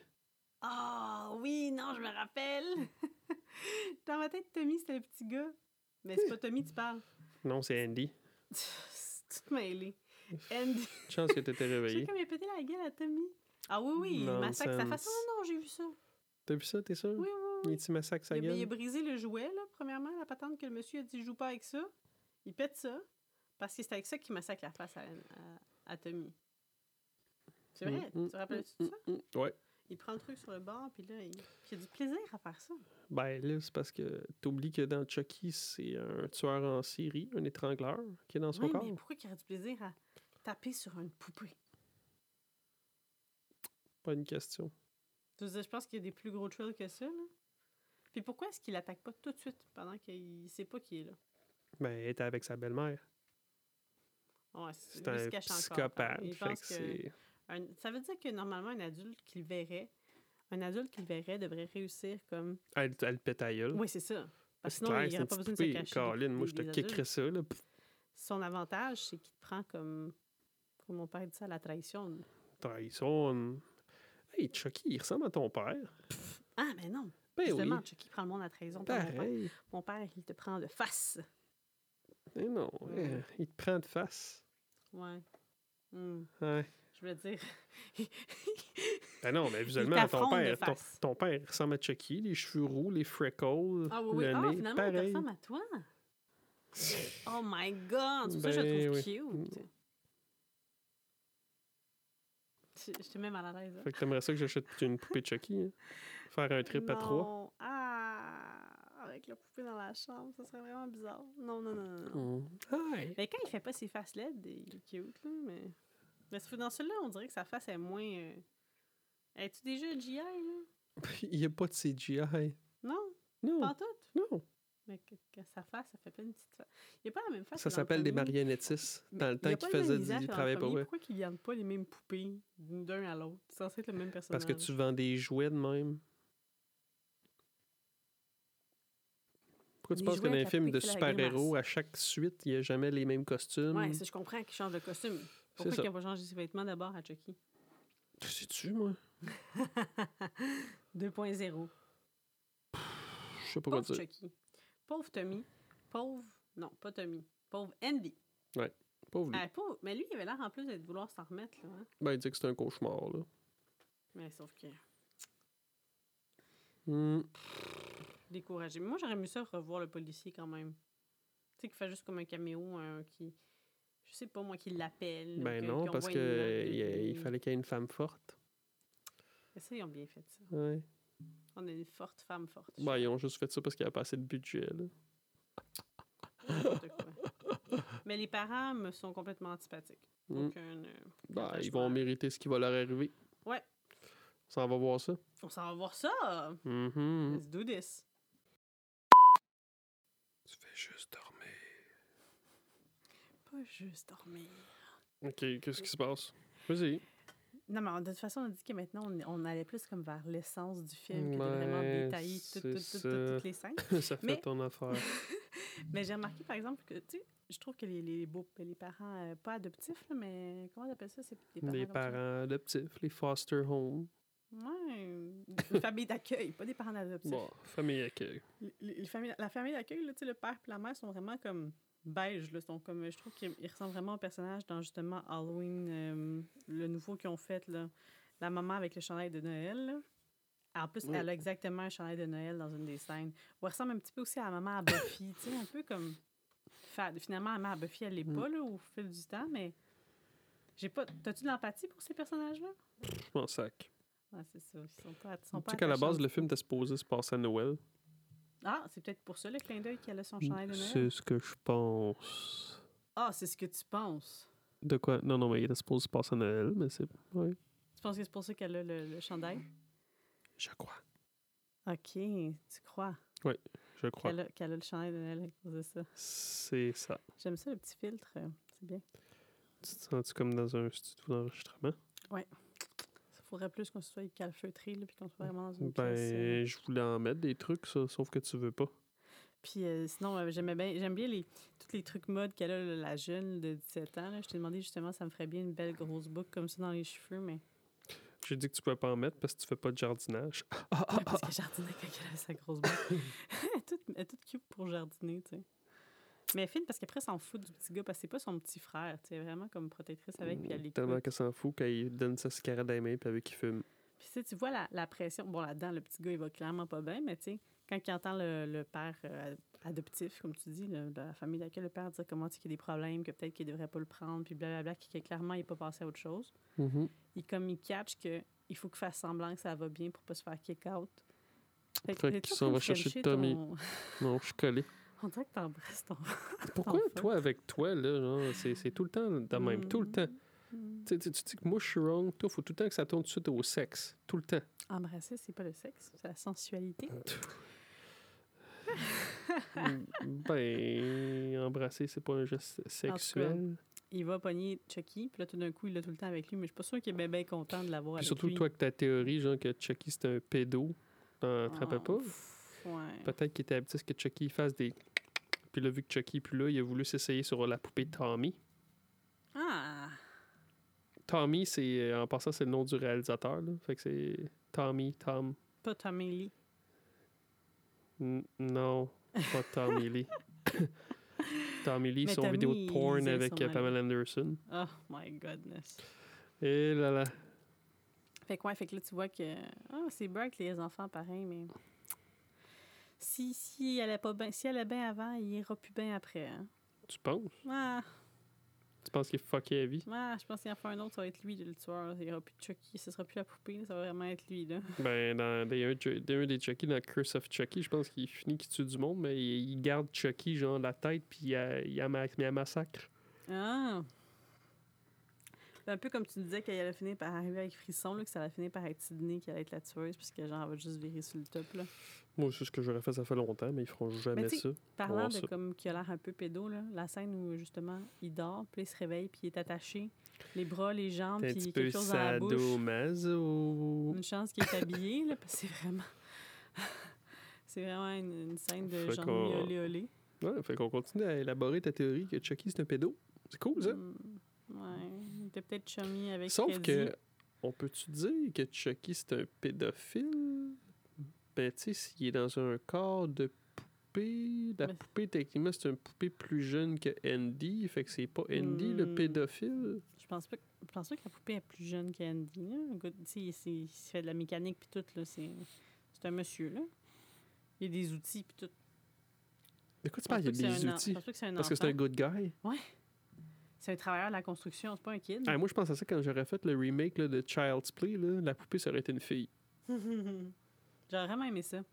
Speaker 2: Ah oui, non, je me rappelle. Dans ma tête, Tommy, c'était le petit gars. Mais c'est pas Tommy, tu parles.
Speaker 1: Non, c'est Andy.
Speaker 2: c'est tout mêlé. Andy.
Speaker 1: Chance que t'étais
Speaker 2: sais
Speaker 1: réveillé.
Speaker 2: comme il a pété la gueule à Tommy. Ah oui, oui, il massacre sa façon.
Speaker 1: Nonsense.
Speaker 2: Non, non, j'ai vu ça.
Speaker 1: T'as vu ça, t'es sûr?
Speaker 2: Oui, oui,
Speaker 1: Il
Speaker 2: oui.
Speaker 1: t'y massacre sa
Speaker 2: Il a, il a
Speaker 1: gueule?
Speaker 2: brisé le jouet, là, premièrement, la patente que le monsieur a dit joue pas avec ça. Il pète ça. Parce que c'est avec ça qu'il massacre la face à, à- à Tommy. C'est vrai?
Speaker 1: Mm,
Speaker 2: tu te rappelles-tu de ça?
Speaker 1: Mm, mm, Ouais.
Speaker 2: Il prend le truc sur le bord, puis là, il... il a du plaisir à faire ça.
Speaker 1: Ben là, c'est parce que t'oublies que dans Chucky, c'est un tueur en série, un étrangleur, qui est dans son
Speaker 2: Oui,
Speaker 1: corps.
Speaker 2: mais pourquoi il aurait du plaisir à taper sur une poupée?
Speaker 1: Pas une question.
Speaker 2: Je veux dire, je pense qu'il y a des plus gros thrills que ça, là. Puis pourquoi est-ce qu'il attaque pas tout de suite pendant qu'il sait pas qu'il est là?
Speaker 1: Ben, elle était avec sa belle-mère.
Speaker 2: Ouais,
Speaker 1: C'est
Speaker 2: lui, il se
Speaker 1: un
Speaker 2: cache encore. hein.
Speaker 1: psychopathe.
Speaker 2: Il
Speaker 1: fait
Speaker 2: pense
Speaker 1: que
Speaker 2: que-
Speaker 1: c'est...
Speaker 2: un- ça veut dire que normalement, un adulte qui le verrait, un adulte qui le verrait devrait réussir comme.
Speaker 1: Elle, elle pète à gueule. Ah,
Speaker 2: Oui, c'est ça. Parce que
Speaker 1: c'est
Speaker 2: sinon,
Speaker 1: clair, c'est
Speaker 2: il n'aurait
Speaker 1: une
Speaker 2: pas
Speaker 1: petite
Speaker 2: besoin de se
Speaker 1: poupée.
Speaker 2: cacher.
Speaker 1: Caroline,
Speaker 2: des-
Speaker 1: moi, je te
Speaker 2: des adultes.
Speaker 1: kickerais ça, là. Pff,
Speaker 2: Son avantage, c'est qu'il te prend comme. Comme mon père dit ça, la trahison.
Speaker 1: Trahison. hum. Hey, Chucky, il ressemble à ton père.
Speaker 2: Ah, mais non!
Speaker 1: Ben
Speaker 2: Justement,
Speaker 1: oui,
Speaker 2: Chucky prend le monde à trahison. par mon père.
Speaker 1: pareil.
Speaker 2: Mon père, il te prend de face.
Speaker 1: Eh non, eh, il te prend de face.
Speaker 2: Ouais. Hmm.
Speaker 1: Ouais.
Speaker 2: Je voulais dire.
Speaker 1: Ben non, mais visuellement, ton
Speaker 2: t'affronte de
Speaker 1: père, ton,
Speaker 2: face.
Speaker 1: ton père ressemble à Chucky, les cheveux roux, les freckles,
Speaker 2: Ah oui, oui.
Speaker 1: le
Speaker 2: Ah,
Speaker 1: nez,
Speaker 2: finalement, on te
Speaker 1: pareil.
Speaker 2: ressemble à toi. Oh my God! C'est pour ça que je
Speaker 1: Ben
Speaker 2: le trouve
Speaker 1: oui.
Speaker 2: cute. Je- J'étais même mal à l'aise. hein.
Speaker 1: Fait que t'aimerais ça que j'achète une poupée Chucky, hein? Faire un trip à trois.
Speaker 2: Non. Ah! Avec la poupée dans la chambre, ça serait vraiment bizarre. Non, non, non, non, non.
Speaker 1: Hi.
Speaker 2: Mais Mm. Ben, quand il fait pas ses faces LED, il est cute, là, mais... Mais c'est- dans celui-là, on dirait que sa face est moins... euh, Es-tu déjà GI, là?
Speaker 1: Il n'y a pas de CGI.
Speaker 2: Non, pas en
Speaker 1: Non,
Speaker 2: tout.
Speaker 1: non.
Speaker 2: Mais que, que sa face, ça fait pas une petite face. Il n'y a pas la même face.
Speaker 1: Ça
Speaker 2: que dans le
Speaker 1: s'appelle des
Speaker 2: premier.
Speaker 1: marionnettistes dans le
Speaker 2: Il y
Speaker 1: temps
Speaker 2: a pas
Speaker 1: qu'ils
Speaker 2: le même
Speaker 1: faisaient
Speaker 2: visage
Speaker 1: du
Speaker 2: dans le
Speaker 1: travail
Speaker 2: premier.
Speaker 1: pour eux.
Speaker 2: Pourquoi qu'ils gardent pas les mêmes poupées d'un à l'autre? C'est censé être le même
Speaker 1: Parce
Speaker 2: personnage.
Speaker 1: que tu vends des jouets de même. Pourquoi tu
Speaker 2: Des
Speaker 1: penses que
Speaker 2: jouets
Speaker 1: dans
Speaker 2: avec
Speaker 1: les
Speaker 2: la
Speaker 1: films de
Speaker 2: poupée qui fait la
Speaker 1: super-héros, à chaque suite, il n'y a jamais les mêmes costumes?
Speaker 2: Ouais, c'est- je comprends qu'ils changent de costume.
Speaker 1: c'est
Speaker 2: Pourquoi
Speaker 1: ça.
Speaker 2: qu'ils n'ont pas changé ses vêtements d'abord à Chucky?
Speaker 1: Sais-tu, moi?
Speaker 2: 2.0.
Speaker 1: Je sais pas quoi
Speaker 2: Pauvre
Speaker 1: dire.
Speaker 2: Chucky. Pauvre Tommy. Pauvre... Non, pas Tommy. Pauvre Andy.
Speaker 1: Pauvre lui.
Speaker 2: Ah, pauvre- Mais lui, il avait l'air en plus de vouloir s'en remettre. Là, hein.
Speaker 1: Ben, il dit que c'est un cauchemar, là.
Speaker 2: Mais sauf que
Speaker 1: Hmm.
Speaker 2: découragé. Moi, j'aurais aimé ça revoir le policier quand même. Tu sais, qu'il fait juste comme un caméo, un qui... Je sais pas, moi, qui l'appelle. ou
Speaker 1: Ben
Speaker 2: que-
Speaker 1: non,
Speaker 2: qu'on
Speaker 1: parce
Speaker 2: voit une note
Speaker 1: que
Speaker 2: de
Speaker 1: il y a- il
Speaker 2: lui.
Speaker 1: fallait qu'il y ait une femme forte.
Speaker 2: Mais ça, ils ont bien fait ça.
Speaker 1: Ouais.
Speaker 2: On a une forte femme forte. je
Speaker 1: Ben, ils ont juste fait ça parce qu'il n'y a pas assez de budget, là.
Speaker 2: sais n'importe quoi. Mais les parents me sont complètement antipathiques.
Speaker 1: Hmm.
Speaker 2: Aucun, euh,
Speaker 1: Ben, ils
Speaker 2: attachement.
Speaker 1: vont mériter ce qui va leur arriver.
Speaker 2: Ouais.
Speaker 1: Ça, on va voir ça.
Speaker 2: On s'en va voir ça!
Speaker 1: Mhm.
Speaker 2: Let's do this!
Speaker 1: Tu fais juste dormir.
Speaker 2: Pas juste dormir.
Speaker 1: OK, qu'est-ce qui se passe? Vas-y.
Speaker 2: Non, mais on- de toute façon, on a dit que maintenant, on, on allait plus comme vers l'essence du film que de vraiment
Speaker 1: Ouais,
Speaker 2: détailler tout- tout- tout-
Speaker 1: c'est
Speaker 2: tout-
Speaker 1: ça.
Speaker 2: toutes les scènes.
Speaker 1: ça fait
Speaker 2: Mais-
Speaker 1: ton affaire.
Speaker 2: Mais j'ai remarqué, par exemple, que, tu sais, je trouve que les, les beaux, les parents, euh, pas adoptifs, là, mais comment on appelle ça? C'est
Speaker 1: les
Speaker 2: des comme ça?
Speaker 1: parents adoptifs, les foster homes.
Speaker 2: Ouais, une famille d'accueil, pas des parents adoptifs.
Speaker 1: Bon, famille accueil.
Speaker 2: Les- les- les familles- la famille d'accueil, là, tu sais, le père et la mère sont vraiment comme beige. Là, sont comme, je trouve qu'ils ils ressemblent vraiment au personnage dans justement Halloween, euh, le nouveau qu'ils ont fait. Là. La maman avec le chandail de Noël. là. En plus,
Speaker 1: Oui.
Speaker 2: elle a exactement un chandail de Noël dans une des scènes. Ou elle ressemble un petit peu aussi à la maman à Buffy. tu sais, un peu comme. fade. Finalement, la maman à Buffy, elle l'est
Speaker 1: Mm.
Speaker 2: pas là, au fil du temps, mais. J'ai pas. T'as-tu de l'empathie pour ces personnages-là?
Speaker 1: Je m'en sac.
Speaker 2: Ah, c'est ça. Ils sont pas, ils
Speaker 1: Tu
Speaker 2: sont pas
Speaker 1: sais qu'à la
Speaker 2: attachants.
Speaker 1: base, le film était supposé se passer à Noël.
Speaker 2: Ah, c'est peut-être pour ça le clin d'œil qu'elle a son chandail de Noël.
Speaker 1: Mm, C'est ce que je pense.
Speaker 2: Ah, c'est ce que tu penses.
Speaker 1: De quoi? Non, non, mais il était supposé se passer à Noël, mais c'est... Oui.
Speaker 2: Tu penses que c'est pour ça qu'elle a le, le chandail?
Speaker 1: Je crois.
Speaker 2: OK, tu crois
Speaker 1: Je crois.
Speaker 2: qu'elle a, qu'elle a le chandail de Noël à cause de ça.
Speaker 1: C'est ça.
Speaker 2: J'aime ça, le petit filtre. euh, C'est bien.
Speaker 1: Tu te sens-tu comme dans un studio d'enregistrement?
Speaker 2: Ça faudrait plus qu'on se soit calfeutré, là, puis qu'on soit vraiment dans une
Speaker 1: Ben,
Speaker 2: pièce, euh.
Speaker 1: je voulais en mettre des trucs, ça, sauf que tu veux pas.
Speaker 2: Puis euh, sinon, euh, j'aimais bien, j'aime bien les, tous les trucs mode qu'elle a, là, la jeune de 17 ans. là. Je t'ai demandé justement, ça me ferait bien une belle grosse boucle comme ça dans les cheveux, mais
Speaker 1: J'ai dit que tu pouvais pas en mettre parce que tu fais pas de jardinage.
Speaker 2: Ouais,
Speaker 1: ah.
Speaker 2: parce que jardinait quand elle avait sa grosse boucle. elle, est toute, elle est toute cute pour jardiner, tu sais. Mais elle est fine parce qu'après, elle s'en fout du petit gars parce que c'est pas son petit frère, tu sais. Elle est Vraiment comme protectrice avec, puis elle l'écoute.
Speaker 1: Mm, Tellement qu'elle s'en fout quand il donne sa cigarette à la main puis avec il fume.
Speaker 2: Puis tu sais, tu vois la, la pression. Bon, là-dedans, le petit gars, il va clairement pas bien, mais tu sais, quand il entend le, le père euh, adoptif, comme tu dis, le- la famille d'accueil, le père dire comment tu sais, qu'il y a des problèmes, que peut-être qu'il devrait pas le prendre, puis blablabla, que, que clairement, il est pas passé à autre chose.
Speaker 1: Mm-hmm.
Speaker 2: il comme il catch que il faut qu'il fasse semblant que ça va bien pour pas se faire kick out. Fait
Speaker 1: Fait qu'ils
Speaker 2: t'es toujours
Speaker 1: s'en
Speaker 2: comme
Speaker 1: va chercher
Speaker 2: Frenchie,
Speaker 1: Tommy.
Speaker 2: ton-
Speaker 1: Non, je suis collé.
Speaker 2: On dirait que t'embrasses ton.
Speaker 1: Pourquoi
Speaker 2: Enfin.
Speaker 1: toi avec toi, là, genre, c'est c'est tout le temps de même, tout le temps.
Speaker 2: Mm.
Speaker 1: Tu sais, tu- tu dis que moi je suis wrong, toi, faut tout le temps que ça tourne tout de suite au sexe. Tout le temps.
Speaker 2: Embrasser, c'est pas le sexe, c'est la sensualité.
Speaker 1: ben, embrasser, c'est pas un geste sexuel.
Speaker 2: Il va pogner Chucky, puis là tout d'un coup il l'a tout le temps avec lui, mais je suis pas sûre qu'il est bien content de l'avoir
Speaker 1: Puis
Speaker 2: avec
Speaker 1: surtout,
Speaker 2: lui.
Speaker 1: toi, avec ta théorie, genre, que Chucky c'était un pédo, t'en attrapais
Speaker 2: Ah,
Speaker 1: pas.
Speaker 2: pff, ouais.
Speaker 1: Peut-être qu'il était habitué à ce que Chucky fasse des. Puis là, vu que Chucky est plus là, il a voulu s'essayer sur la poupée Tommy.
Speaker 2: Ah,
Speaker 1: Tommy, c'est euh, en passant, c'est le nom du réalisateur. Là. Fait que c'est Tommy, Tom.
Speaker 2: pas Tommy Lee.
Speaker 1: N- non, pas Tommy Lee. Tommy Lee,
Speaker 2: Mais
Speaker 1: son
Speaker 2: Tommy,
Speaker 1: vidéo de
Speaker 2: il
Speaker 1: porn
Speaker 2: disait
Speaker 1: avec euh,
Speaker 2: sûrement
Speaker 1: Pamela Anderson.
Speaker 2: Oh my goodness.
Speaker 1: Et là là.
Speaker 2: Fait que ouais, fait que là, tu vois que ah, c'est Burke, les enfants, pareil, mais si, si elle est pas bien, si elle est bien avant, il ira plus bien après. hein.
Speaker 1: Tu penses
Speaker 2: Ah,
Speaker 1: Tu penses qu'il est fucké à vie
Speaker 2: ah, je pense qu'il en fait un autre, ça va être lui le tueur. Il y aura plus de Chucky, ce sera plus la poupée, là, ça va vraiment être lui là.
Speaker 1: Ben, dans il y a un, Chu- il y a un des Chucky, dans Curse of Chucky, je pense qu'il finit qu'il tue du monde, mais il, il garde Chucky, genre, la tête, puis il, a- il, a ma- il a massacre.
Speaker 2: Ah. Un peu comme tu disais qu'elle allait finir par arriver avec Frisson, là, que ça allait finir par être Sydney qui allait être la tueuse, puisque genre elle va juste virer sur le top là.
Speaker 1: Moi, c'est ce que j'aurais fait, ça fait longtemps, mais ils feront jamais
Speaker 2: Mais tu-
Speaker 1: ça.
Speaker 2: Parlant
Speaker 1: voir
Speaker 2: de
Speaker 1: ça.
Speaker 2: comme qui a l'air un peu pédo, là, la scène où justement il dort, puis il se réveille, puis il est attaché, les bras, les jambes,
Speaker 1: T'es
Speaker 2: puis
Speaker 1: un
Speaker 2: il
Speaker 1: petit
Speaker 2: y a
Speaker 1: peu
Speaker 2: quelque chose dans la bouche.
Speaker 1: sadomaso.
Speaker 2: Une chance qu'il est habillé, là, parce que c'est vraiment. c'est vraiment une, une scène de
Speaker 1: Fait
Speaker 2: genre
Speaker 1: qu'on-
Speaker 2: oui, olé olé.
Speaker 1: Ouais, fait qu'on continue à élaborer ta théorie que Chucky, c'est un pédo. C'est cool, ça.
Speaker 2: Hmm, ouais, il était peut-être chummy avec
Speaker 1: Sauf
Speaker 2: Freddy.
Speaker 1: que, on peut-tu dire que Chucky, c'est un pédophile? Ben, tu sais, s'il est dans un corps de poupée, la
Speaker 2: Mais-
Speaker 1: poupée, techniquement, c'est une poupée plus jeune que Andy. Fait que c'est pas Andy le
Speaker 2: Hmm.
Speaker 1: pédophile.
Speaker 2: Je pense pas que. Je pense pas que la poupée est plus jeune qu'Andy. là. Le gars, Tu sais, il s'est- il s'est fait de la mécanique puis tout. là, C'est c'est un monsieur, là. Il y a des outils puis tout.
Speaker 1: De quoi tu
Speaker 2: Je pense
Speaker 1: parles? Il y
Speaker 2: pas
Speaker 1: a
Speaker 2: que c'est
Speaker 1: des
Speaker 2: un en- je
Speaker 1: outils.
Speaker 2: pense pas que c'est un
Speaker 1: Parce que c'est
Speaker 2: enfant.
Speaker 1: un good guy.
Speaker 2: C'est un travailleur de la construction, c'est pas un kid.
Speaker 1: Ah, moi, je pense à ça quand j'aurais fait le remake là, de Child's Play. là, la poupée, ça aurait été une fille.
Speaker 2: J'aurais vraiment aimé ça.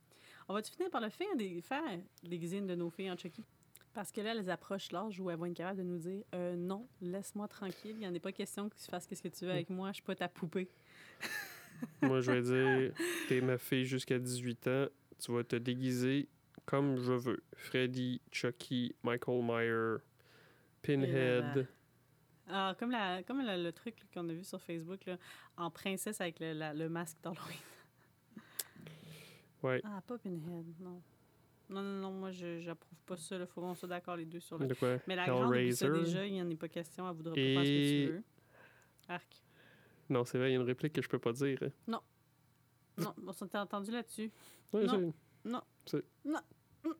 Speaker 2: On va-tu finir par le faire, des, faire déguiser une de nos filles en Chucky? Parce que là, elles approchent l'âge où elles vont être capables de nous dire Euh, Non, laisse-moi tranquille, il n'y en a pas question que tu fasses quest ce que tu veux avec moi, je suis pas ta poupée.
Speaker 1: Moi, je vais dire, t'es ma fille jusqu'à 18 ans, tu vas te déguiser comme je veux. Freddy, Chucky, Michael Myers,
Speaker 2: là là.
Speaker 1: Pinhead,
Speaker 2: Ah, comme la, comme la- le truc là, qu'on a vu sur Facebook, là, en princesse avec le, la- le masque d'Halloween.
Speaker 1: Ouais.
Speaker 2: Ah, pas Pinhead, non. Non, non, non, moi, je j'approuve pas ça. Il faut qu'on soit d'accord les deux sur le.
Speaker 1: De quoi?
Speaker 2: Mais la grande, oublie ça
Speaker 1: Hellraiser.
Speaker 2: déjà, il n'y en a pas question. Elle voudra pas faire ce
Speaker 1: Et-
Speaker 2: que tu veux. Arc.
Speaker 1: Non, c'est vrai, il y a une réplique que je peux pas dire. hein.
Speaker 2: Non, on s'était entendu là-dessus.
Speaker 1: Ouais,
Speaker 2: Non.
Speaker 1: c'est-
Speaker 2: Non.
Speaker 1: c'est-
Speaker 2: Non. Mm.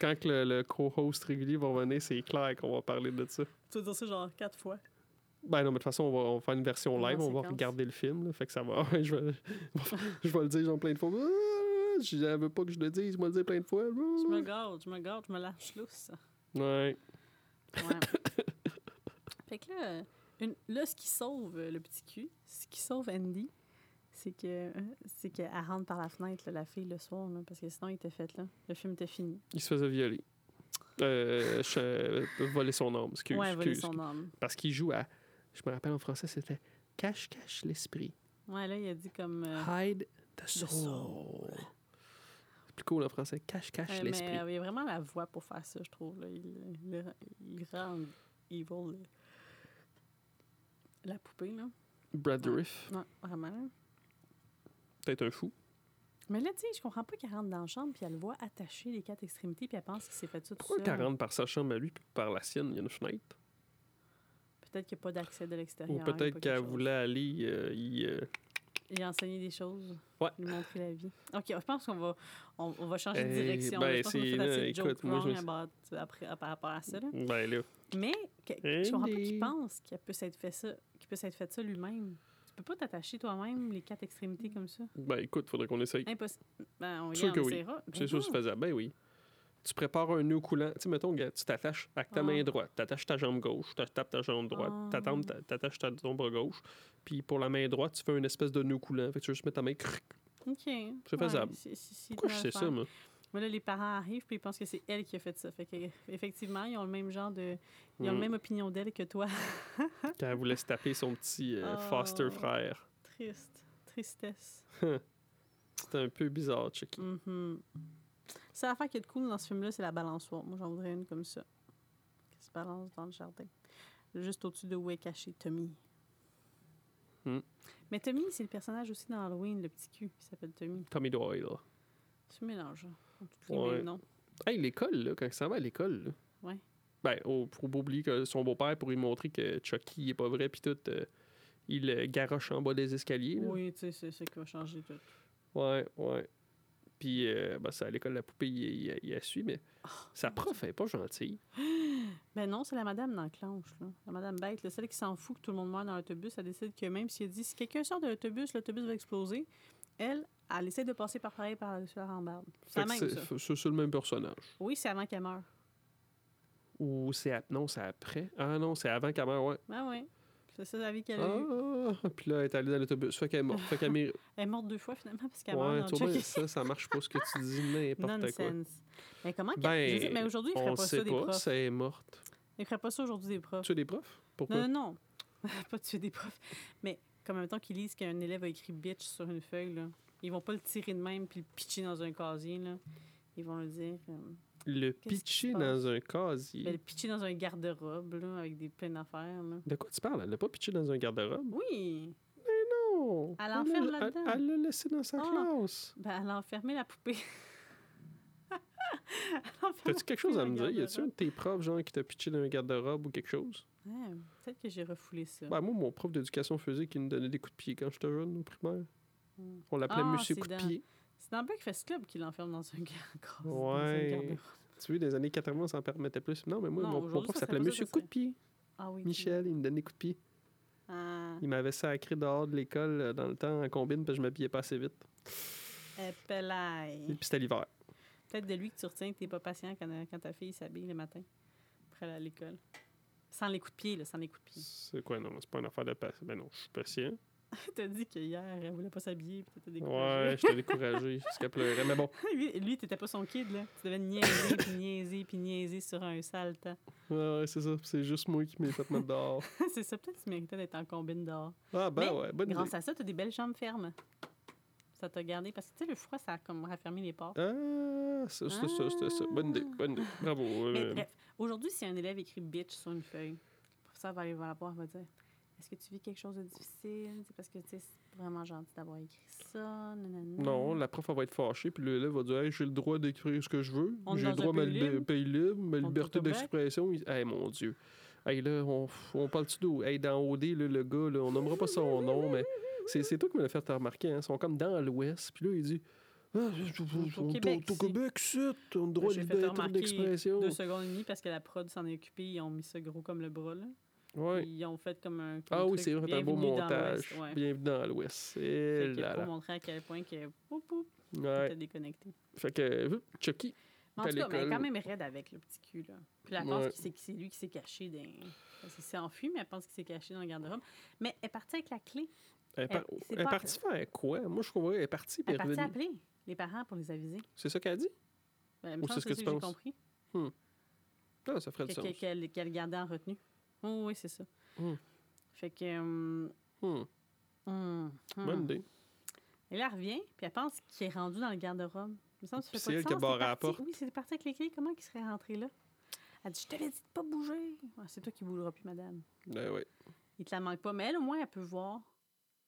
Speaker 1: Quand que le, le co-host régulier va venir, c'est clair qu'on va parler de ça.
Speaker 2: Tu vas dire ça genre quatre fois.
Speaker 1: Ben non, mais de toute façon, on va, on va faire une version
Speaker 2: En
Speaker 1: live, on va
Speaker 2: séquence.
Speaker 1: regarder le film. là, fait que ça va. je, vais, je vais le dire genre plein de fois. Ah, Je veux pas que je le dise, je vais le dire plein de fois.
Speaker 2: Je me garde, je me garde, je me lâche lousse.
Speaker 1: Ouais.
Speaker 2: Ouais. fait que là, une- là, ce qui sauve euh, le petit cul, ce qui sauve Andy, c'est que euh, c'est qu'elle rentre par la fenêtre, là, la fille, le soir, là, parce que sinon, il était fait, là. Le film était fini.
Speaker 1: Il se faisait violer. Euh, je- euh, voler son âme, excuse.
Speaker 2: ouais, voler
Speaker 1: excuse.
Speaker 2: son homme.
Speaker 1: Parce qu'il joue à. Je me rappelle en français, c'était Cache, cache l'esprit.
Speaker 2: Ouais, là, il a dit comme... euh,
Speaker 1: Hide the
Speaker 2: soul.
Speaker 1: soul. C'est plus cool en français. Cache,
Speaker 2: euh,
Speaker 1: cache l'esprit.
Speaker 2: mais euh, il y a vraiment la voix pour faire ça, je trouve. Là. Il, il, il rend evil euh, la poupée, là.
Speaker 1: Brad Dourif,
Speaker 2: Ouais, vraiment. là.
Speaker 1: peut-être un fou.
Speaker 2: Mais là, tu sais, je comprends pas qu'elle rentre dans la chambre, puis elle le voit attacher les quatre extrémités, puis elle pense qu'il s'est fait ça tout
Speaker 1: Pourquoi
Speaker 2: seul.
Speaker 1: 40 par sa chambre à lui puis par la sienne, il y a une fenêtre
Speaker 2: Peut-être qu'il n'y a pas d'accès de
Speaker 1: Ou
Speaker 2: l'extérieur. Ben, il y a
Speaker 1: peut-être qu'elle
Speaker 2: pas quelque chose.
Speaker 1: voulait aller. euh, y, euh,
Speaker 2: Il a enseigné des choses.
Speaker 1: Ouais.
Speaker 2: Lui montrer la vie. OK, je pense qu'on va, on, on va changer de
Speaker 1: Eh,
Speaker 2: direction.
Speaker 1: ben,
Speaker 2: je pense qu'on a
Speaker 1: c'est-
Speaker 2: fait assez de
Speaker 1: là, écoute,
Speaker 2: jokes
Speaker 1: moi, je me
Speaker 2: wrong
Speaker 1: suis-
Speaker 2: about- après, par rapport à ça. là.
Speaker 1: Ben là.
Speaker 2: Mais que, que- je comprends pas
Speaker 1: Andy.
Speaker 2: qu'il pense qu'il peut s'être fait ça, qu'il peut s'être fait ça lui-même. Tu peux pas t'attacher toi-même les quatre extrémités comme ça.
Speaker 1: Ben écoute, faudrait qu'on essaye.
Speaker 2: Impossible. Ben, on
Speaker 1: Sûr
Speaker 2: regarde,
Speaker 1: que
Speaker 2: on
Speaker 1: oui.
Speaker 2: essaiera. Ben
Speaker 1: C'est sûr, c'est
Speaker 2: non.
Speaker 1: faisable. Ben oui. Tu prépares un nœud coulant. Tu sais, mettons, gars, tu t'attaches avec ta
Speaker 2: Ah.
Speaker 1: main droite, t'attaches ta jambe gauche, tu tapes ta jambe droite,
Speaker 2: Ah.
Speaker 1: t'attends- t'a- t'attaches ta jambe gauche, puis pour la main droite, tu fais une espèce de nœud coulant. Fait que tu veux juste mettre ta main. cric.
Speaker 2: OK. C'est
Speaker 1: faisable. Pourquoi je sais ça, moi?
Speaker 2: Mais là, les parents arrivent puis ils pensent que c'est elle qui a fait ça. Fait que, effectivement, ils ont le même genre de. Ils ont
Speaker 1: Mm.
Speaker 2: la même opinion d'elle que toi.
Speaker 1: Quand elle voulait se taper son petit euh,
Speaker 2: Oh.
Speaker 1: foster frère.
Speaker 2: Triste. Tristesse.
Speaker 1: C'était un peu bizarre, Chucky.
Speaker 2: Mhm. C'est l'affaire qui est cool dans ce film-là, c'est la balançoire. Moi, j'en voudrais une comme ça. Qui se balance dans le jardin. Juste au-dessus de où est caché Tommy.
Speaker 1: Mm.
Speaker 2: Mais Tommy, c'est le personnage aussi dans Halloween, le petit cul, qui s'appelle Tommy.
Speaker 1: Tommy Doyle.
Speaker 2: Tu mélanges. hein. Ils ont tous les
Speaker 1: Ouais.
Speaker 2: mêmes noms.
Speaker 1: Hey, l'école, là, quand ça va à l'école, là.
Speaker 2: Ouais.
Speaker 1: Ben, oh, faut pas oublier que son beau-père, pour lui montrer que Chucky est pas vrai, puis tout, euh, il euh, garoche en bas des escaliers. là.
Speaker 2: Oui, tu sais, c'est ça qui va changer tout.
Speaker 1: Ouais, ouais. Puis, euh, ben, c'est à l'école, la poupée, il, il- il la suit, mais sa prof, elle est pas gentille.
Speaker 2: Ben non, c'est la madame d'enclenche, là. La madame bête, là, celle qui s'en fout que tout le monde meurt dans l'autobus, elle décide que même si elle dit si quelqu'un sort de l'autobus, l'autobus va exploser, elle, elle essaie de passer par pareil par sur la rambarde. C'est
Speaker 1: Fait
Speaker 2: la
Speaker 1: que
Speaker 2: même, ça.
Speaker 1: C'est c'est- c'est le même personnage.
Speaker 2: Oui, c'est avant qu'elle meure.
Speaker 1: Ou c'est... ap- Non, c'est après. Ah non, c'est avant qu'elle meure, ouais.
Speaker 2: Ben oui. C'est ça la vie qu'elle a eue.
Speaker 1: Ah! Puis là, elle est allée dans l'autobus. Fait qu'elle est morte. Fait qu'elle mérite...
Speaker 2: Elle est morte deux fois, finalement, parce qu'elle
Speaker 1: Ouais,
Speaker 2: meurt
Speaker 1: tu
Speaker 2: dans
Speaker 1: vois,
Speaker 2: le
Speaker 1: ça, ça marche pas ce que tu dis, n'importe quoi.
Speaker 2: Nonsense. Mais comment qu'elle...
Speaker 1: Ben,
Speaker 2: je sais- mais aujourd'hui, ils
Speaker 1: On
Speaker 2: feraient
Speaker 1: le
Speaker 2: pas
Speaker 1: sait
Speaker 2: ça, des
Speaker 1: pas,
Speaker 2: profs.
Speaker 1: ça est morte.
Speaker 2: Ils feraient pas ça aujourd'hui, des profs.
Speaker 1: Tu es des profs? Pourquoi?
Speaker 2: Non, non, non. pas tuer des profs. Mais comme même temps qu'ils lisent qu'un élève a écrit bitch sur une feuille, là, ils vont pas le tirer de même puis le pitcher dans un casier. Là. Ils vont le dire. euh,
Speaker 1: Le
Speaker 2: Qu'est-ce qui se
Speaker 1: pitcher
Speaker 2: passe?
Speaker 1: dans un casier.
Speaker 2: ben, le pitcher dans un garde-robe là, avec des pleines affaires. là.
Speaker 1: De quoi tu parles? Elle l'a pas pitché dans un garde-robe?
Speaker 2: Oui!
Speaker 1: Non!
Speaker 2: Elle l'enferme
Speaker 1: l'a-
Speaker 2: là-dedans.
Speaker 1: Elle elle l'a laissé dans sa
Speaker 2: Ah.
Speaker 1: classe.
Speaker 2: Ben, elle a enfermé la poupée. Elle a enfermé
Speaker 1: T'as-tu quelque chose à
Speaker 2: dans
Speaker 1: me
Speaker 2: le
Speaker 1: dire? Y a-tu un
Speaker 2: garde-robe.
Speaker 1: de tes profs, genre, qui t'a pitché dans un garde-robe ou quelque chose?
Speaker 2: Ouais, Peut-être que j'ai refoulé ça.
Speaker 1: Ben, moi, mon prof d'éducation physique, il nous donnait des coups de pied quand j'étais jeune, au primaire.
Speaker 2: Hmm.
Speaker 1: On l'appelait
Speaker 2: Ah,
Speaker 1: Monsieur
Speaker 2: c'est
Speaker 1: Coup de
Speaker 2: dans-
Speaker 1: pied.
Speaker 2: C'est dans Breakfast Club qu'il l'enferme dans un gar- dans un
Speaker 1: Ouais.
Speaker 2: garde-robe.
Speaker 1: Tu vois, dans les années 80, on s'en permettait plus. Non, mais moi,
Speaker 2: Non,
Speaker 1: mon- mon,
Speaker 2: aujourd'hui,
Speaker 1: prof
Speaker 2: ça
Speaker 1: s'appelait
Speaker 2: serait pas ça,
Speaker 1: Monsieur
Speaker 2: ça
Speaker 1: Coup de pied.
Speaker 2: Ah oui. tu-
Speaker 1: Michel, il me donnait des coups de pied.
Speaker 2: Ah,
Speaker 1: Il m'avait sacré dehors de l'école euh, dans le temps en combine parce que je m'habillais pas assez vite.
Speaker 2: épelaille.
Speaker 1: Et puis c'était l'hiver.
Speaker 2: Peut-être de lui que tu retiens que t'es pas patient quand, quand ta fille s'habille le matin pour aller à l'école. Sans les coups de pied, là, sans les coups de pied.
Speaker 1: C'est quoi, non? C'est pas une affaire de patience. Ben non, je suis patient.
Speaker 2: T'as dit qu'hier, elle voulait pas s'habiller, puis t'étais découragé.
Speaker 1: Ouais, j'étais découragé parce qu'elle pleurait. Mais bon,
Speaker 2: lui, lui, t'étais pas son kid, là. Tu devais niaiser, puis niaiser, puis niaiser sur un sale temps.
Speaker 1: ouais, ouais, c'est ça. C'est juste moi qui m'ai fait mettre dehors.
Speaker 2: C'est ça, peut-être que tu méritais d'être en combine dehors.
Speaker 1: Ah, ben
Speaker 2: Mais
Speaker 1: ouais, bonne idée.
Speaker 2: Grâce à ça, t'as des belles jambes fermes. Ça t'a gardé, parce que, tu sais, le froid, ça a comme raffermi les pores.
Speaker 1: Ah, ça, ça, ça, ça, ça. Bonne idée, bonne idée. Bravo.
Speaker 2: Ah. Mais
Speaker 1: euh,
Speaker 2: bref, aujourd'hui, si un élève écrit bitch sur une feuille, ça professeur va aller voir la voir et va dire Est-ce que tu vis quelque chose de difficile C'est parce que tu sais, c'est vraiment gentil d'avoir écrit ça. nanana.
Speaker 1: Non, la prof elle va être fâchée, puis l'élève va dire Hey, j'ai le droit d'écrire ce que je veux,
Speaker 2: On est
Speaker 1: j'ai le
Speaker 2: dans un
Speaker 1: droit à ma
Speaker 2: pays
Speaker 1: lib-
Speaker 2: libre.
Speaker 1: pays libre, ma
Speaker 2: On est au
Speaker 1: liberté
Speaker 2: Québec.
Speaker 1: d'expression. Il- Hey, mon Dieu. Hey, là, on, on parle-tu d'eau Hey, dans OD, là, le gars, là, on nommera pas son nom, mais c'est, c'est toi qui me l'as fait remarquer. Hein. Ils sont comme dans l'Ouest, puis là, il dit Ah,
Speaker 2: au
Speaker 1: on est
Speaker 2: Québec,
Speaker 1: au- au
Speaker 2: ici.
Speaker 1: Québec, c'est, on a le droit à
Speaker 2: J'ai
Speaker 1: la
Speaker 2: fait
Speaker 1: liberté
Speaker 2: remarquer
Speaker 1: d'expression.
Speaker 2: Deux secondes et demie parce que la prod s'en est occupée, ils ont mis ça gros comme le bras. Là.
Speaker 1: Ouais.
Speaker 2: Ils ont fait comme un.
Speaker 1: Ah
Speaker 2: un
Speaker 1: oui,
Speaker 2: truc,
Speaker 1: c'est vrai, t'as un beau
Speaker 2: Bienvenue dans
Speaker 1: montage.
Speaker 2: l'Ouest, ouais.
Speaker 1: Bienvenue dans l'Ouest. C'est
Speaker 2: Fait que
Speaker 1: là
Speaker 2: pour
Speaker 1: là.
Speaker 2: montrer à quel point que pou, pou,
Speaker 1: Ouais.
Speaker 2: t'as déconnecté.
Speaker 1: Fait que, hop, Chucky,
Speaker 2: Mais en
Speaker 1: T'as
Speaker 2: tout cas, mais elle est
Speaker 1: l'école.
Speaker 2: quand même raide avec le petit cul. Là. Puis la
Speaker 1: Ouais.
Speaker 2: pense que c'est que c'est lui qui s'est caché dans. Parce qu'il s'est enfui, mais elle pense qu'il s'est caché dans le garde-robe. Mais elle est partie avec la clé.
Speaker 1: elle, est par-
Speaker 2: Elle- Euh, c'est
Speaker 1: elle est
Speaker 2: pas-
Speaker 1: partie faire quoi Moi, je comprends, elle est partie, puis
Speaker 2: Elle est
Speaker 1: elle est
Speaker 2: partie
Speaker 1: revenue.
Speaker 2: appeler les parents pour les aviser.
Speaker 1: C'est ça qu'elle dit
Speaker 2: Ben, il me
Speaker 1: Ou
Speaker 2: semble
Speaker 1: c'est ce que tu
Speaker 2: ça j'ai
Speaker 1: penses?
Speaker 2: compris.
Speaker 1: Ah, ça ferait
Speaker 2: Que-
Speaker 1: du sens.
Speaker 2: que- Qu'elle qu'elle gardait en retenue. Oh, oui, c'est ça.
Speaker 1: Hmm.
Speaker 2: Fait que. hum,
Speaker 1: Hmm,
Speaker 2: hum, hum.
Speaker 1: Bonne idée.
Speaker 2: Et là, elle revient, puis elle pense qu'il est rendu dans le garde-robe. Il me semble que ça fait
Speaker 1: Puis
Speaker 2: pas
Speaker 1: c'est
Speaker 2: de
Speaker 1: elle qui a
Speaker 2: sens,
Speaker 1: barré
Speaker 2: t'es
Speaker 1: la
Speaker 2: parti-
Speaker 1: porte.
Speaker 2: Oui, c'est parti avec les clés. Comment il serait rentré là? Elle dit Je t'avais dit de pas bouger. Ah, c'est toi qui bougeras plus, madame.
Speaker 1: Ben ouais.
Speaker 2: Il te la manque pas, mais elle, au moins, elle peut voir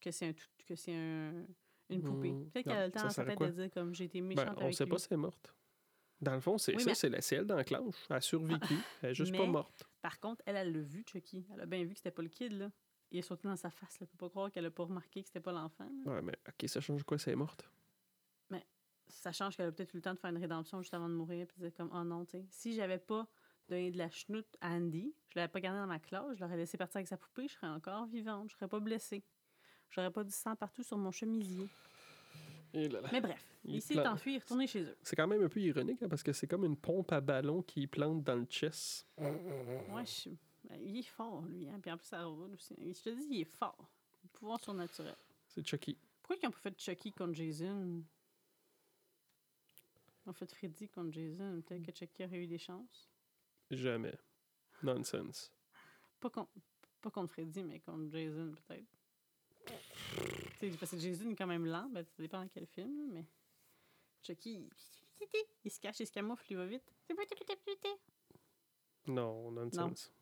Speaker 2: que c'est un tout, que c'est un- une poupée.
Speaker 1: Mm.
Speaker 2: Peut-être qu'elle a le temps
Speaker 1: Ça
Speaker 2: dans sa
Speaker 1: sert à
Speaker 2: tête
Speaker 1: quoi?
Speaker 2: de dire comme j'ai été méchante
Speaker 1: Ben, on
Speaker 2: avec
Speaker 1: sait
Speaker 2: lui.
Speaker 1: pas si elle est morte. Dans le fond, c'est
Speaker 2: Oui,
Speaker 1: ça,
Speaker 2: mais- Ah,
Speaker 1: c'est la ciel dans la clanche. Elle a survécu. Elle est juste pas
Speaker 2: Mais-
Speaker 1: morte.
Speaker 2: Par contre, elle, elle l'a vu, Chucky. Elle a bien vu que c'était pas le kid, là. Il est sauté dans sa face. là. Elle peut pas croire qu'elle a pas remarqué que c'était pas l'enfant. là.
Speaker 1: Ouais, mais ok, ça change quoi, c'est morte?
Speaker 2: Ça change qu'elle a peut-être eu le temps de faire une rédemption juste avant de mourir. Puis de dire comme, oh non, tu sais. Si j'avais pas donné de la chenoute à Andy, je l'avais pas gardée dans ma classe, je l'aurais laissé partir avec sa poupée, je serais encore vivante, je serais pas blessée. J'aurais pas du sang partout sur mon chemisier.
Speaker 1: Et là là.
Speaker 2: Mais bref,
Speaker 1: Il
Speaker 2: ici, il est
Speaker 1: plante.
Speaker 2: enfui, il est retourné chez eux.
Speaker 1: C'est quand même un peu ironique hein, parce que c'est comme une pompe à ballon qui plante dans le chest.
Speaker 2: Ouais, je suis- ben, il est fort, lui. Hein? Puis en plus, ça roule aussi. Je te dis, il est fort. Le pouvoir surnaturel.
Speaker 1: C'est Chucky.
Speaker 2: Pourquoi ils ont pas fait Chucky contre Jason? Ils ont fait Freddy contre Jason. Peut-être que Chucky aurait eu des chances.
Speaker 1: Jamais. Nonsense.
Speaker 2: Pas contre, pas contre Freddy, mais contre Jason, peut-être. Tu sais, parce que Jason est quand même lent. Ben, ça dépend dans quel film, là, mais... Chucky, il... il se cache, il se camoufle, il va vite.
Speaker 1: Non, nonsense.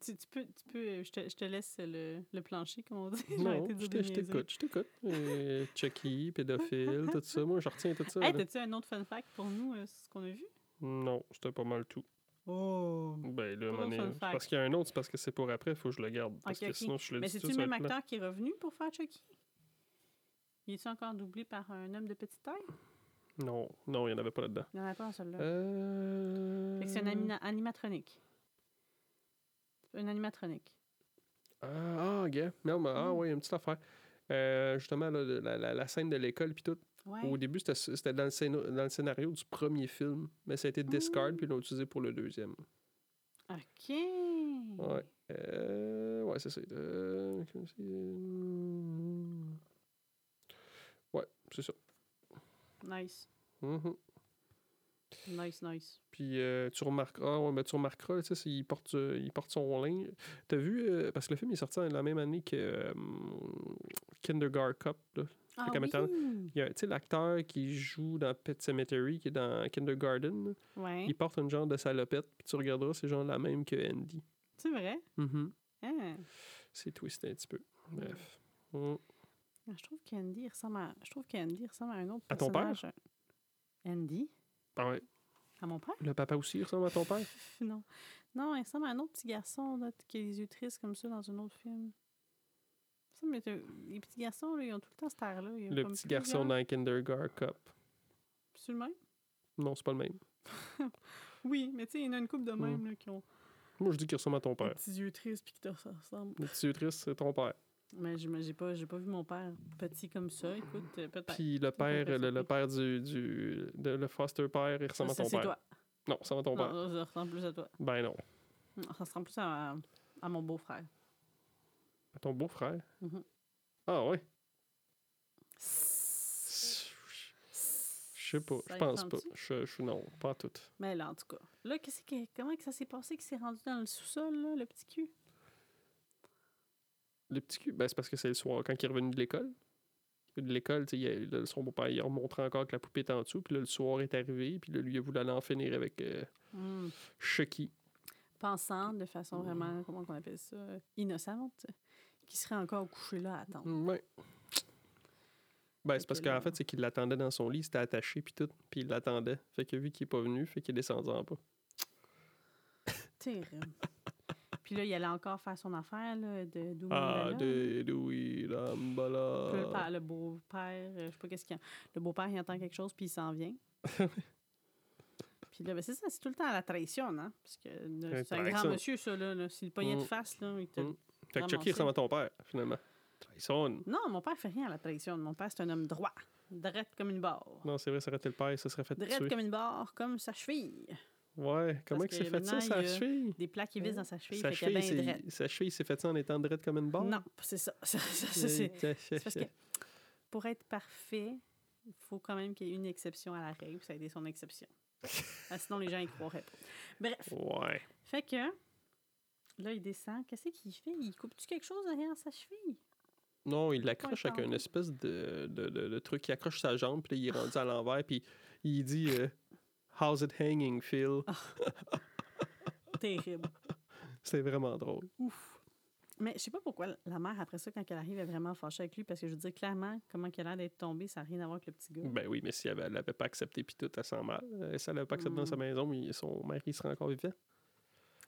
Speaker 2: Tu, tu peux... Tu peux euh, je, te, je te laisse le, le plancher, comme on dit. J'ai
Speaker 1: Non,
Speaker 2: arrêté de
Speaker 1: je
Speaker 2: dire
Speaker 1: t'ai-
Speaker 2: des
Speaker 1: je
Speaker 2: niaiseries.
Speaker 1: t'écoute, je t'écoute. Euh, Chucky, pédophile, tout ça. Moi, je retiens tout ça.
Speaker 2: Hey,
Speaker 1: là.
Speaker 2: t'as-tu un autre fun fact pour nous, euh, sur ce qu'on a vu?
Speaker 1: Non, c'était pas mal tout.
Speaker 2: Oh!
Speaker 1: Ben là,
Speaker 2: Pas
Speaker 1: mon
Speaker 2: d'autres fun
Speaker 1: c'est
Speaker 2: facts.
Speaker 1: parce qu'il y a un autre, c'est parce que c'est pour après, il faut que je le garde. Parce
Speaker 2: Ok,
Speaker 1: que
Speaker 2: ok.
Speaker 1: sinon, je le
Speaker 2: Mais
Speaker 1: dis
Speaker 2: c'est-tu
Speaker 1: tout de
Speaker 2: le
Speaker 1: suite,
Speaker 2: même
Speaker 1: là.
Speaker 2: acteur qui est revenu pour faire Chucky? Il est-tu encore doublé par un homme de petite taille?
Speaker 1: Non, non, il n'y en avait pas là-dedans.
Speaker 2: Il n'y en a pas un seul-là.
Speaker 1: Euh...
Speaker 2: Fait que c'est un amina- animatronique. Un animatronique.
Speaker 1: Ah, ah, gars. Non, mais ah,
Speaker 2: Hmm.
Speaker 1: oui, une petite affaire. Euh, justement, là, de- la, la- la scène de l'école, puis tout.
Speaker 2: Ouais.
Speaker 1: Au début, c'était c'était dans, le scéno- dans le scénario du premier film, mais ça a été discard,
Speaker 2: Mm.
Speaker 1: puis ils l'ont utilisé pour le deuxième.
Speaker 2: OK.
Speaker 1: Ouais. Euh, ouais, c'est ça. Euh, comment c'est- Hmm. Ouais, c'est ça.
Speaker 2: Nice.
Speaker 1: Mhm.
Speaker 2: Nice, nice.
Speaker 1: Puis euh, tu remarqueras, ah ouais, mais tu remarqueras, tu sais, c'est- il porte, euh, il porte son linge. T'as vu, euh, parce que le film est sorti la même année que euh, Kindergarten Cop. là.
Speaker 2: Ah
Speaker 1: qu'à mettre-
Speaker 2: oui!
Speaker 1: Il y a, tu sais, l'acteur qui joue dans Pet Cemetery, qui est dans Kindergarten, là,
Speaker 2: Ouais.
Speaker 1: il porte une genre de salopette, puis tu regarderas, c'est genre la même que Andy.
Speaker 2: C'est vrai?
Speaker 1: Mhm.
Speaker 2: Hein?
Speaker 1: C'est twisté un petit peu. Bref. Mm.
Speaker 2: Ah, Je trouve qu'Andy il ressemble à... Je trouve qu'Andy ressemble à un autre
Speaker 1: À ton
Speaker 2: personnage. un- Andy?
Speaker 1: Ah ouais.
Speaker 2: À mon père?
Speaker 1: Le papa aussi il ressemble à ton père?
Speaker 2: non. Non, il ressemble à un autre petit garçon là, qui a les yeux tristes comme ça dans un autre film. Ça, mais t'as- les petits garçons, là, ils ont tout le temps cette air-là. Il y a
Speaker 1: Le
Speaker 2: comme
Speaker 1: petit garçon
Speaker 2: plusieurs-
Speaker 1: dans Kindergarten Cop.
Speaker 2: C'est le même?
Speaker 1: Non, c'est pas le même.
Speaker 2: Oui, mais tu sais, il y en a une couple de
Speaker 1: Mm.
Speaker 2: même là, qui ont
Speaker 1: Moi, je dis qu'il ressemble à ton
Speaker 2: des
Speaker 1: père.
Speaker 2: petits yeux tristes puis qui te ressemblent.
Speaker 1: Le petit yeux triste, c'est ton père.
Speaker 2: Mais j'im- j'ai pas, j'ai pas vu mon père petit comme ça. Écoute, euh, peut-être.
Speaker 1: Puis le
Speaker 2: pas
Speaker 1: père,
Speaker 2: très
Speaker 1: le, le
Speaker 2: surpris.
Speaker 1: père du, du de- le foster père, il ressemble
Speaker 2: Ça,
Speaker 1: à ton
Speaker 2: c'est
Speaker 1: père.
Speaker 2: toi.
Speaker 1: Non, ça ressemble à ton père.
Speaker 2: Non, ça ressemble plus à toi.
Speaker 1: Ben non.
Speaker 2: Non, Ça ressemble plus à, à mon beau-frère.
Speaker 1: À ton beau-frère.
Speaker 2: Mhm.
Speaker 1: Ah ouais?
Speaker 2: Je
Speaker 1: Je sais pas. Je pense pas. Je, je- non, pas en tout.
Speaker 2: Mais là, en tout cas. Là, qu'est-ce que, comment que ça s'est passé qu'il s'est rendu dans le sous-sol, là, le petit cul?
Speaker 1: Le petit cul, ben c'est parce que c'est le soir quand il est revenu de l'école. de l'école, tu sais, il a- là, son beau-père, il a remontré encore que la poupée était en dessous, puis là, le soir est arrivé, puis là, lui, il a voulu aller en finir avec euh,
Speaker 2: Hmm.
Speaker 1: Chucky.
Speaker 2: Pensant de façon vraiment, comment on appelle ça, euh, innocente, qui serait encore couchée là à attendre.
Speaker 1: Ouais. Ben, c'est parce
Speaker 2: que
Speaker 1: qu'en
Speaker 2: là-
Speaker 1: fait, c'est qu'il l'attendait dans son lit, c'était attaché, puis tout, puis il l'attendait. Fait que vu qu'il est pas venu, fait qu'il est descendu en bas.
Speaker 2: Terrible. Puis là, il allait encore faire son affaire, là, de d'où
Speaker 1: Ah,
Speaker 2: Mandela.
Speaker 1: de, euh, de oui,
Speaker 2: Puis là, le,
Speaker 1: Rambala.
Speaker 2: père- le beau-père, euh, je sais pas qu'est-ce qu'il y a. Le beau-père, il entend quelque chose, puis il s'en vient. puis là, ben, c'est ça, c'est tout le temps à la trahison, hein? Parce que euh,
Speaker 1: Ouais,
Speaker 2: c'est un grand
Speaker 1: trahison.
Speaker 2: monsieur, ça, là. là. S'il le pognait de
Speaker 1: Mm.
Speaker 2: face, là, il te...
Speaker 1: Mm. Fait que Chucky
Speaker 2: ramasser.
Speaker 1: ressemble à ton père, finalement. Trahison.
Speaker 2: Non, mon père fait rien à la trahison. Mon père, c'est un homme droit. Drette comme une barre.
Speaker 1: Non, c'est vrai, ça aurait été le père, ça serait fait
Speaker 2: Drette
Speaker 1: tuer.
Speaker 2: comme une barre, comme sa cheville.
Speaker 1: Ouais, comment
Speaker 2: Parce
Speaker 1: que c'est
Speaker 2: que
Speaker 1: fait ça,
Speaker 2: maintenant,
Speaker 1: sa
Speaker 2: il y a-
Speaker 1: cheville?
Speaker 2: Des plaques qui
Speaker 1: Ouais.
Speaker 2: visent dans sa cheville,
Speaker 1: Sa
Speaker 2: fait qu'elle
Speaker 1: cheville,
Speaker 2: est bien
Speaker 1: c'est-
Speaker 2: drette.
Speaker 1: sa cheville s'est faite ça en étant droite comme une barre?
Speaker 2: Non, c'est ça. Ça, ça, ça, c'est- C'est parce que pour être parfait, il faut quand même qu'il y ait une exception à la règle. Ça a été son exception. Ah, Sinon, les gens y croiraient pas. Bref,
Speaker 1: Ouais.
Speaker 2: fait que là, il descend. Qu'est-ce qu'il fait? Il coupe-tu quelque chose derrière sa cheville?
Speaker 1: Non, il l'accroche avec
Speaker 2: pardon.
Speaker 1: une espèce de, de, de- de truc. Il accroche sa jambe, puis là, il est rendu à l'envers, puis il dit euh, How's it hanging, Phil?
Speaker 2: Ah. Terrible.
Speaker 1: C'était vraiment drôle.
Speaker 2: Ouf. Mais je sais pas pourquoi la mère, après ça, quand elle arrive, est vraiment fâchée avec lui. Parce que je veux dire, clairement, comment qu'elle a l'air d'être tombée, ça n'a rien à voir avec le petit gars.
Speaker 1: Ben oui, mais si elle l'avait pas accepté, puis tout, elle sent mal. Euh, Si elle l'avait pas accepté dans sa
Speaker 2: Mm.
Speaker 1: maison, mais son mari serait encore vivant.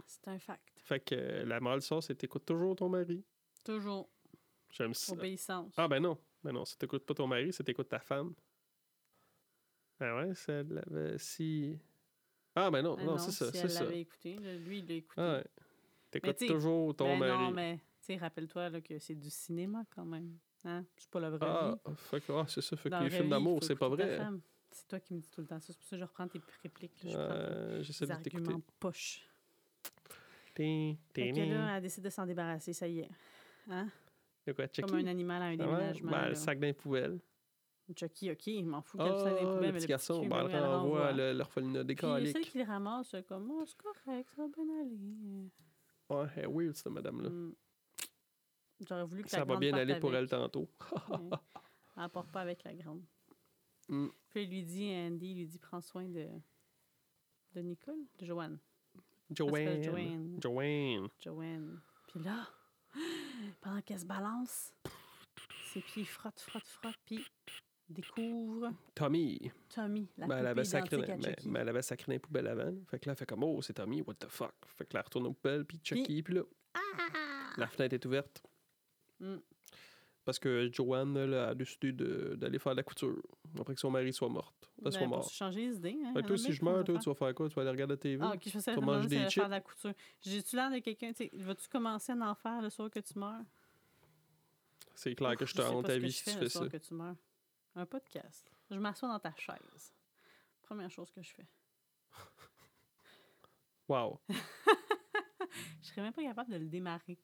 Speaker 2: C'est un fact.
Speaker 1: Fait que euh, la morale sort, c'est t'écoutes toujours ton mari.
Speaker 2: Toujours
Speaker 1: J'aime ça.
Speaker 2: obéissance.
Speaker 1: Ah ben non, ben non, si t'écoutes pas ton mari, c'est t'écoutes ta femme. Ben ouais, si elle l'avait- si... Ah ben non,
Speaker 2: Ben
Speaker 1: non, c'est ça,
Speaker 2: si
Speaker 1: c'est
Speaker 2: elle
Speaker 1: ça.
Speaker 2: l'avait écouté, là, lui, il l'a écouté.
Speaker 1: Ah ouais. T'écoutes
Speaker 2: t'sais,
Speaker 1: toujours ton
Speaker 2: Ben
Speaker 1: mari.
Speaker 2: non, mais tu sais, rappelle-toi là, que c'est du cinéma quand même. Hein? C'est pas la vraie
Speaker 1: Ah,
Speaker 2: vie.
Speaker 1: fait que, ah, c'est ça, fait
Speaker 2: Dans
Speaker 1: que les
Speaker 2: la vraie
Speaker 1: films
Speaker 2: vie,
Speaker 1: d'amour,
Speaker 2: faut
Speaker 1: c'est pas
Speaker 2: écouter ta
Speaker 1: vrai.
Speaker 2: femme. C'est toi qui me dis tout le temps ça. C'est pour ça que je reprends tes répliques. là. Je prends
Speaker 1: Euh,
Speaker 2: tes
Speaker 1: J'essaie de
Speaker 2: arguments
Speaker 1: t'écouter.
Speaker 2: poche.
Speaker 1: Tin, tin,
Speaker 2: Fait que
Speaker 1: tin.
Speaker 2: là, elle décide de s'en débarrasser, ça y est. Hein?
Speaker 1: De quoi,
Speaker 2: Comme un
Speaker 1: Chucky?
Speaker 2: animal à un
Speaker 1: Ah ouais?
Speaker 2: déménagement.
Speaker 1: Ben,
Speaker 2: là.
Speaker 1: le sac d'un poubelle.
Speaker 2: Chucky, OK, il m'en fout
Speaker 1: Ah,
Speaker 2: qu'elle le sac dans les poubelles,
Speaker 1: le
Speaker 2: mais
Speaker 1: petit
Speaker 2: le
Speaker 1: garçon,
Speaker 2: cul,
Speaker 1: ben,
Speaker 2: oui, elle le
Speaker 1: on
Speaker 2: renvoie.
Speaker 1: renvoie le- l'orphelinat
Speaker 2: Puis il celle
Speaker 1: décalique.
Speaker 2: qui le ramasse, euh, comme, oh, c'est correct, ça va bien aller.
Speaker 1: Ouais, elle est weird, cette madame-là.
Speaker 2: Hmm. J'aurais voulu que la
Speaker 1: Ça va
Speaker 2: grande
Speaker 1: bien
Speaker 2: parte
Speaker 1: aller pour
Speaker 2: avec.
Speaker 1: elle tantôt.
Speaker 2: Ouais. Elle part pas avec la grande.
Speaker 1: Mm.
Speaker 2: Puis il lui dit, Andy, il lui dit, prends soin de, de Nicole, de Joanne. Elle s'appelle
Speaker 1: Joanne.
Speaker 2: Joanne.
Speaker 1: Joanne.
Speaker 2: Joanne. Puis là, pendant qu'elle se balance, ses pieds frottent, frottent, frottent, puis découvre
Speaker 1: Tommy.
Speaker 2: Tommy, la
Speaker 1: Ben, elle, avait
Speaker 2: poupée
Speaker 1: sacré
Speaker 2: identique
Speaker 1: dans,
Speaker 2: à
Speaker 1: mais-
Speaker 2: Chucky.
Speaker 1: mais elle avait sacré dans les poubelles avant. là. Fait que là, elle fait comme Oh, c'est Tommy, what the fuck. Fait que là, elle retourne aux poubelles, puis Chucky, puis là,
Speaker 2: Ah!
Speaker 1: la fenêtre est ouverte.
Speaker 2: Mm.
Speaker 1: Parce que Joanne, elle, a décidé de- d'aller faire de la couture après que son mari soit morte. Elle soit
Speaker 2: Ben, pour
Speaker 1: morte.
Speaker 2: se changer les
Speaker 1: Fait
Speaker 2: idées. Hein,
Speaker 1: que Ben, toi,
Speaker 2: elle en
Speaker 1: si
Speaker 2: met
Speaker 1: je
Speaker 2: plein
Speaker 1: meurs, toi,
Speaker 2: d'affaires.
Speaker 1: tu vas faire quoi Tu vas aller regarder la TV
Speaker 2: Ah, ok, je pensais
Speaker 1: tu
Speaker 2: que
Speaker 1: manges
Speaker 2: tu
Speaker 1: des
Speaker 2: allais faire
Speaker 1: chips.
Speaker 2: de la couture. J'ai-tu l'air de quelqu'un, tu sais, vas-tu commencer à en faire le soir que tu meurs?
Speaker 1: C'est clair
Speaker 2: Ouf,
Speaker 1: que je te
Speaker 2: sais
Speaker 1: rends
Speaker 2: pas
Speaker 1: ta
Speaker 2: ce que
Speaker 1: vie
Speaker 2: je
Speaker 1: si tu
Speaker 2: le
Speaker 1: fais
Speaker 2: soir
Speaker 1: ça.
Speaker 2: que tu meurs. Un podcast. Je m'assois dans ta chaise. Première chose que je fais.
Speaker 1: Wow.
Speaker 2: Je serais même pas capable de le démarrer.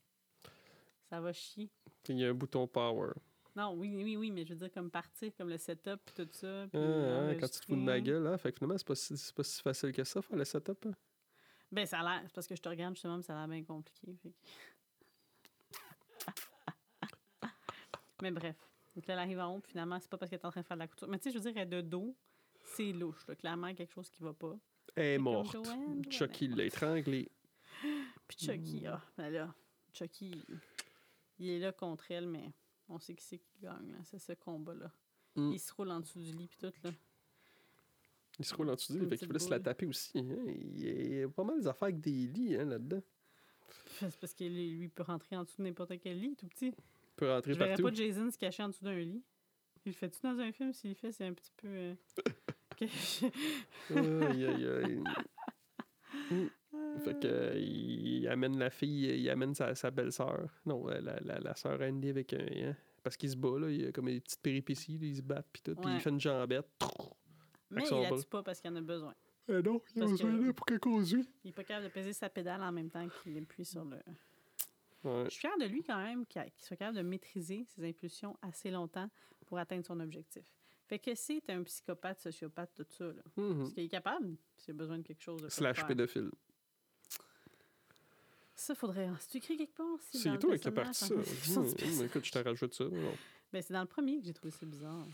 Speaker 2: Ça va chier.
Speaker 1: Il y a un bouton power.
Speaker 2: Non, oui, oui, oui, mais je veux dire comme partir, comme le setup puis tout ça. puis
Speaker 1: Ah, ah, quand tu te fous de ma
Speaker 2: enregistrer.
Speaker 1: gueule, hein. Fait que finalement, c'est pas, si, c'est pas si facile que ça, faire le setup. hein.
Speaker 2: Ben ça a l'air, c'est parce que je te regarde justement, mais ça a l'air bien compliqué. fait que- mais bref. Donc là, elle arrive en haut, puis finalement, c'est pas parce qu'elle est en train de faire de la couture. Mais tu sais, je veux dire, elle est de dos, c'est louche, là. clairement quelque chose qui va pas.
Speaker 1: Elle
Speaker 2: C'est
Speaker 1: est
Speaker 2: comme
Speaker 1: morte.
Speaker 2: Joanne,
Speaker 1: Chucky
Speaker 2: Joanne.
Speaker 1: l'a étranglée.
Speaker 2: Puis Chucky, ah, ben là, Chucky, il- il est là contre elle, mais on sait qui c'est qui gagne, là. C'est ce combat-là.
Speaker 1: Mm.
Speaker 2: Il se roule en dessous du lit, puis tout, là.
Speaker 1: Il se roule en dessous du
Speaker 2: Une
Speaker 1: lit, fait qu'il faut
Speaker 2: petite
Speaker 1: se la
Speaker 2: boule.
Speaker 1: taper aussi. hein. Il y a pas mal d'affaires avec des lits hein, là-dedans.
Speaker 2: C'est parce que lui, lui peut rentrer en dessous de n'importe quel lit, tout petit.
Speaker 1: Il peut
Speaker 2: Je
Speaker 1: rentrer
Speaker 2: verrais
Speaker 1: partout.
Speaker 2: pas Jason se cacher en dessous d'un lit. Il le fait-tu dans un film? S'il le fait, c'est un petit peu... euh, que-
Speaker 1: Aïe, aïe, aïe. Fait que, euh, il amène la fille, il amène sa, sa belle-sœur. Non, euh, la, la, la sœur Andy avec un. hein. Parce qu'il se bat, là, il y a comme des petites péripéties, là, il se bat, puis tout, puis
Speaker 2: Ouais.
Speaker 1: il fait une jambette.
Speaker 2: Mais
Speaker 1: son
Speaker 2: il la
Speaker 1: bras.
Speaker 2: tue pas parce qu'il en a besoin.
Speaker 1: Eh non, il
Speaker 2: Parce besoin que- là
Speaker 1: pour qu'elle conduise.
Speaker 2: Il est pas capable de peser sa pédale en même temps qu'il appuie sur le...
Speaker 1: Ouais.
Speaker 2: Je suis fière de lui quand même qu'a- qu'il soit capable de maîtriser ses impulsions assez longtemps pour atteindre son objectif. Fait que c'est un psychopathe, sociopathe, tout ça, là.
Speaker 1: Mhm.
Speaker 2: Parce qu'il est capable, s'il a besoin de quelque chose. de pas le
Speaker 1: Slash
Speaker 2: faire.
Speaker 1: pédophile.
Speaker 2: Ça, faudrait. Si tu écris quelque part,
Speaker 1: C'est
Speaker 2: dans
Speaker 1: toi
Speaker 2: le
Speaker 1: qui as Hmm, parti Mhm. ça.
Speaker 2: personnage, hein. en-
Speaker 1: Hum, hum, Écoute, je te rajoute ça. non.
Speaker 2: Ben, c'est dans le premier que j'ai trouvé ça bizarre.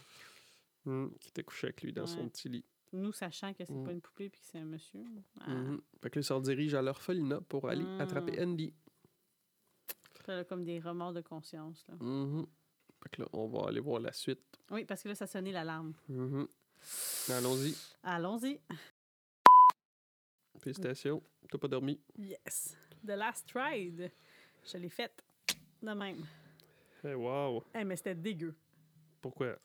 Speaker 1: Hum, qui était couché avec lui dans son
Speaker 2: Ouais.
Speaker 1: petit lit.
Speaker 2: Nous, sachant que c'est
Speaker 1: Mm.
Speaker 2: pas une poupée puis que c'est un monsieur. Ah,
Speaker 1: Mhm. Fait que là, il se redirige à l'orphelinat pour aller
Speaker 2: Ah.
Speaker 1: attraper Andy.
Speaker 2: ça a comme des remords de conscience. Là.
Speaker 1: Mhm. Fait que là, on va aller voir la suite.
Speaker 2: Oui, parce que là, ça sonnait l'alarme.
Speaker 1: Mhm. Allons-y.
Speaker 2: Allons-y.
Speaker 1: Félicitations. T'as pas dormi.
Speaker 2: Yes. The Last Ride. Je l'ai faite. De même.
Speaker 1: Hey, Eh, wow.
Speaker 2: Hey, mais c'était dégueu.
Speaker 1: Pourquoi?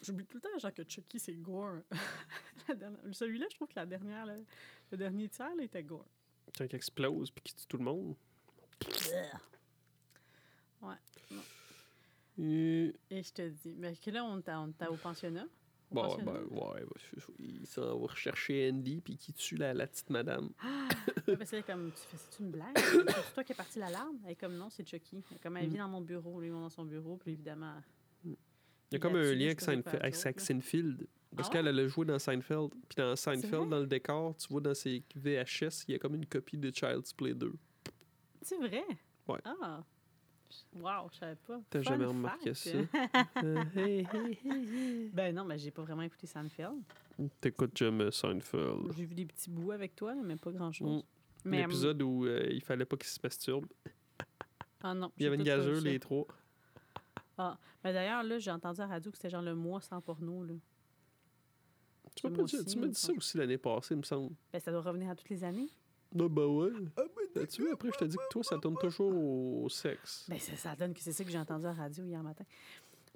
Speaker 2: J'oublie tout le temps, genre, que Chucky, c'est gore. La dernière- Celui-là, je trouve que la dernière, là, le dernier tiers, là, était gore.
Speaker 1: Quand il explose puis qu'il tue tout le monde. Et-
Speaker 2: Et je te dis, mais que là, on t'a on t'a au pensionnat. Au
Speaker 1: Bon, ouais,
Speaker 2: pensionnat.
Speaker 1: ben, ouais, bah, c'est- c'est- il s'en va rechercher Andy puis qui tue la, la petite madame.
Speaker 2: Ah, Ouais, parce que là, comme, tu fais, c'est une blague? c'est toi qui est parti l'alarme? Elle est comme, non, c'est Chucky. Elle est comme, elle vit dans mon bureau, lui, ils vont dans son bureau, puis évidemment...
Speaker 1: Il y a
Speaker 2: Il
Speaker 1: comme
Speaker 2: l'a
Speaker 1: un
Speaker 2: tué,
Speaker 1: lien
Speaker 2: je
Speaker 1: avec,
Speaker 2: sais pas,
Speaker 1: Seinfe-
Speaker 2: avec
Speaker 1: avec
Speaker 2: l'autre, là.
Speaker 1: Seinfeld. Parce
Speaker 2: Ah
Speaker 1: qu'elle, elle a joué dans Seinfeld. Puis dans
Speaker 2: vrai?
Speaker 1: Seinfeld, dans le décor, tu vois dans ses VHS, il y a comme une copie de Child's Play 2.
Speaker 2: C'est vrai?
Speaker 1: Ouais.
Speaker 2: Ah! Wow, je savais pas.
Speaker 1: T'as
Speaker 2: Fun
Speaker 1: jamais remarqué
Speaker 2: fact. hein.
Speaker 1: ça? Euh, hey, hey, hey,
Speaker 2: ben non, mais j'ai pas vraiment écouté Seinfeld.
Speaker 1: hey. T'écoutes jamais Seinfeld.
Speaker 2: J'ai vu des petits bouts avec toi, mais pas grand-chose. Mais,
Speaker 1: Mm.
Speaker 2: hum,
Speaker 1: L'épisode où euh, il fallait pas qu'il se masturbe.
Speaker 2: euh, Ah non.
Speaker 1: Il y avait
Speaker 2: j'ai
Speaker 1: une
Speaker 2: tout pas
Speaker 1: gageure,
Speaker 2: vu ça.
Speaker 1: les trois.
Speaker 2: Mais d'ailleurs, là, j'ai entendu à la radio que c'était genre le mois sans porno, là.
Speaker 1: Tu m'as
Speaker 2: Moi
Speaker 1: pas dit-
Speaker 2: aussi,
Speaker 1: tu m'as dit ça
Speaker 2: franchement.
Speaker 1: aussi l'année passée, il me semble.
Speaker 2: Ben, ça doit revenir à toutes les années.
Speaker 1: Non, bah ouais. tu vois, après, je te dis que toi, ça tourne toujours au, au sexe.
Speaker 2: Ben, ça, ça donne que c'est ça que j'ai entendu à la radio hier matin.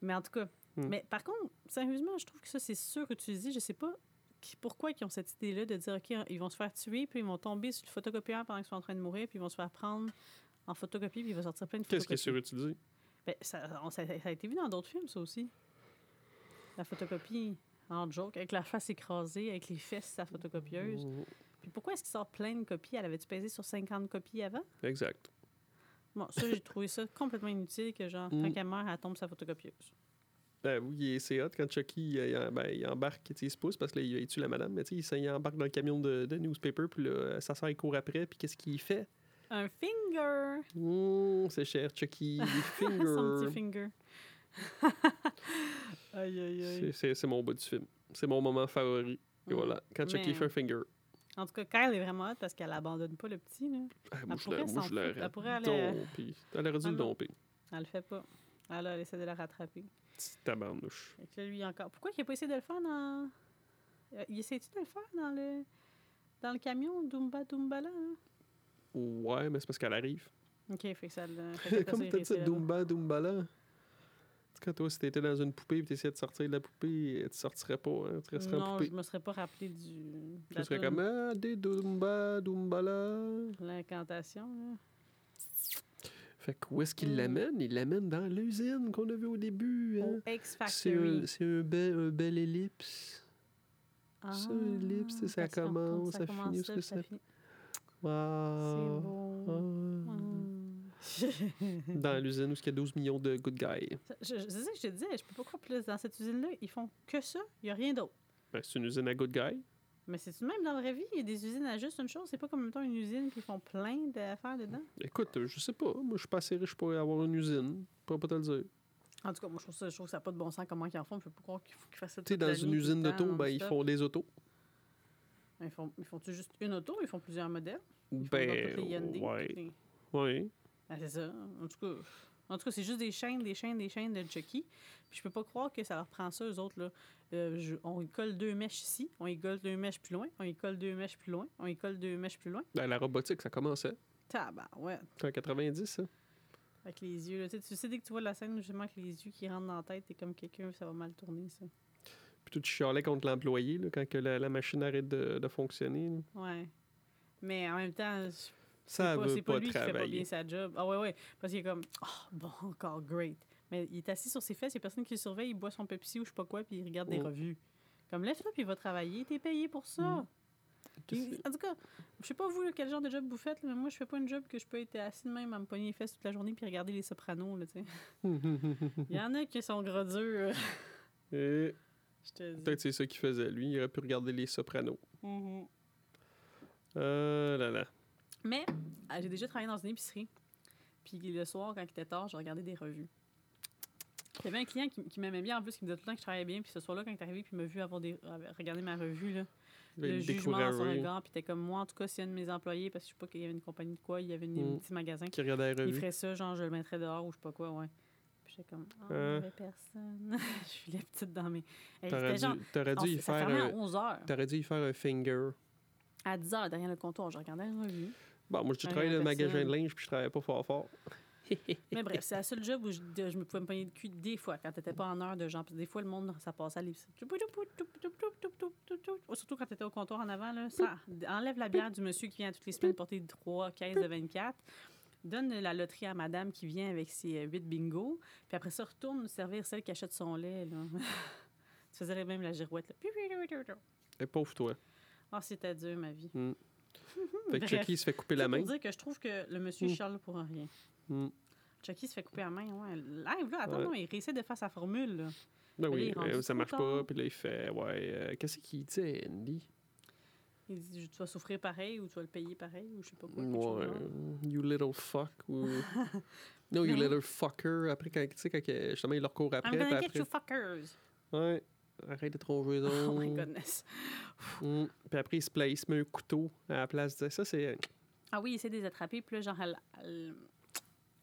Speaker 2: Mais en tout cas,
Speaker 1: Hmm.
Speaker 2: mais par contre, sérieusement, je trouve que ça, c'est surutilisé. Je sais pas qui- pourquoi ils ont cette idée-là de dire, OK, ils vont se faire tuer, puis ils vont tomber sur le photocopieur pendant qu'ils sont en train de mourir, puis ils vont se faire prendre en photocopie, puis il va sortir plein de
Speaker 1: Qu'est-ce
Speaker 2: photocopies.
Speaker 1: qui est surutilisé?
Speaker 2: Ben, ça, on- ça- ça a été vu dans d'autres films, ça aussi. La photocopie en joke, avec la face écrasée, avec les fesses de sa
Speaker 1: Oh.
Speaker 2: photocopieuse. Puis pourquoi est-ce qu'il sort plein de copies? Elle avait-tu pesé sur 50 copies avant?
Speaker 1: Exact.
Speaker 2: Bon, ça, j'ai trouvé ça complètement inutile que, genre,
Speaker 1: Mm.
Speaker 2: quand elle meurt, elle tombe sa photocopieuse.
Speaker 1: Ben oui, il est- c'est hot quand Chucky euh, il, en- ben, il embarque, tu sais, il se pousse parce que là, il, il tue la madame, mais tu sais, il s'en- il embarque dans le camion de, de newspaper, puis là, sa soeur, il court après, puis qu'est-ce qu'il fait?
Speaker 2: Un finger!
Speaker 1: Mmh, c'est cher, Chucky, les
Speaker 2: Son
Speaker 1: finger.
Speaker 2: petit finger. aïe, aïe, aïe.
Speaker 1: C'est- c'est c'est mon bout du film. C'est mon moment favori. Et
Speaker 2: Mm.
Speaker 1: voilà, quand Chucky
Speaker 2: Mais-
Speaker 1: fait un finger,
Speaker 2: En tout cas, Kyle est vraiment hot parce qu'elle abandonne pas le petit,
Speaker 1: ah,
Speaker 2: là.
Speaker 1: moi,
Speaker 2: elle
Speaker 1: je l'aurais-
Speaker 2: pourrait
Speaker 1: moi,
Speaker 2: s'en
Speaker 1: je
Speaker 2: foutre,
Speaker 1: l'aurais
Speaker 2: elle pourrait aller-
Speaker 1: dompé. Elle aurait dû
Speaker 2: Ah
Speaker 1: le
Speaker 2: non.
Speaker 1: domper.
Speaker 2: Elle le fait pas. Elle, a essaie de la rattraper.
Speaker 1: Petite tabarnouche.
Speaker 2: Fait que là, lui, encore... Pourquoi il a pas essayé de le faire dans... Euh, Il essaie-tu de le faire dans le... Dans le camion, Dumba Dumbala, là? hein?
Speaker 1: Ouais, mais c'est parce qu'elle arrive.
Speaker 2: OK, fait que ça... le- fait que
Speaker 1: Comme t'as
Speaker 2: ça, il
Speaker 1: dit,
Speaker 2: réussit, là.
Speaker 1: Dumba, Dumbala. C'est Quand toi, si t'étais dans une poupée et t'essayais de sortir de la poupée, tu sortirais pas, hein, tu resterais en
Speaker 2: Non,
Speaker 1: poupée.
Speaker 2: je me serais pas rappelé du... de
Speaker 1: Tu
Speaker 2: la
Speaker 1: serais
Speaker 2: toune.
Speaker 1: comme Ah, des Dumba, Dumbala.
Speaker 2: L'incantation, là.
Speaker 1: Fait que où est-ce qu'il
Speaker 2: Mm.
Speaker 1: l'amène Il l'amène dans l'usine qu'on a vu au début. hein.
Speaker 2: Au X
Speaker 1: C'est un,
Speaker 2: Factory.
Speaker 1: c'est un bel, un bel ellipse. ça, l'ellipse, c'est ça
Speaker 2: parce qu'on retourne,
Speaker 1: commence, ça
Speaker 2: Ah, commence
Speaker 1: finit,
Speaker 2: là,
Speaker 1: parce que
Speaker 2: puis
Speaker 1: ça-
Speaker 2: finit.
Speaker 1: Wow.
Speaker 2: C'est beau. Hmm.
Speaker 1: Ah. Dans l'usine où il y a 12 millions de good guys.
Speaker 2: Ça, je- je- C'est ça que je te disais, je peux pas croire plus. Dans cette usine-là, ils font que ça, il n'y a rien d'autre.
Speaker 1: Ben, c'est une usine à good guys.
Speaker 2: Mais c'est tout de même dans la vraie vie, il y a des usines à juste une chose, c'est pas comme en même temps une usine qui font plein d'affaires dedans.
Speaker 1: Écoute, euh, je sais pas. Moi, je suis pas assez riche pour avoir une usine. Je pourrais pas te le dire.
Speaker 2: En tout cas, moi je trouve ça, je trouve que ça n'a pas de bon sens comment ils en font, je peux pas croire qu'il faut qu'ils fassent ça
Speaker 1: Tu sais,
Speaker 2: toute
Speaker 1: dans
Speaker 2: la
Speaker 1: une
Speaker 2: nuit, tout le
Speaker 1: usine
Speaker 2: temps,
Speaker 1: d'auto, ben, ils
Speaker 2: non-stop.
Speaker 1: font des autos.
Speaker 2: Ils font ils font-tu juste une auto, ils font plusieurs modèles. Ils font dans
Speaker 1: Ben,
Speaker 2: toutes les Hyundai, toutes
Speaker 1: ouais.
Speaker 2: les-
Speaker 1: Ouais.
Speaker 2: Ah, c'est ça. En tout cas, en tout cas, c'est juste des chaînes, des chaînes, des chaînes de Chucky. Puis je peux pas croire que ça leur prend ça, eux autres. Là. Euh, je- on y colle deux mèches ici, on y colle deux mèches plus loin, on y colle deux mèches plus loin, on y colle deux mèches plus loin.
Speaker 1: Ben, la robotique, ça commençait.
Speaker 2: Tabar, ouais.
Speaker 1: C'est en hein. 90, ça.
Speaker 2: Avec les yeux. Là. Tu, sais, tu sais, dès que tu vois la scène, justement, avec les yeux qui rentrent dans la tête, t'es comme quelqu'un, ça va mal tourner, ça.
Speaker 1: Puis tout chialais contre l'employé là, quand que la, la machine arrête de, de fonctionner. là.
Speaker 2: Ouais. Mais en même temps, je-
Speaker 1: Ça
Speaker 2: c'est pas,
Speaker 1: veut
Speaker 2: c'est
Speaker 1: Ah, bah, pas,
Speaker 2: pas lui qui fait pas bien
Speaker 1: travailler.
Speaker 2: sa job. Ah ouais, ouais. Parce qu'il est comme, oh, bon, encore great. Mais il est assis sur ses fesses, il y a personne qui le surveille, il boit son Pepsi ou je sais pas quoi, puis il regarde des
Speaker 1: Mm.
Speaker 2: revues. Comme, lève-toi, puis va travailler, t'es payé pour
Speaker 1: Hmm,
Speaker 2: ça. Il- en tout cas, je sais pas vous là, quel genre de job vous faites, là, mais moi, je fais pas une job que je peux être assis de même à me pogner les fesses toute la journée puis regarder les sopranos, là, tu sais. Il y en a qui sont gros durs,
Speaker 1: Et
Speaker 2: je te dis.
Speaker 1: Peut-être c'est ça qu'il faisait, lui. Il aurait pu regarder Les Sopranos.
Speaker 2: Mhm.
Speaker 1: Euh là là.
Speaker 2: Mais ah, j'ai déjà travaillé dans une épicerie. Puis le soir, quand il était tard, je regardais des revues. J'avais un client qui, qui m'aimait bien, en plus, qui me disait tout le temps que je travaillais bien. Puis ce soir-là, quand il est arrivé, puis il m'a vu avoir des, regarder ma revue, là, le jugement dans son regard. Puis t'es comme moi, en tout cas, s'il y a un de mes employés, parce que je sais pas qu'il y avait une compagnie de quoi, il y avait une-
Speaker 1: Mm.
Speaker 2: un petit magasin,
Speaker 1: Qui regardait la
Speaker 2: il
Speaker 1: revue.
Speaker 2: ferait ça, genre, je le mettrais dehors ou je sais pas quoi, ouais. Puis j'étais comme, oh,
Speaker 1: Euh.
Speaker 2: mauvaise personne. je suis la petite dans mes. Hey,
Speaker 1: T'aurais
Speaker 2: c'était genre,
Speaker 1: dû, t'aurais
Speaker 2: on
Speaker 1: dû y
Speaker 2: s- ça
Speaker 1: faire
Speaker 2: fermait à
Speaker 1: un,
Speaker 2: 11 h
Speaker 1: t'aurais dû y faire un finger.
Speaker 2: À 10 h derrière le comptoir, je regardais une revue.
Speaker 1: Bon, moi, j'ai
Speaker 2: Ouais,
Speaker 1: travaillé dans le
Speaker 2: personne.
Speaker 1: magasin de linge, puis je travaillais pas fort fort.
Speaker 2: Mais bref, c'est la seule job où je, de- je me pouvais me pogner le cul des fois, quand t'étais pas en heure de gens. Parce que des fois, le monde, ça passait à l'épicerie. Oh, Surtout quand t'étais au comptoir en avant, là, ça enlève la bière du monsieur qui vient toutes les semaines porter 3 caisses de 24. Donne la loterie à madame qui vient avec ses 8 bingos. Puis après ça, retourne servir celle qui achète son lait. Là. tu faisais même la girouette. là.
Speaker 1: Eh, pauvre toi.
Speaker 2: Ah, c'était dur, ma vie.
Speaker 1: Fait que
Speaker 2: Hmm, Bref.
Speaker 1: Chucky se fait couper
Speaker 2: C'est
Speaker 1: la main.
Speaker 2: pour dire que je trouve que le monsieur
Speaker 1: Mm.
Speaker 2: Charles pour rien.
Speaker 1: Mm.
Speaker 2: Chucky se fait couper la main, ouais. Live, là, attends,
Speaker 1: Ouais.
Speaker 2: non, il réessaie de faire sa formule, là.
Speaker 1: Ben
Speaker 2: Là, il
Speaker 1: oui,
Speaker 2: est rendu
Speaker 1: euh, ça
Speaker 2: trop
Speaker 1: marche pas.
Speaker 2: tard.
Speaker 1: Puis là, il fait, ouais, euh, qu'est-ce qu'il dit à Andy?
Speaker 2: Il dit Tu vas souffrir pareil ou tu vas le payer pareil ou je sais pas quoi. quelque chose
Speaker 1: Ouais,
Speaker 2: de genre.
Speaker 1: you little fuck. Ou... no, you
Speaker 2: Non.
Speaker 1: little fucker. Après, quand, tu sais, quand euh, justement, il leur court après.
Speaker 2: I'm
Speaker 1: puis
Speaker 2: gonna get
Speaker 1: après- Euh,
Speaker 2: you fuckers.
Speaker 1: Ouais, arrête d'être trop joué.
Speaker 2: Oh my goodness.
Speaker 1: Mm. Puis après, il se, pla- il se met un couteau à la place de ça. C'est
Speaker 2: Ah oui, il essaie de les attraper, puis là, genre, elle, elle,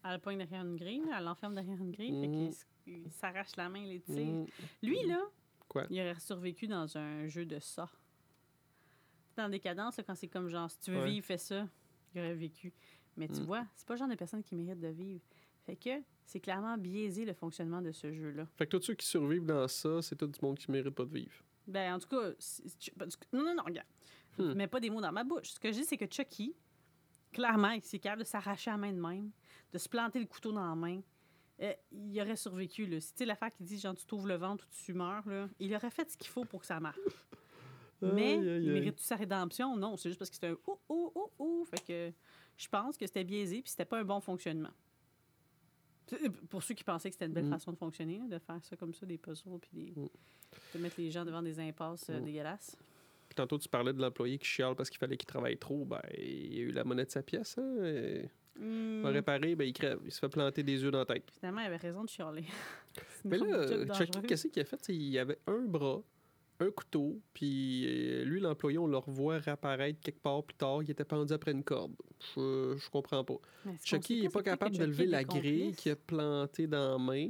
Speaker 2: elle pogne derrière une grille, là, elle l'enferme derrière une grille, fait
Speaker 1: Mhm.
Speaker 2: qu'il s- il s'arrache la main, les tire.
Speaker 1: Mm.
Speaker 2: Lui, là,
Speaker 1: Quoi?
Speaker 2: il aurait survécu dans un jeu de ça. Dans des cadences, là, quand c'est comme genre, si tu veux
Speaker 1: Ouais.
Speaker 2: vivre, fais ça, il aurait vécu. Mais tu
Speaker 1: Mm.
Speaker 2: vois, c'est pas le genre de personne qui mérite de vivre. Fait que c'est clairement biaisé le fonctionnement de ce jeu-là.
Speaker 1: Fait que tous ceux qui survivent dans ça, c'est tout du monde qui mérite pas de vivre.
Speaker 2: Ben, en tout cas, c'est- tu- parce que- non, non, non, regarde.
Speaker 1: Hmm.
Speaker 2: Mets pas des mots dans ma bouche. Ce que je dis, c'est que Chucky, clairement, il s'est capable de s'arracher la main de même, de se planter le couteau dans la main. Euh, il aurait survécu, là. C'est tu sais, l'affaire qui dit, genre, tu t'ouvres le ventre ou tu meurs, là. Il aurait fait ce qu'il faut pour que ça marche. Mais
Speaker 1: Aïe, aïe,
Speaker 2: il
Speaker 1: aïe.
Speaker 2: mérite-tu sa rédemption? Non, c'est juste parce que c'était un ouh, ouh, ouh, ouh. Fait que je pense que c'était biaisé puis c'était pas un bon fonctionnement. C'est- Pour ceux qui pensaient que c'était une belle
Speaker 1: Mm.
Speaker 2: façon de fonctionner, là, de faire ça comme ça, des puzzles puis des...
Speaker 1: Mm.
Speaker 2: de mettre les gens devant des impasses euh,
Speaker 1: Mm.
Speaker 2: dégueulasses.
Speaker 1: Puis tantôt, tu parlais de l'employé qui chiale parce qu'il fallait qu'il travaille trop. Ben, il a eu la monnaie de sa pièce. Hein? et-
Speaker 2: Mm.
Speaker 1: va réparer, ben, il crève. Il se fait planter des yeux dans la tête.
Speaker 2: Finalement, il avait raison de chialer. C'est une
Speaker 1: Mais
Speaker 2: forme de job
Speaker 1: là, Chucky,
Speaker 2: dangereux.
Speaker 1: qu'est-ce qu'il a fait? C'est Il avait un bras, un couteau, puis euh, lui, l'employé, on le revoit réapparaître quelque part plus tard. Il était pendu après une corde. Je, je comprends pas.
Speaker 2: Mais est-ce qu'on sait
Speaker 1: Chucky il est pas
Speaker 2: c'est peut-être
Speaker 1: capable
Speaker 2: que
Speaker 1: de
Speaker 2: Chucky
Speaker 1: lever
Speaker 2: a
Speaker 1: la
Speaker 2: des
Speaker 1: grille
Speaker 2: complices?
Speaker 1: qu'il a plantée dans la main,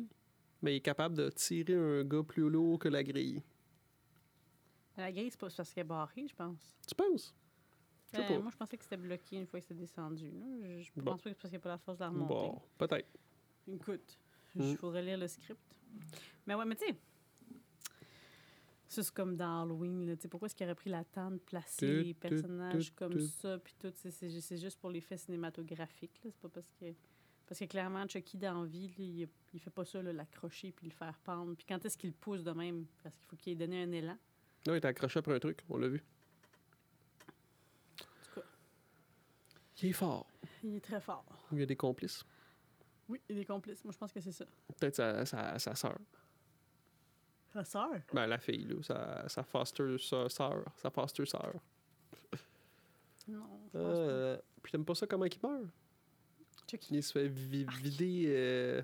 Speaker 1: mais il est capable de tirer un gars plus lourd que la grille.
Speaker 2: La grille, c'est pas c'est parce qu'elle est barrée, je pense.
Speaker 1: Tu penses? Je sais
Speaker 2: Ben,
Speaker 1: pas.
Speaker 2: moi, je pensais que c'était bloqué une fois que c'était descendu. là. Je je pense
Speaker 1: Bon.
Speaker 2: pas que c'est parce qu'il n'y a pas la force de la remonter.
Speaker 1: Bon, peut-être.
Speaker 2: Écoute,
Speaker 1: Mm.
Speaker 2: il faudrait lire le script. Mais ouais, mais tu sais, ça c'est comme dans Halloween, là, tu sais, pourquoi est-ce qu'il aurait pris la tente de placer
Speaker 1: Tut, tut,
Speaker 2: les personnages
Speaker 1: tut,
Speaker 2: comme
Speaker 1: tut.
Speaker 2: ça, puis tout, c'est- c'est ju- c'est juste pour l'effet cinématographique, là, c'est pas parce que... Parce que clairement, Chucky dans la vie, là, il, il fait pas ça, là, l'accrocher puis le faire pendre. Puis quand est-ce qu'il le pousse de même? Parce qu'il faut qu'il ait donné un élan.
Speaker 1: Non, il était accroché après un truc, on l'a vu.
Speaker 2: En tout cas,
Speaker 1: Il est fort.
Speaker 2: il est très fort.
Speaker 1: Il a des complices.
Speaker 2: Oui, il est complice. Moi, je pense que c'est ça.
Speaker 1: Peut-être sa, sa, sa sœur.
Speaker 2: Sa sœur?
Speaker 1: Ben, la fille, là, sa, sa foster sœur. sœur- Sa foster sœur.
Speaker 2: Non, je pense pas.
Speaker 1: Euh, puis t'aimes pas ça comment il meurt?
Speaker 2: Chucky.
Speaker 1: Il se fait vi-
Speaker 2: Ah.
Speaker 1: vider. euh,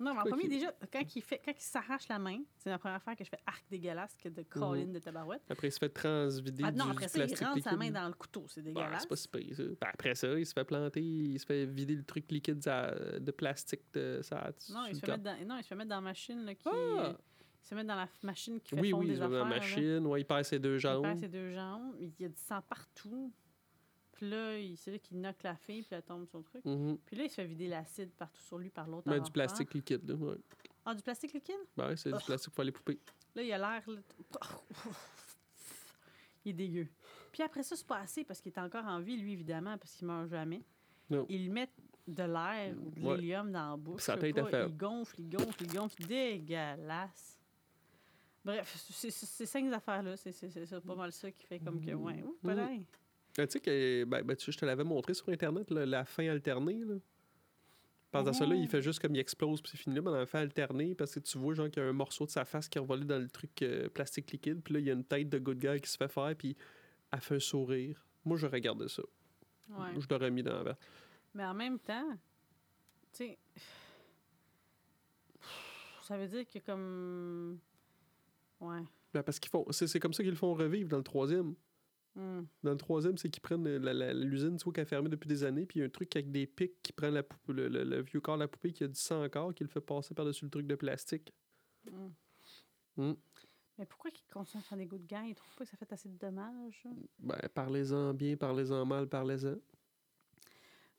Speaker 2: Non, mais en
Speaker 1: Quoi
Speaker 2: premier,
Speaker 1: qu'il-
Speaker 2: déjà, quand il, fait, quand il s'arrache la main, c'est la première affaire que je fais arc dégueulasse que de colline de tabarouette.
Speaker 1: après, il se fait transvider.
Speaker 2: Ah, non,
Speaker 1: Mhm. du,
Speaker 2: après
Speaker 1: du
Speaker 2: ça, il
Speaker 1: plastique
Speaker 2: rentre sa main
Speaker 1: liquide.
Speaker 2: dans le couteau. C'est
Speaker 1: Bah,
Speaker 2: dégueulasse.
Speaker 1: c'est pas si pire, ça. Ben, après ça, il se fait planter, il se fait vider le truc liquide sa- de plastique de sa.
Speaker 2: non, il
Speaker 1: sur
Speaker 2: se fait
Speaker 1: le
Speaker 2: mettre dans, non, il se fait mettre dans la machine là, qui.
Speaker 1: Ah!
Speaker 2: Il se met dans la f- machine qui
Speaker 1: corps.
Speaker 2: fait
Speaker 1: Oui,
Speaker 2: fondre
Speaker 1: oui, il
Speaker 2: des
Speaker 1: se met
Speaker 2: affaires.
Speaker 1: dans la
Speaker 2: là.
Speaker 1: machine. Ouais, il perd ses deux
Speaker 2: Il
Speaker 1: jambes.
Speaker 2: perd ses deux jambes. Il y a du sang partout. Puis là, il- c'est là qu'il knock la fille, puis elle tombe sur le truc.
Speaker 1: Mhm.
Speaker 2: Puis là, il se fait vider l'acide partout sur lui par l'autre.
Speaker 1: Ben,
Speaker 2: avant
Speaker 1: du
Speaker 2: de
Speaker 1: plastique
Speaker 2: faire.
Speaker 1: liquide, là. Ouais.
Speaker 2: Ah, du plastique liquide?
Speaker 1: Ben, c'est du
Speaker 2: Ugh.
Speaker 1: plastique pour les poupées.
Speaker 2: Là, il a l'air. là, Il est dégueu. Puis après ça, c'est pas assez parce qu'il est encore en vie, lui, évidemment, parce qu'il meurt jamais.
Speaker 1: Non.
Speaker 2: Il met de l'air ou de
Speaker 1: Ouais.
Speaker 2: l'hélium dans la bouche.
Speaker 1: Puis sa
Speaker 2: je sais
Speaker 1: tête, elle
Speaker 2: pas,
Speaker 1: fait-
Speaker 2: Il gonfle, il gonfle, il gonfle. Dégueulasse. Bref, c'est- c'est- ces cinq affaires-là, c'est- c'est c'est ça, pas mal ça qui fait comme que, ouais, ouh, pas l'air.
Speaker 1: Ah, tu sais que. Ben, ben, tu sais, je te l'avais montré sur Internet, là, la fin alternée, là. Pendant ça, là, il fait juste comme il explose, puis c'est fini. Là, mais on a fait alterner parce que tu vois, genre, qu'il y a un morceau de sa face qui est envolé dans le truc euh, plastique liquide, puis là, il y a une tête de good guy qui se fait faire, puis elle fait un sourire. Moi, je regardais ça.
Speaker 2: Ouais.
Speaker 1: Je l'aurais mis dans la verre.
Speaker 2: Mais en même temps, tu sais, ça veut dire que comme. Ouais.
Speaker 1: Ben, parce qu'ils font. C'est c'est comme ça qu'ils le font revivre dans le troisième.
Speaker 2: Hmm.
Speaker 1: Dans le troisième, c'est qu'ils prennent la- la- l'usine, tu vois, qui a fermé depuis des années, puis il y a un truc avec des pics qui prend la pou- le, le- le vieux corps de la poupée qui a du sang encore, qui le fait passer par-dessus le truc de plastique.
Speaker 2: hmm.
Speaker 1: Hmm.
Speaker 2: Mais pourquoi qu'ils continuent à faire des good guys? Ils trouvent pas que ça fait assez de dommages? ça?
Speaker 1: Ben, parlez-en bien, parlez-en mal, parlez-en.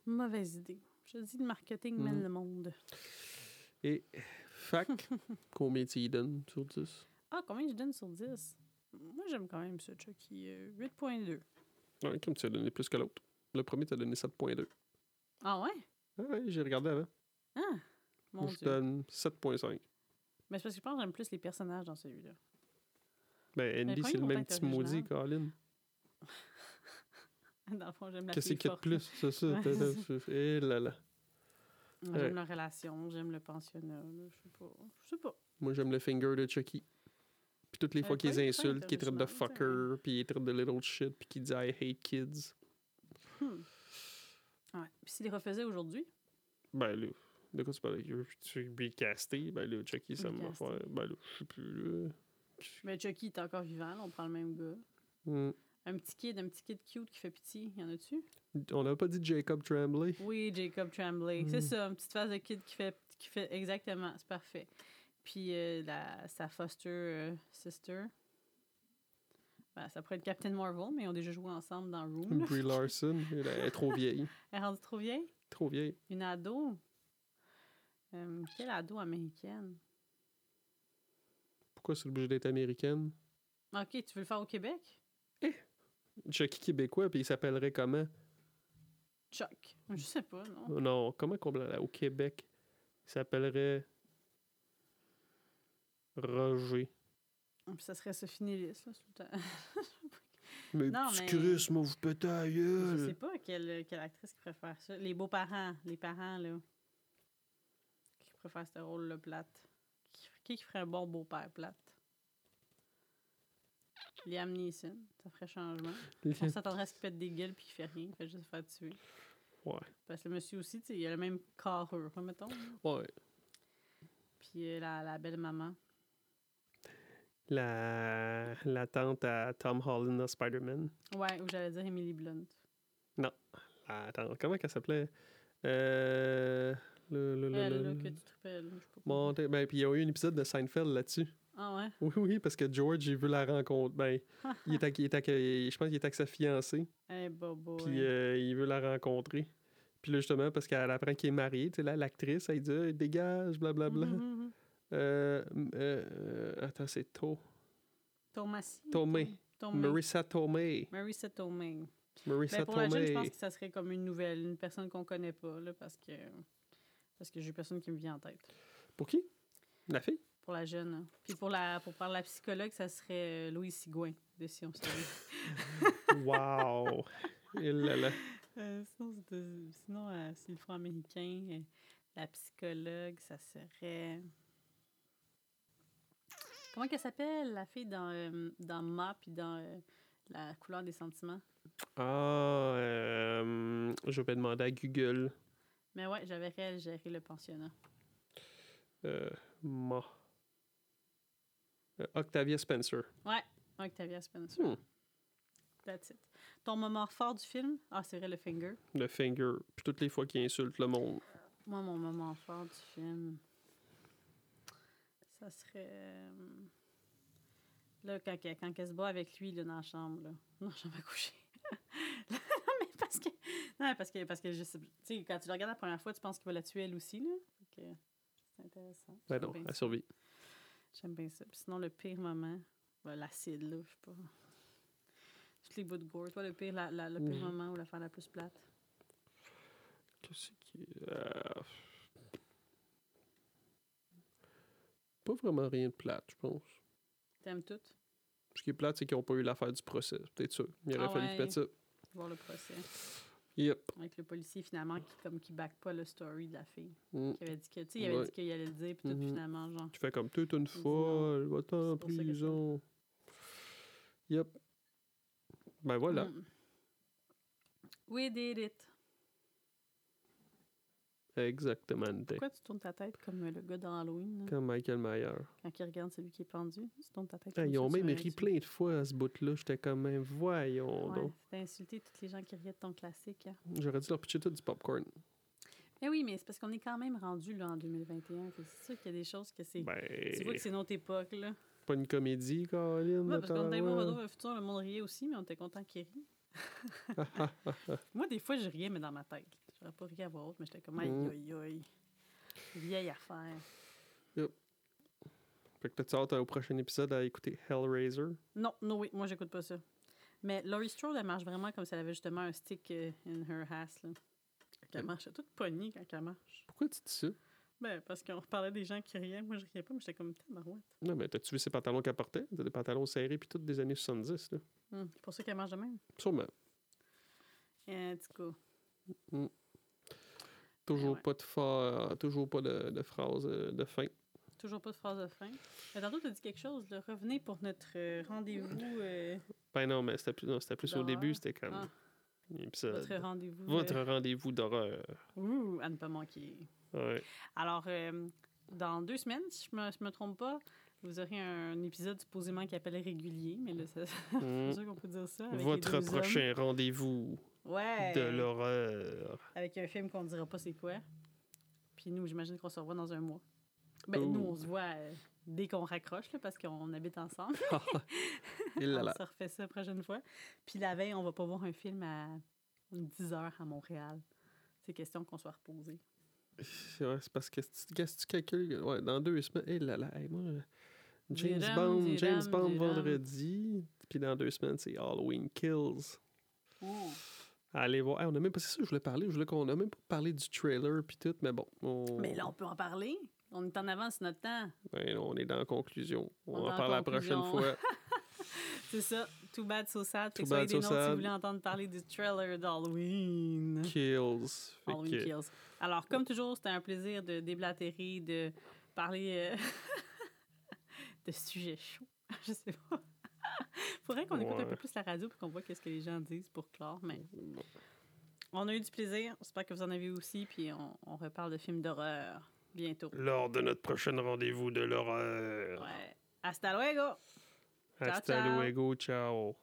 Speaker 2: Mauvaise idée. Je dis le marketing
Speaker 1: Hmm.
Speaker 2: mène le monde.
Speaker 1: Et fac, combien tu y donnes sur 10?
Speaker 2: Ah, combien je donne sur 10? Moi, j'aime quand même ce Chucky. euh, 8.2.
Speaker 1: Ouais, comme tu as donné plus que l'autre. Le premier, tu as donné 7.2.
Speaker 2: Ah ouais?
Speaker 1: Ah ouais, j'ai regardé avant.
Speaker 2: Ah! Mon
Speaker 1: Moi, je
Speaker 2: Dieu.
Speaker 1: donne 7.5.
Speaker 2: Mais c'est parce que je pense que j'aime plus les personnages dans celui-là.
Speaker 1: Ben, Andy,
Speaker 2: premier,
Speaker 1: c'est
Speaker 2: ils
Speaker 1: le
Speaker 2: vont
Speaker 1: même
Speaker 2: être
Speaker 1: petit maudit, Colin.
Speaker 2: Dans le fond, j'aime la
Speaker 1: Qu'est-ce
Speaker 2: fille
Speaker 1: qu'il y a de
Speaker 2: forte.
Speaker 1: plus? C'est ça.
Speaker 2: Ouais,
Speaker 1: t'as-
Speaker 2: c'est
Speaker 1: t'as- Eh là là.
Speaker 2: J'aime
Speaker 1: Ouais.
Speaker 2: leur relation, j'aime le pensionnat. là, Je sais pas. Je sais pas.
Speaker 1: Moi, j'aime le finger de Chucky. Puis toutes les
Speaker 2: Euh,
Speaker 1: fois qu'ils
Speaker 2: premier, c'est pas
Speaker 1: insultent, qu'ils traitent de
Speaker 2: intéressant, c'est vrai.
Speaker 1: fucker, puis ils traitent de little shit, puis qu'ils disent I hate kids.
Speaker 2: Ouais. Puis s'ils les refaisaient aujourd'hui,
Speaker 1: Ben là, de quoi tu parles? Je suis bicasté. Ben là, Chucky, ça m'a
Speaker 2: Recasté.
Speaker 1: fait. Ben là, je suis plus là.
Speaker 2: mais Chucky est encore vivant, là, on prend le même gars.
Speaker 1: Hmm.
Speaker 2: Un petit kid, un petit kid cute qui fait pitié, y en a-tu?
Speaker 1: On n'a pas dit Jacob Tremblay.
Speaker 2: Oui, Jacob Tremblay.
Speaker 1: Mm.
Speaker 2: C'est ça, une petite phase de kid qui fait, qui fait exactement, c'est parfait. Puis euh, la, sa foster euh, sister, ben, ça pourrait être Captain Marvel, mais ils ont déjà joué ensemble dans Room. là.
Speaker 1: Brie Larson. Elle est trop vieille.
Speaker 2: Elle est rendue trop vieille.
Speaker 1: Trop vieille.
Speaker 2: Une ado. Euh, quelle ado américaine?
Speaker 1: Pourquoi c'est obligé d'être américaine?
Speaker 2: Ah, Ok, tu veux le faire au Québec?
Speaker 1: Chucky québécois, puis il s'appellerait comment?
Speaker 2: Chuck. Je sais pas, non.
Speaker 1: Non, comment qu'on au Québec? Il s'appellerait Roger.
Speaker 2: Puis ça serait Sophie Nélis, là, tout le temps.
Speaker 1: Mais
Speaker 2: Non,
Speaker 1: tu
Speaker 2: mais-
Speaker 1: crisses, moi, vous pétez la
Speaker 2: Je sais
Speaker 1: gueule.
Speaker 2: pas quelle, quelle actrice qui préfère ça. Les beaux-parents, les parents, là. Qui préfèrent ce rôle-là plate? Qui, qui qui ferait un bon beau-père plate? Liam Neeson, ça ferait changement. On s'attendrait à ce qu'il pète des gueules puis qu'il fait rien, il fait juste se faire tuer.
Speaker 1: Ouais.
Speaker 2: Parce que le monsieur aussi, tu sais, il a le même carrure, hein, mettons.
Speaker 1: Ouais.
Speaker 2: Puis euh, la, la belle-maman.
Speaker 1: La... la tante à Tom Holland dans Spider-Man.
Speaker 2: Ouais, ou j'allais dire Emily Blunt.
Speaker 1: La tante- Comment qu'elle s'appelait? Euh... Le, le, le-
Speaker 2: Elle,
Speaker 1: le-
Speaker 2: là, que tu te rappelles, je sais pas. pourquoi.
Speaker 1: Monte- Ben, puis il y a eu un épisode de Seinfeld là-dessus.
Speaker 2: Ah ouais?
Speaker 1: Oui, oui, parce que George, j'ai vu la rencontre. Ben, il est avec- il est avec- je pense qu'il est avec sa fiancée.
Speaker 2: Eh, bobo.
Speaker 1: Puis euh, il veut la rencontrer. Puis là, justement, parce qu'elle apprend qu'il est marié, tu sais, là, l'actrice, elle dit Hey, dégage, blablabla.
Speaker 2: Mm-hmm.
Speaker 1: Euh, euh, euh, attends, c'est To.
Speaker 2: Thomas.
Speaker 1: Tomé.
Speaker 2: Mm-hmm. Tomé.
Speaker 1: Marissa Tomei.
Speaker 2: Marissa Tomei.
Speaker 1: Marissa
Speaker 2: Ben, pour la jeune, je pense
Speaker 1: Tomei.
Speaker 2: que ça serait comme une nouvelle, une personne qu'on connaît pas, là, parce que parce que j'ai personne qui me vient en tête.
Speaker 1: Pour qui La fille
Speaker 2: Pour la jeune. hein. Puis pour la pour parler à la psychologue, ça serait euh, Louise Sigouin, de si on se dit.
Speaker 1: Wow Et là, là.
Speaker 2: Euh, sinon, c'est de- sinon euh, s'ils le font américain, euh, la psychologue, ça serait. Comment qu'elle s'appelle, la fille dans, euh, dans Ma puis dans euh, La couleur des sentiments?
Speaker 1: Ah, euh, je vais demander à Google.
Speaker 2: Mais ouais, j'avais elle gérer le pensionnat.
Speaker 1: Euh, ma. Euh, Octavia Spencer.
Speaker 2: Octavia Spencer.
Speaker 1: Hmm.
Speaker 2: That's it. Ton moment fort du film? Ah, c'est vrai, le finger.
Speaker 1: Le finger. Puis toutes les fois qu'il insulte le monde.
Speaker 2: Moi, mon moment fort du film, ça serait... euh, Là, quand, qu'elle- quand elle se bat avec lui, là, dans la chambre, là. Dans la chambre à coucher. non, mais parce que... Non, mais parce que, parce que je sais... Tu sais, quand tu le regardes la première fois, tu penses qu'il va la tuer elle aussi, là. Fait que c'est intéressant.
Speaker 1: Ben
Speaker 2: J'aime
Speaker 1: non,
Speaker 2: bien
Speaker 1: elle
Speaker 2: ça.
Speaker 1: survit.
Speaker 2: J'aime bien ça. Puis sinon, le pire moment, ben, l'acide, là, je sais pas. Tous les bouts de gore. Toi, le pire, la, la- le pire
Speaker 1: Mhm.
Speaker 2: moment ou la fin la plus plate.
Speaker 1: Qu'est-ce qui. Euh, Pas vraiment rien de plate, je pense.
Speaker 2: T'aimes tout?
Speaker 1: Ce qui est plate, c'est qu'ils n'ont pas eu l'affaire du procès. Peut-être ça. Il aurait
Speaker 2: Ah
Speaker 1: fallu
Speaker 2: ouais.
Speaker 1: qu'ils mettent ça.
Speaker 2: Voir le procès.
Speaker 1: Yep.
Speaker 2: Avec le policier, finalement, qui, comme, qui back pas le story de la fille.
Speaker 1: Mm.
Speaker 2: Qui avait dit que, tu sais, il avait
Speaker 1: Ouais.
Speaker 2: dit qu'il allait le dire, puis tout,
Speaker 1: Mhm.
Speaker 2: finalement, genre.
Speaker 1: Tu fais comme toute une
Speaker 2: dit non.
Speaker 1: folle, va-t'en en
Speaker 2: C'est pour ça que je-
Speaker 1: prison. Yep. Ben voilà.
Speaker 2: Mm. We did it.
Speaker 1: Exactement. une tête.
Speaker 2: Pourquoi tu tournes ta tête comme le gars dans Halloween, là,
Speaker 1: Comme Michael Mayer.
Speaker 2: quand il regarde celui qui est pendu? Tu tournes ta tête
Speaker 1: Ah,
Speaker 2: comme
Speaker 1: ils
Speaker 2: ça,
Speaker 1: ont
Speaker 2: tu
Speaker 1: même
Speaker 2: l'aurais
Speaker 1: ri
Speaker 2: dû.
Speaker 1: plein de fois à ce bout-là. J'étais comme, même, voyons
Speaker 2: Ouais,
Speaker 1: donc.
Speaker 2: t'as insulté tous les gens qui riaient de ton classique. hein.
Speaker 1: J'aurais dû leur pitcher tout du popcorn.
Speaker 2: Mais oui, mais c'est parce qu'on est quand même rendu là en 2021. fait que C'est sûr qu'il y a des choses que c'est. Tu vois
Speaker 1: Ben,
Speaker 2: que c'est notre époque, là.
Speaker 1: c'est pas une comédie, Caroline.
Speaker 2: Ouais, parce qu'on était
Speaker 1: tabarouette.
Speaker 2: dans le futur, le monde riait aussi, mais on était content qu'il rie. Moi, des fois, je riais, mais dans ma tête. J'aurais pas ri à voix haute, mais j'étais comme aïe,
Speaker 1: Mm.
Speaker 2: aïe, aïe. Vieille affaire.
Speaker 1: Fait que t'as-tu hâte au prochain épisode à écouter Hellraiser?
Speaker 2: Non, non, oui, moi, j'écoute pas ça. Mais Laurie Strode, elle marche vraiment comme si elle avait justement un stick euh, in her ass, là. Quand elle marche, elle est toute pognée quand elle marche.
Speaker 1: Pourquoi tu dis ça?
Speaker 2: Ben, parce qu'on parlait des gens qui riaient. Moi, je riais pas, mais j'étais comme tabarouette.
Speaker 1: Non, mais t'as-tu vu ses pantalons qu'elle portait? T'as des pantalons serrés, puis toutes des années 70, là.
Speaker 2: Hum, C'est pour ça qu'elle marche de même.
Speaker 1: Sûrement.
Speaker 2: En tout cas.
Speaker 1: Toujours
Speaker 2: Ah ouais.
Speaker 1: pas de fa- toujours pas de, de phrase euh, de fin.
Speaker 2: Toujours pas de phrase de fin. Mais tantôt, t'as dit quelque chose. là. Revenez pour notre euh, rendez-vous. euh,
Speaker 1: Ben non, mais c'était plus, non, c'était plus au
Speaker 2: D'horreur.
Speaker 1: début, c'était comme.
Speaker 2: Ah.
Speaker 1: un
Speaker 2: votre
Speaker 1: épisode.
Speaker 2: rendez-vous.
Speaker 1: Votre
Speaker 2: euh,
Speaker 1: rendez-vous d'horreur.
Speaker 2: ouh, à ne pas manquer.
Speaker 1: Ouais.
Speaker 2: Alors, euh, dans deux semaines, si je me, je me trompe pas, vous aurez un épisode supposément qui appelle régulier, mais là, ça-
Speaker 1: Mm.
Speaker 2: c'est sûr qu'on peut dire ça. avec les
Speaker 1: Votre
Speaker 2: deux
Speaker 1: prochain rendez-vous
Speaker 2: hommes. Ouais.
Speaker 1: de l'horreur.
Speaker 2: Avec un film qu'on ne dira pas c'est quoi. Puis nous, j'imagine qu'on se revoit dans un mois. Ben,
Speaker 1: Ouh.
Speaker 2: nous, on se voit euh, dès qu'on raccroche, là, parce qu'on habite ensemble.
Speaker 1: Et là
Speaker 2: on
Speaker 1: là.
Speaker 2: se refait ça la prochaine fois. Puis la veille, on va pas voir un film à 10 heures à Montréal. C'est question qu'on soit reposé.
Speaker 1: Ouais, c'est parce que si tu- qu'est-ce que tu calcules que- ouais, dans deux semaines. Et là là. hey, moi, euh,
Speaker 2: Des
Speaker 1: James
Speaker 2: dames,
Speaker 1: Bond,
Speaker 2: des
Speaker 1: James
Speaker 2: dames,
Speaker 1: Bond
Speaker 2: des dames.
Speaker 1: vendredi. Puis dans deux semaines, c'est Halloween Kills. Allez voir. Hey, on a même pas c'est ça que je voulais parler. Je voulais qu'on a même pas parlé du trailer puis tout, mais bon. On...
Speaker 2: Mais là, on peut en parler. On est en avance sur notre temps.
Speaker 1: Ouais, on est dans la conclusion. On,
Speaker 2: On est
Speaker 1: en
Speaker 2: en
Speaker 1: parle la
Speaker 2: conclusion.
Speaker 1: prochaine fois.
Speaker 2: C'est ça. Too bad, so sad.
Speaker 1: Too
Speaker 2: Fait que soyez
Speaker 1: bad, so
Speaker 2: des noms si vous
Speaker 1: sad.
Speaker 2: voulez entendre parler du trailer d'Halloween.
Speaker 1: Kills. Fait
Speaker 2: Halloween
Speaker 1: que-
Speaker 2: Kills. Alors, comme toujours, c'était un plaisir de déblatérer, de parler euh, de sujets chauds. Je sais pas. Faudrait qu'on écoute un
Speaker 1: Ouais.
Speaker 2: peu plus la radio pour qu'on voit qu'est-ce que les gens disent pour clore, mais... On a eu du plaisir. J'espère que vous en avez aussi, puis on, on reparle de films d'horreur bientôt.
Speaker 1: Lors de notre prochain rendez-vous de l'horreur.
Speaker 2: Ouais. Hasta luego!
Speaker 1: Hasta
Speaker 2: ciao.
Speaker 1: luego, ciao.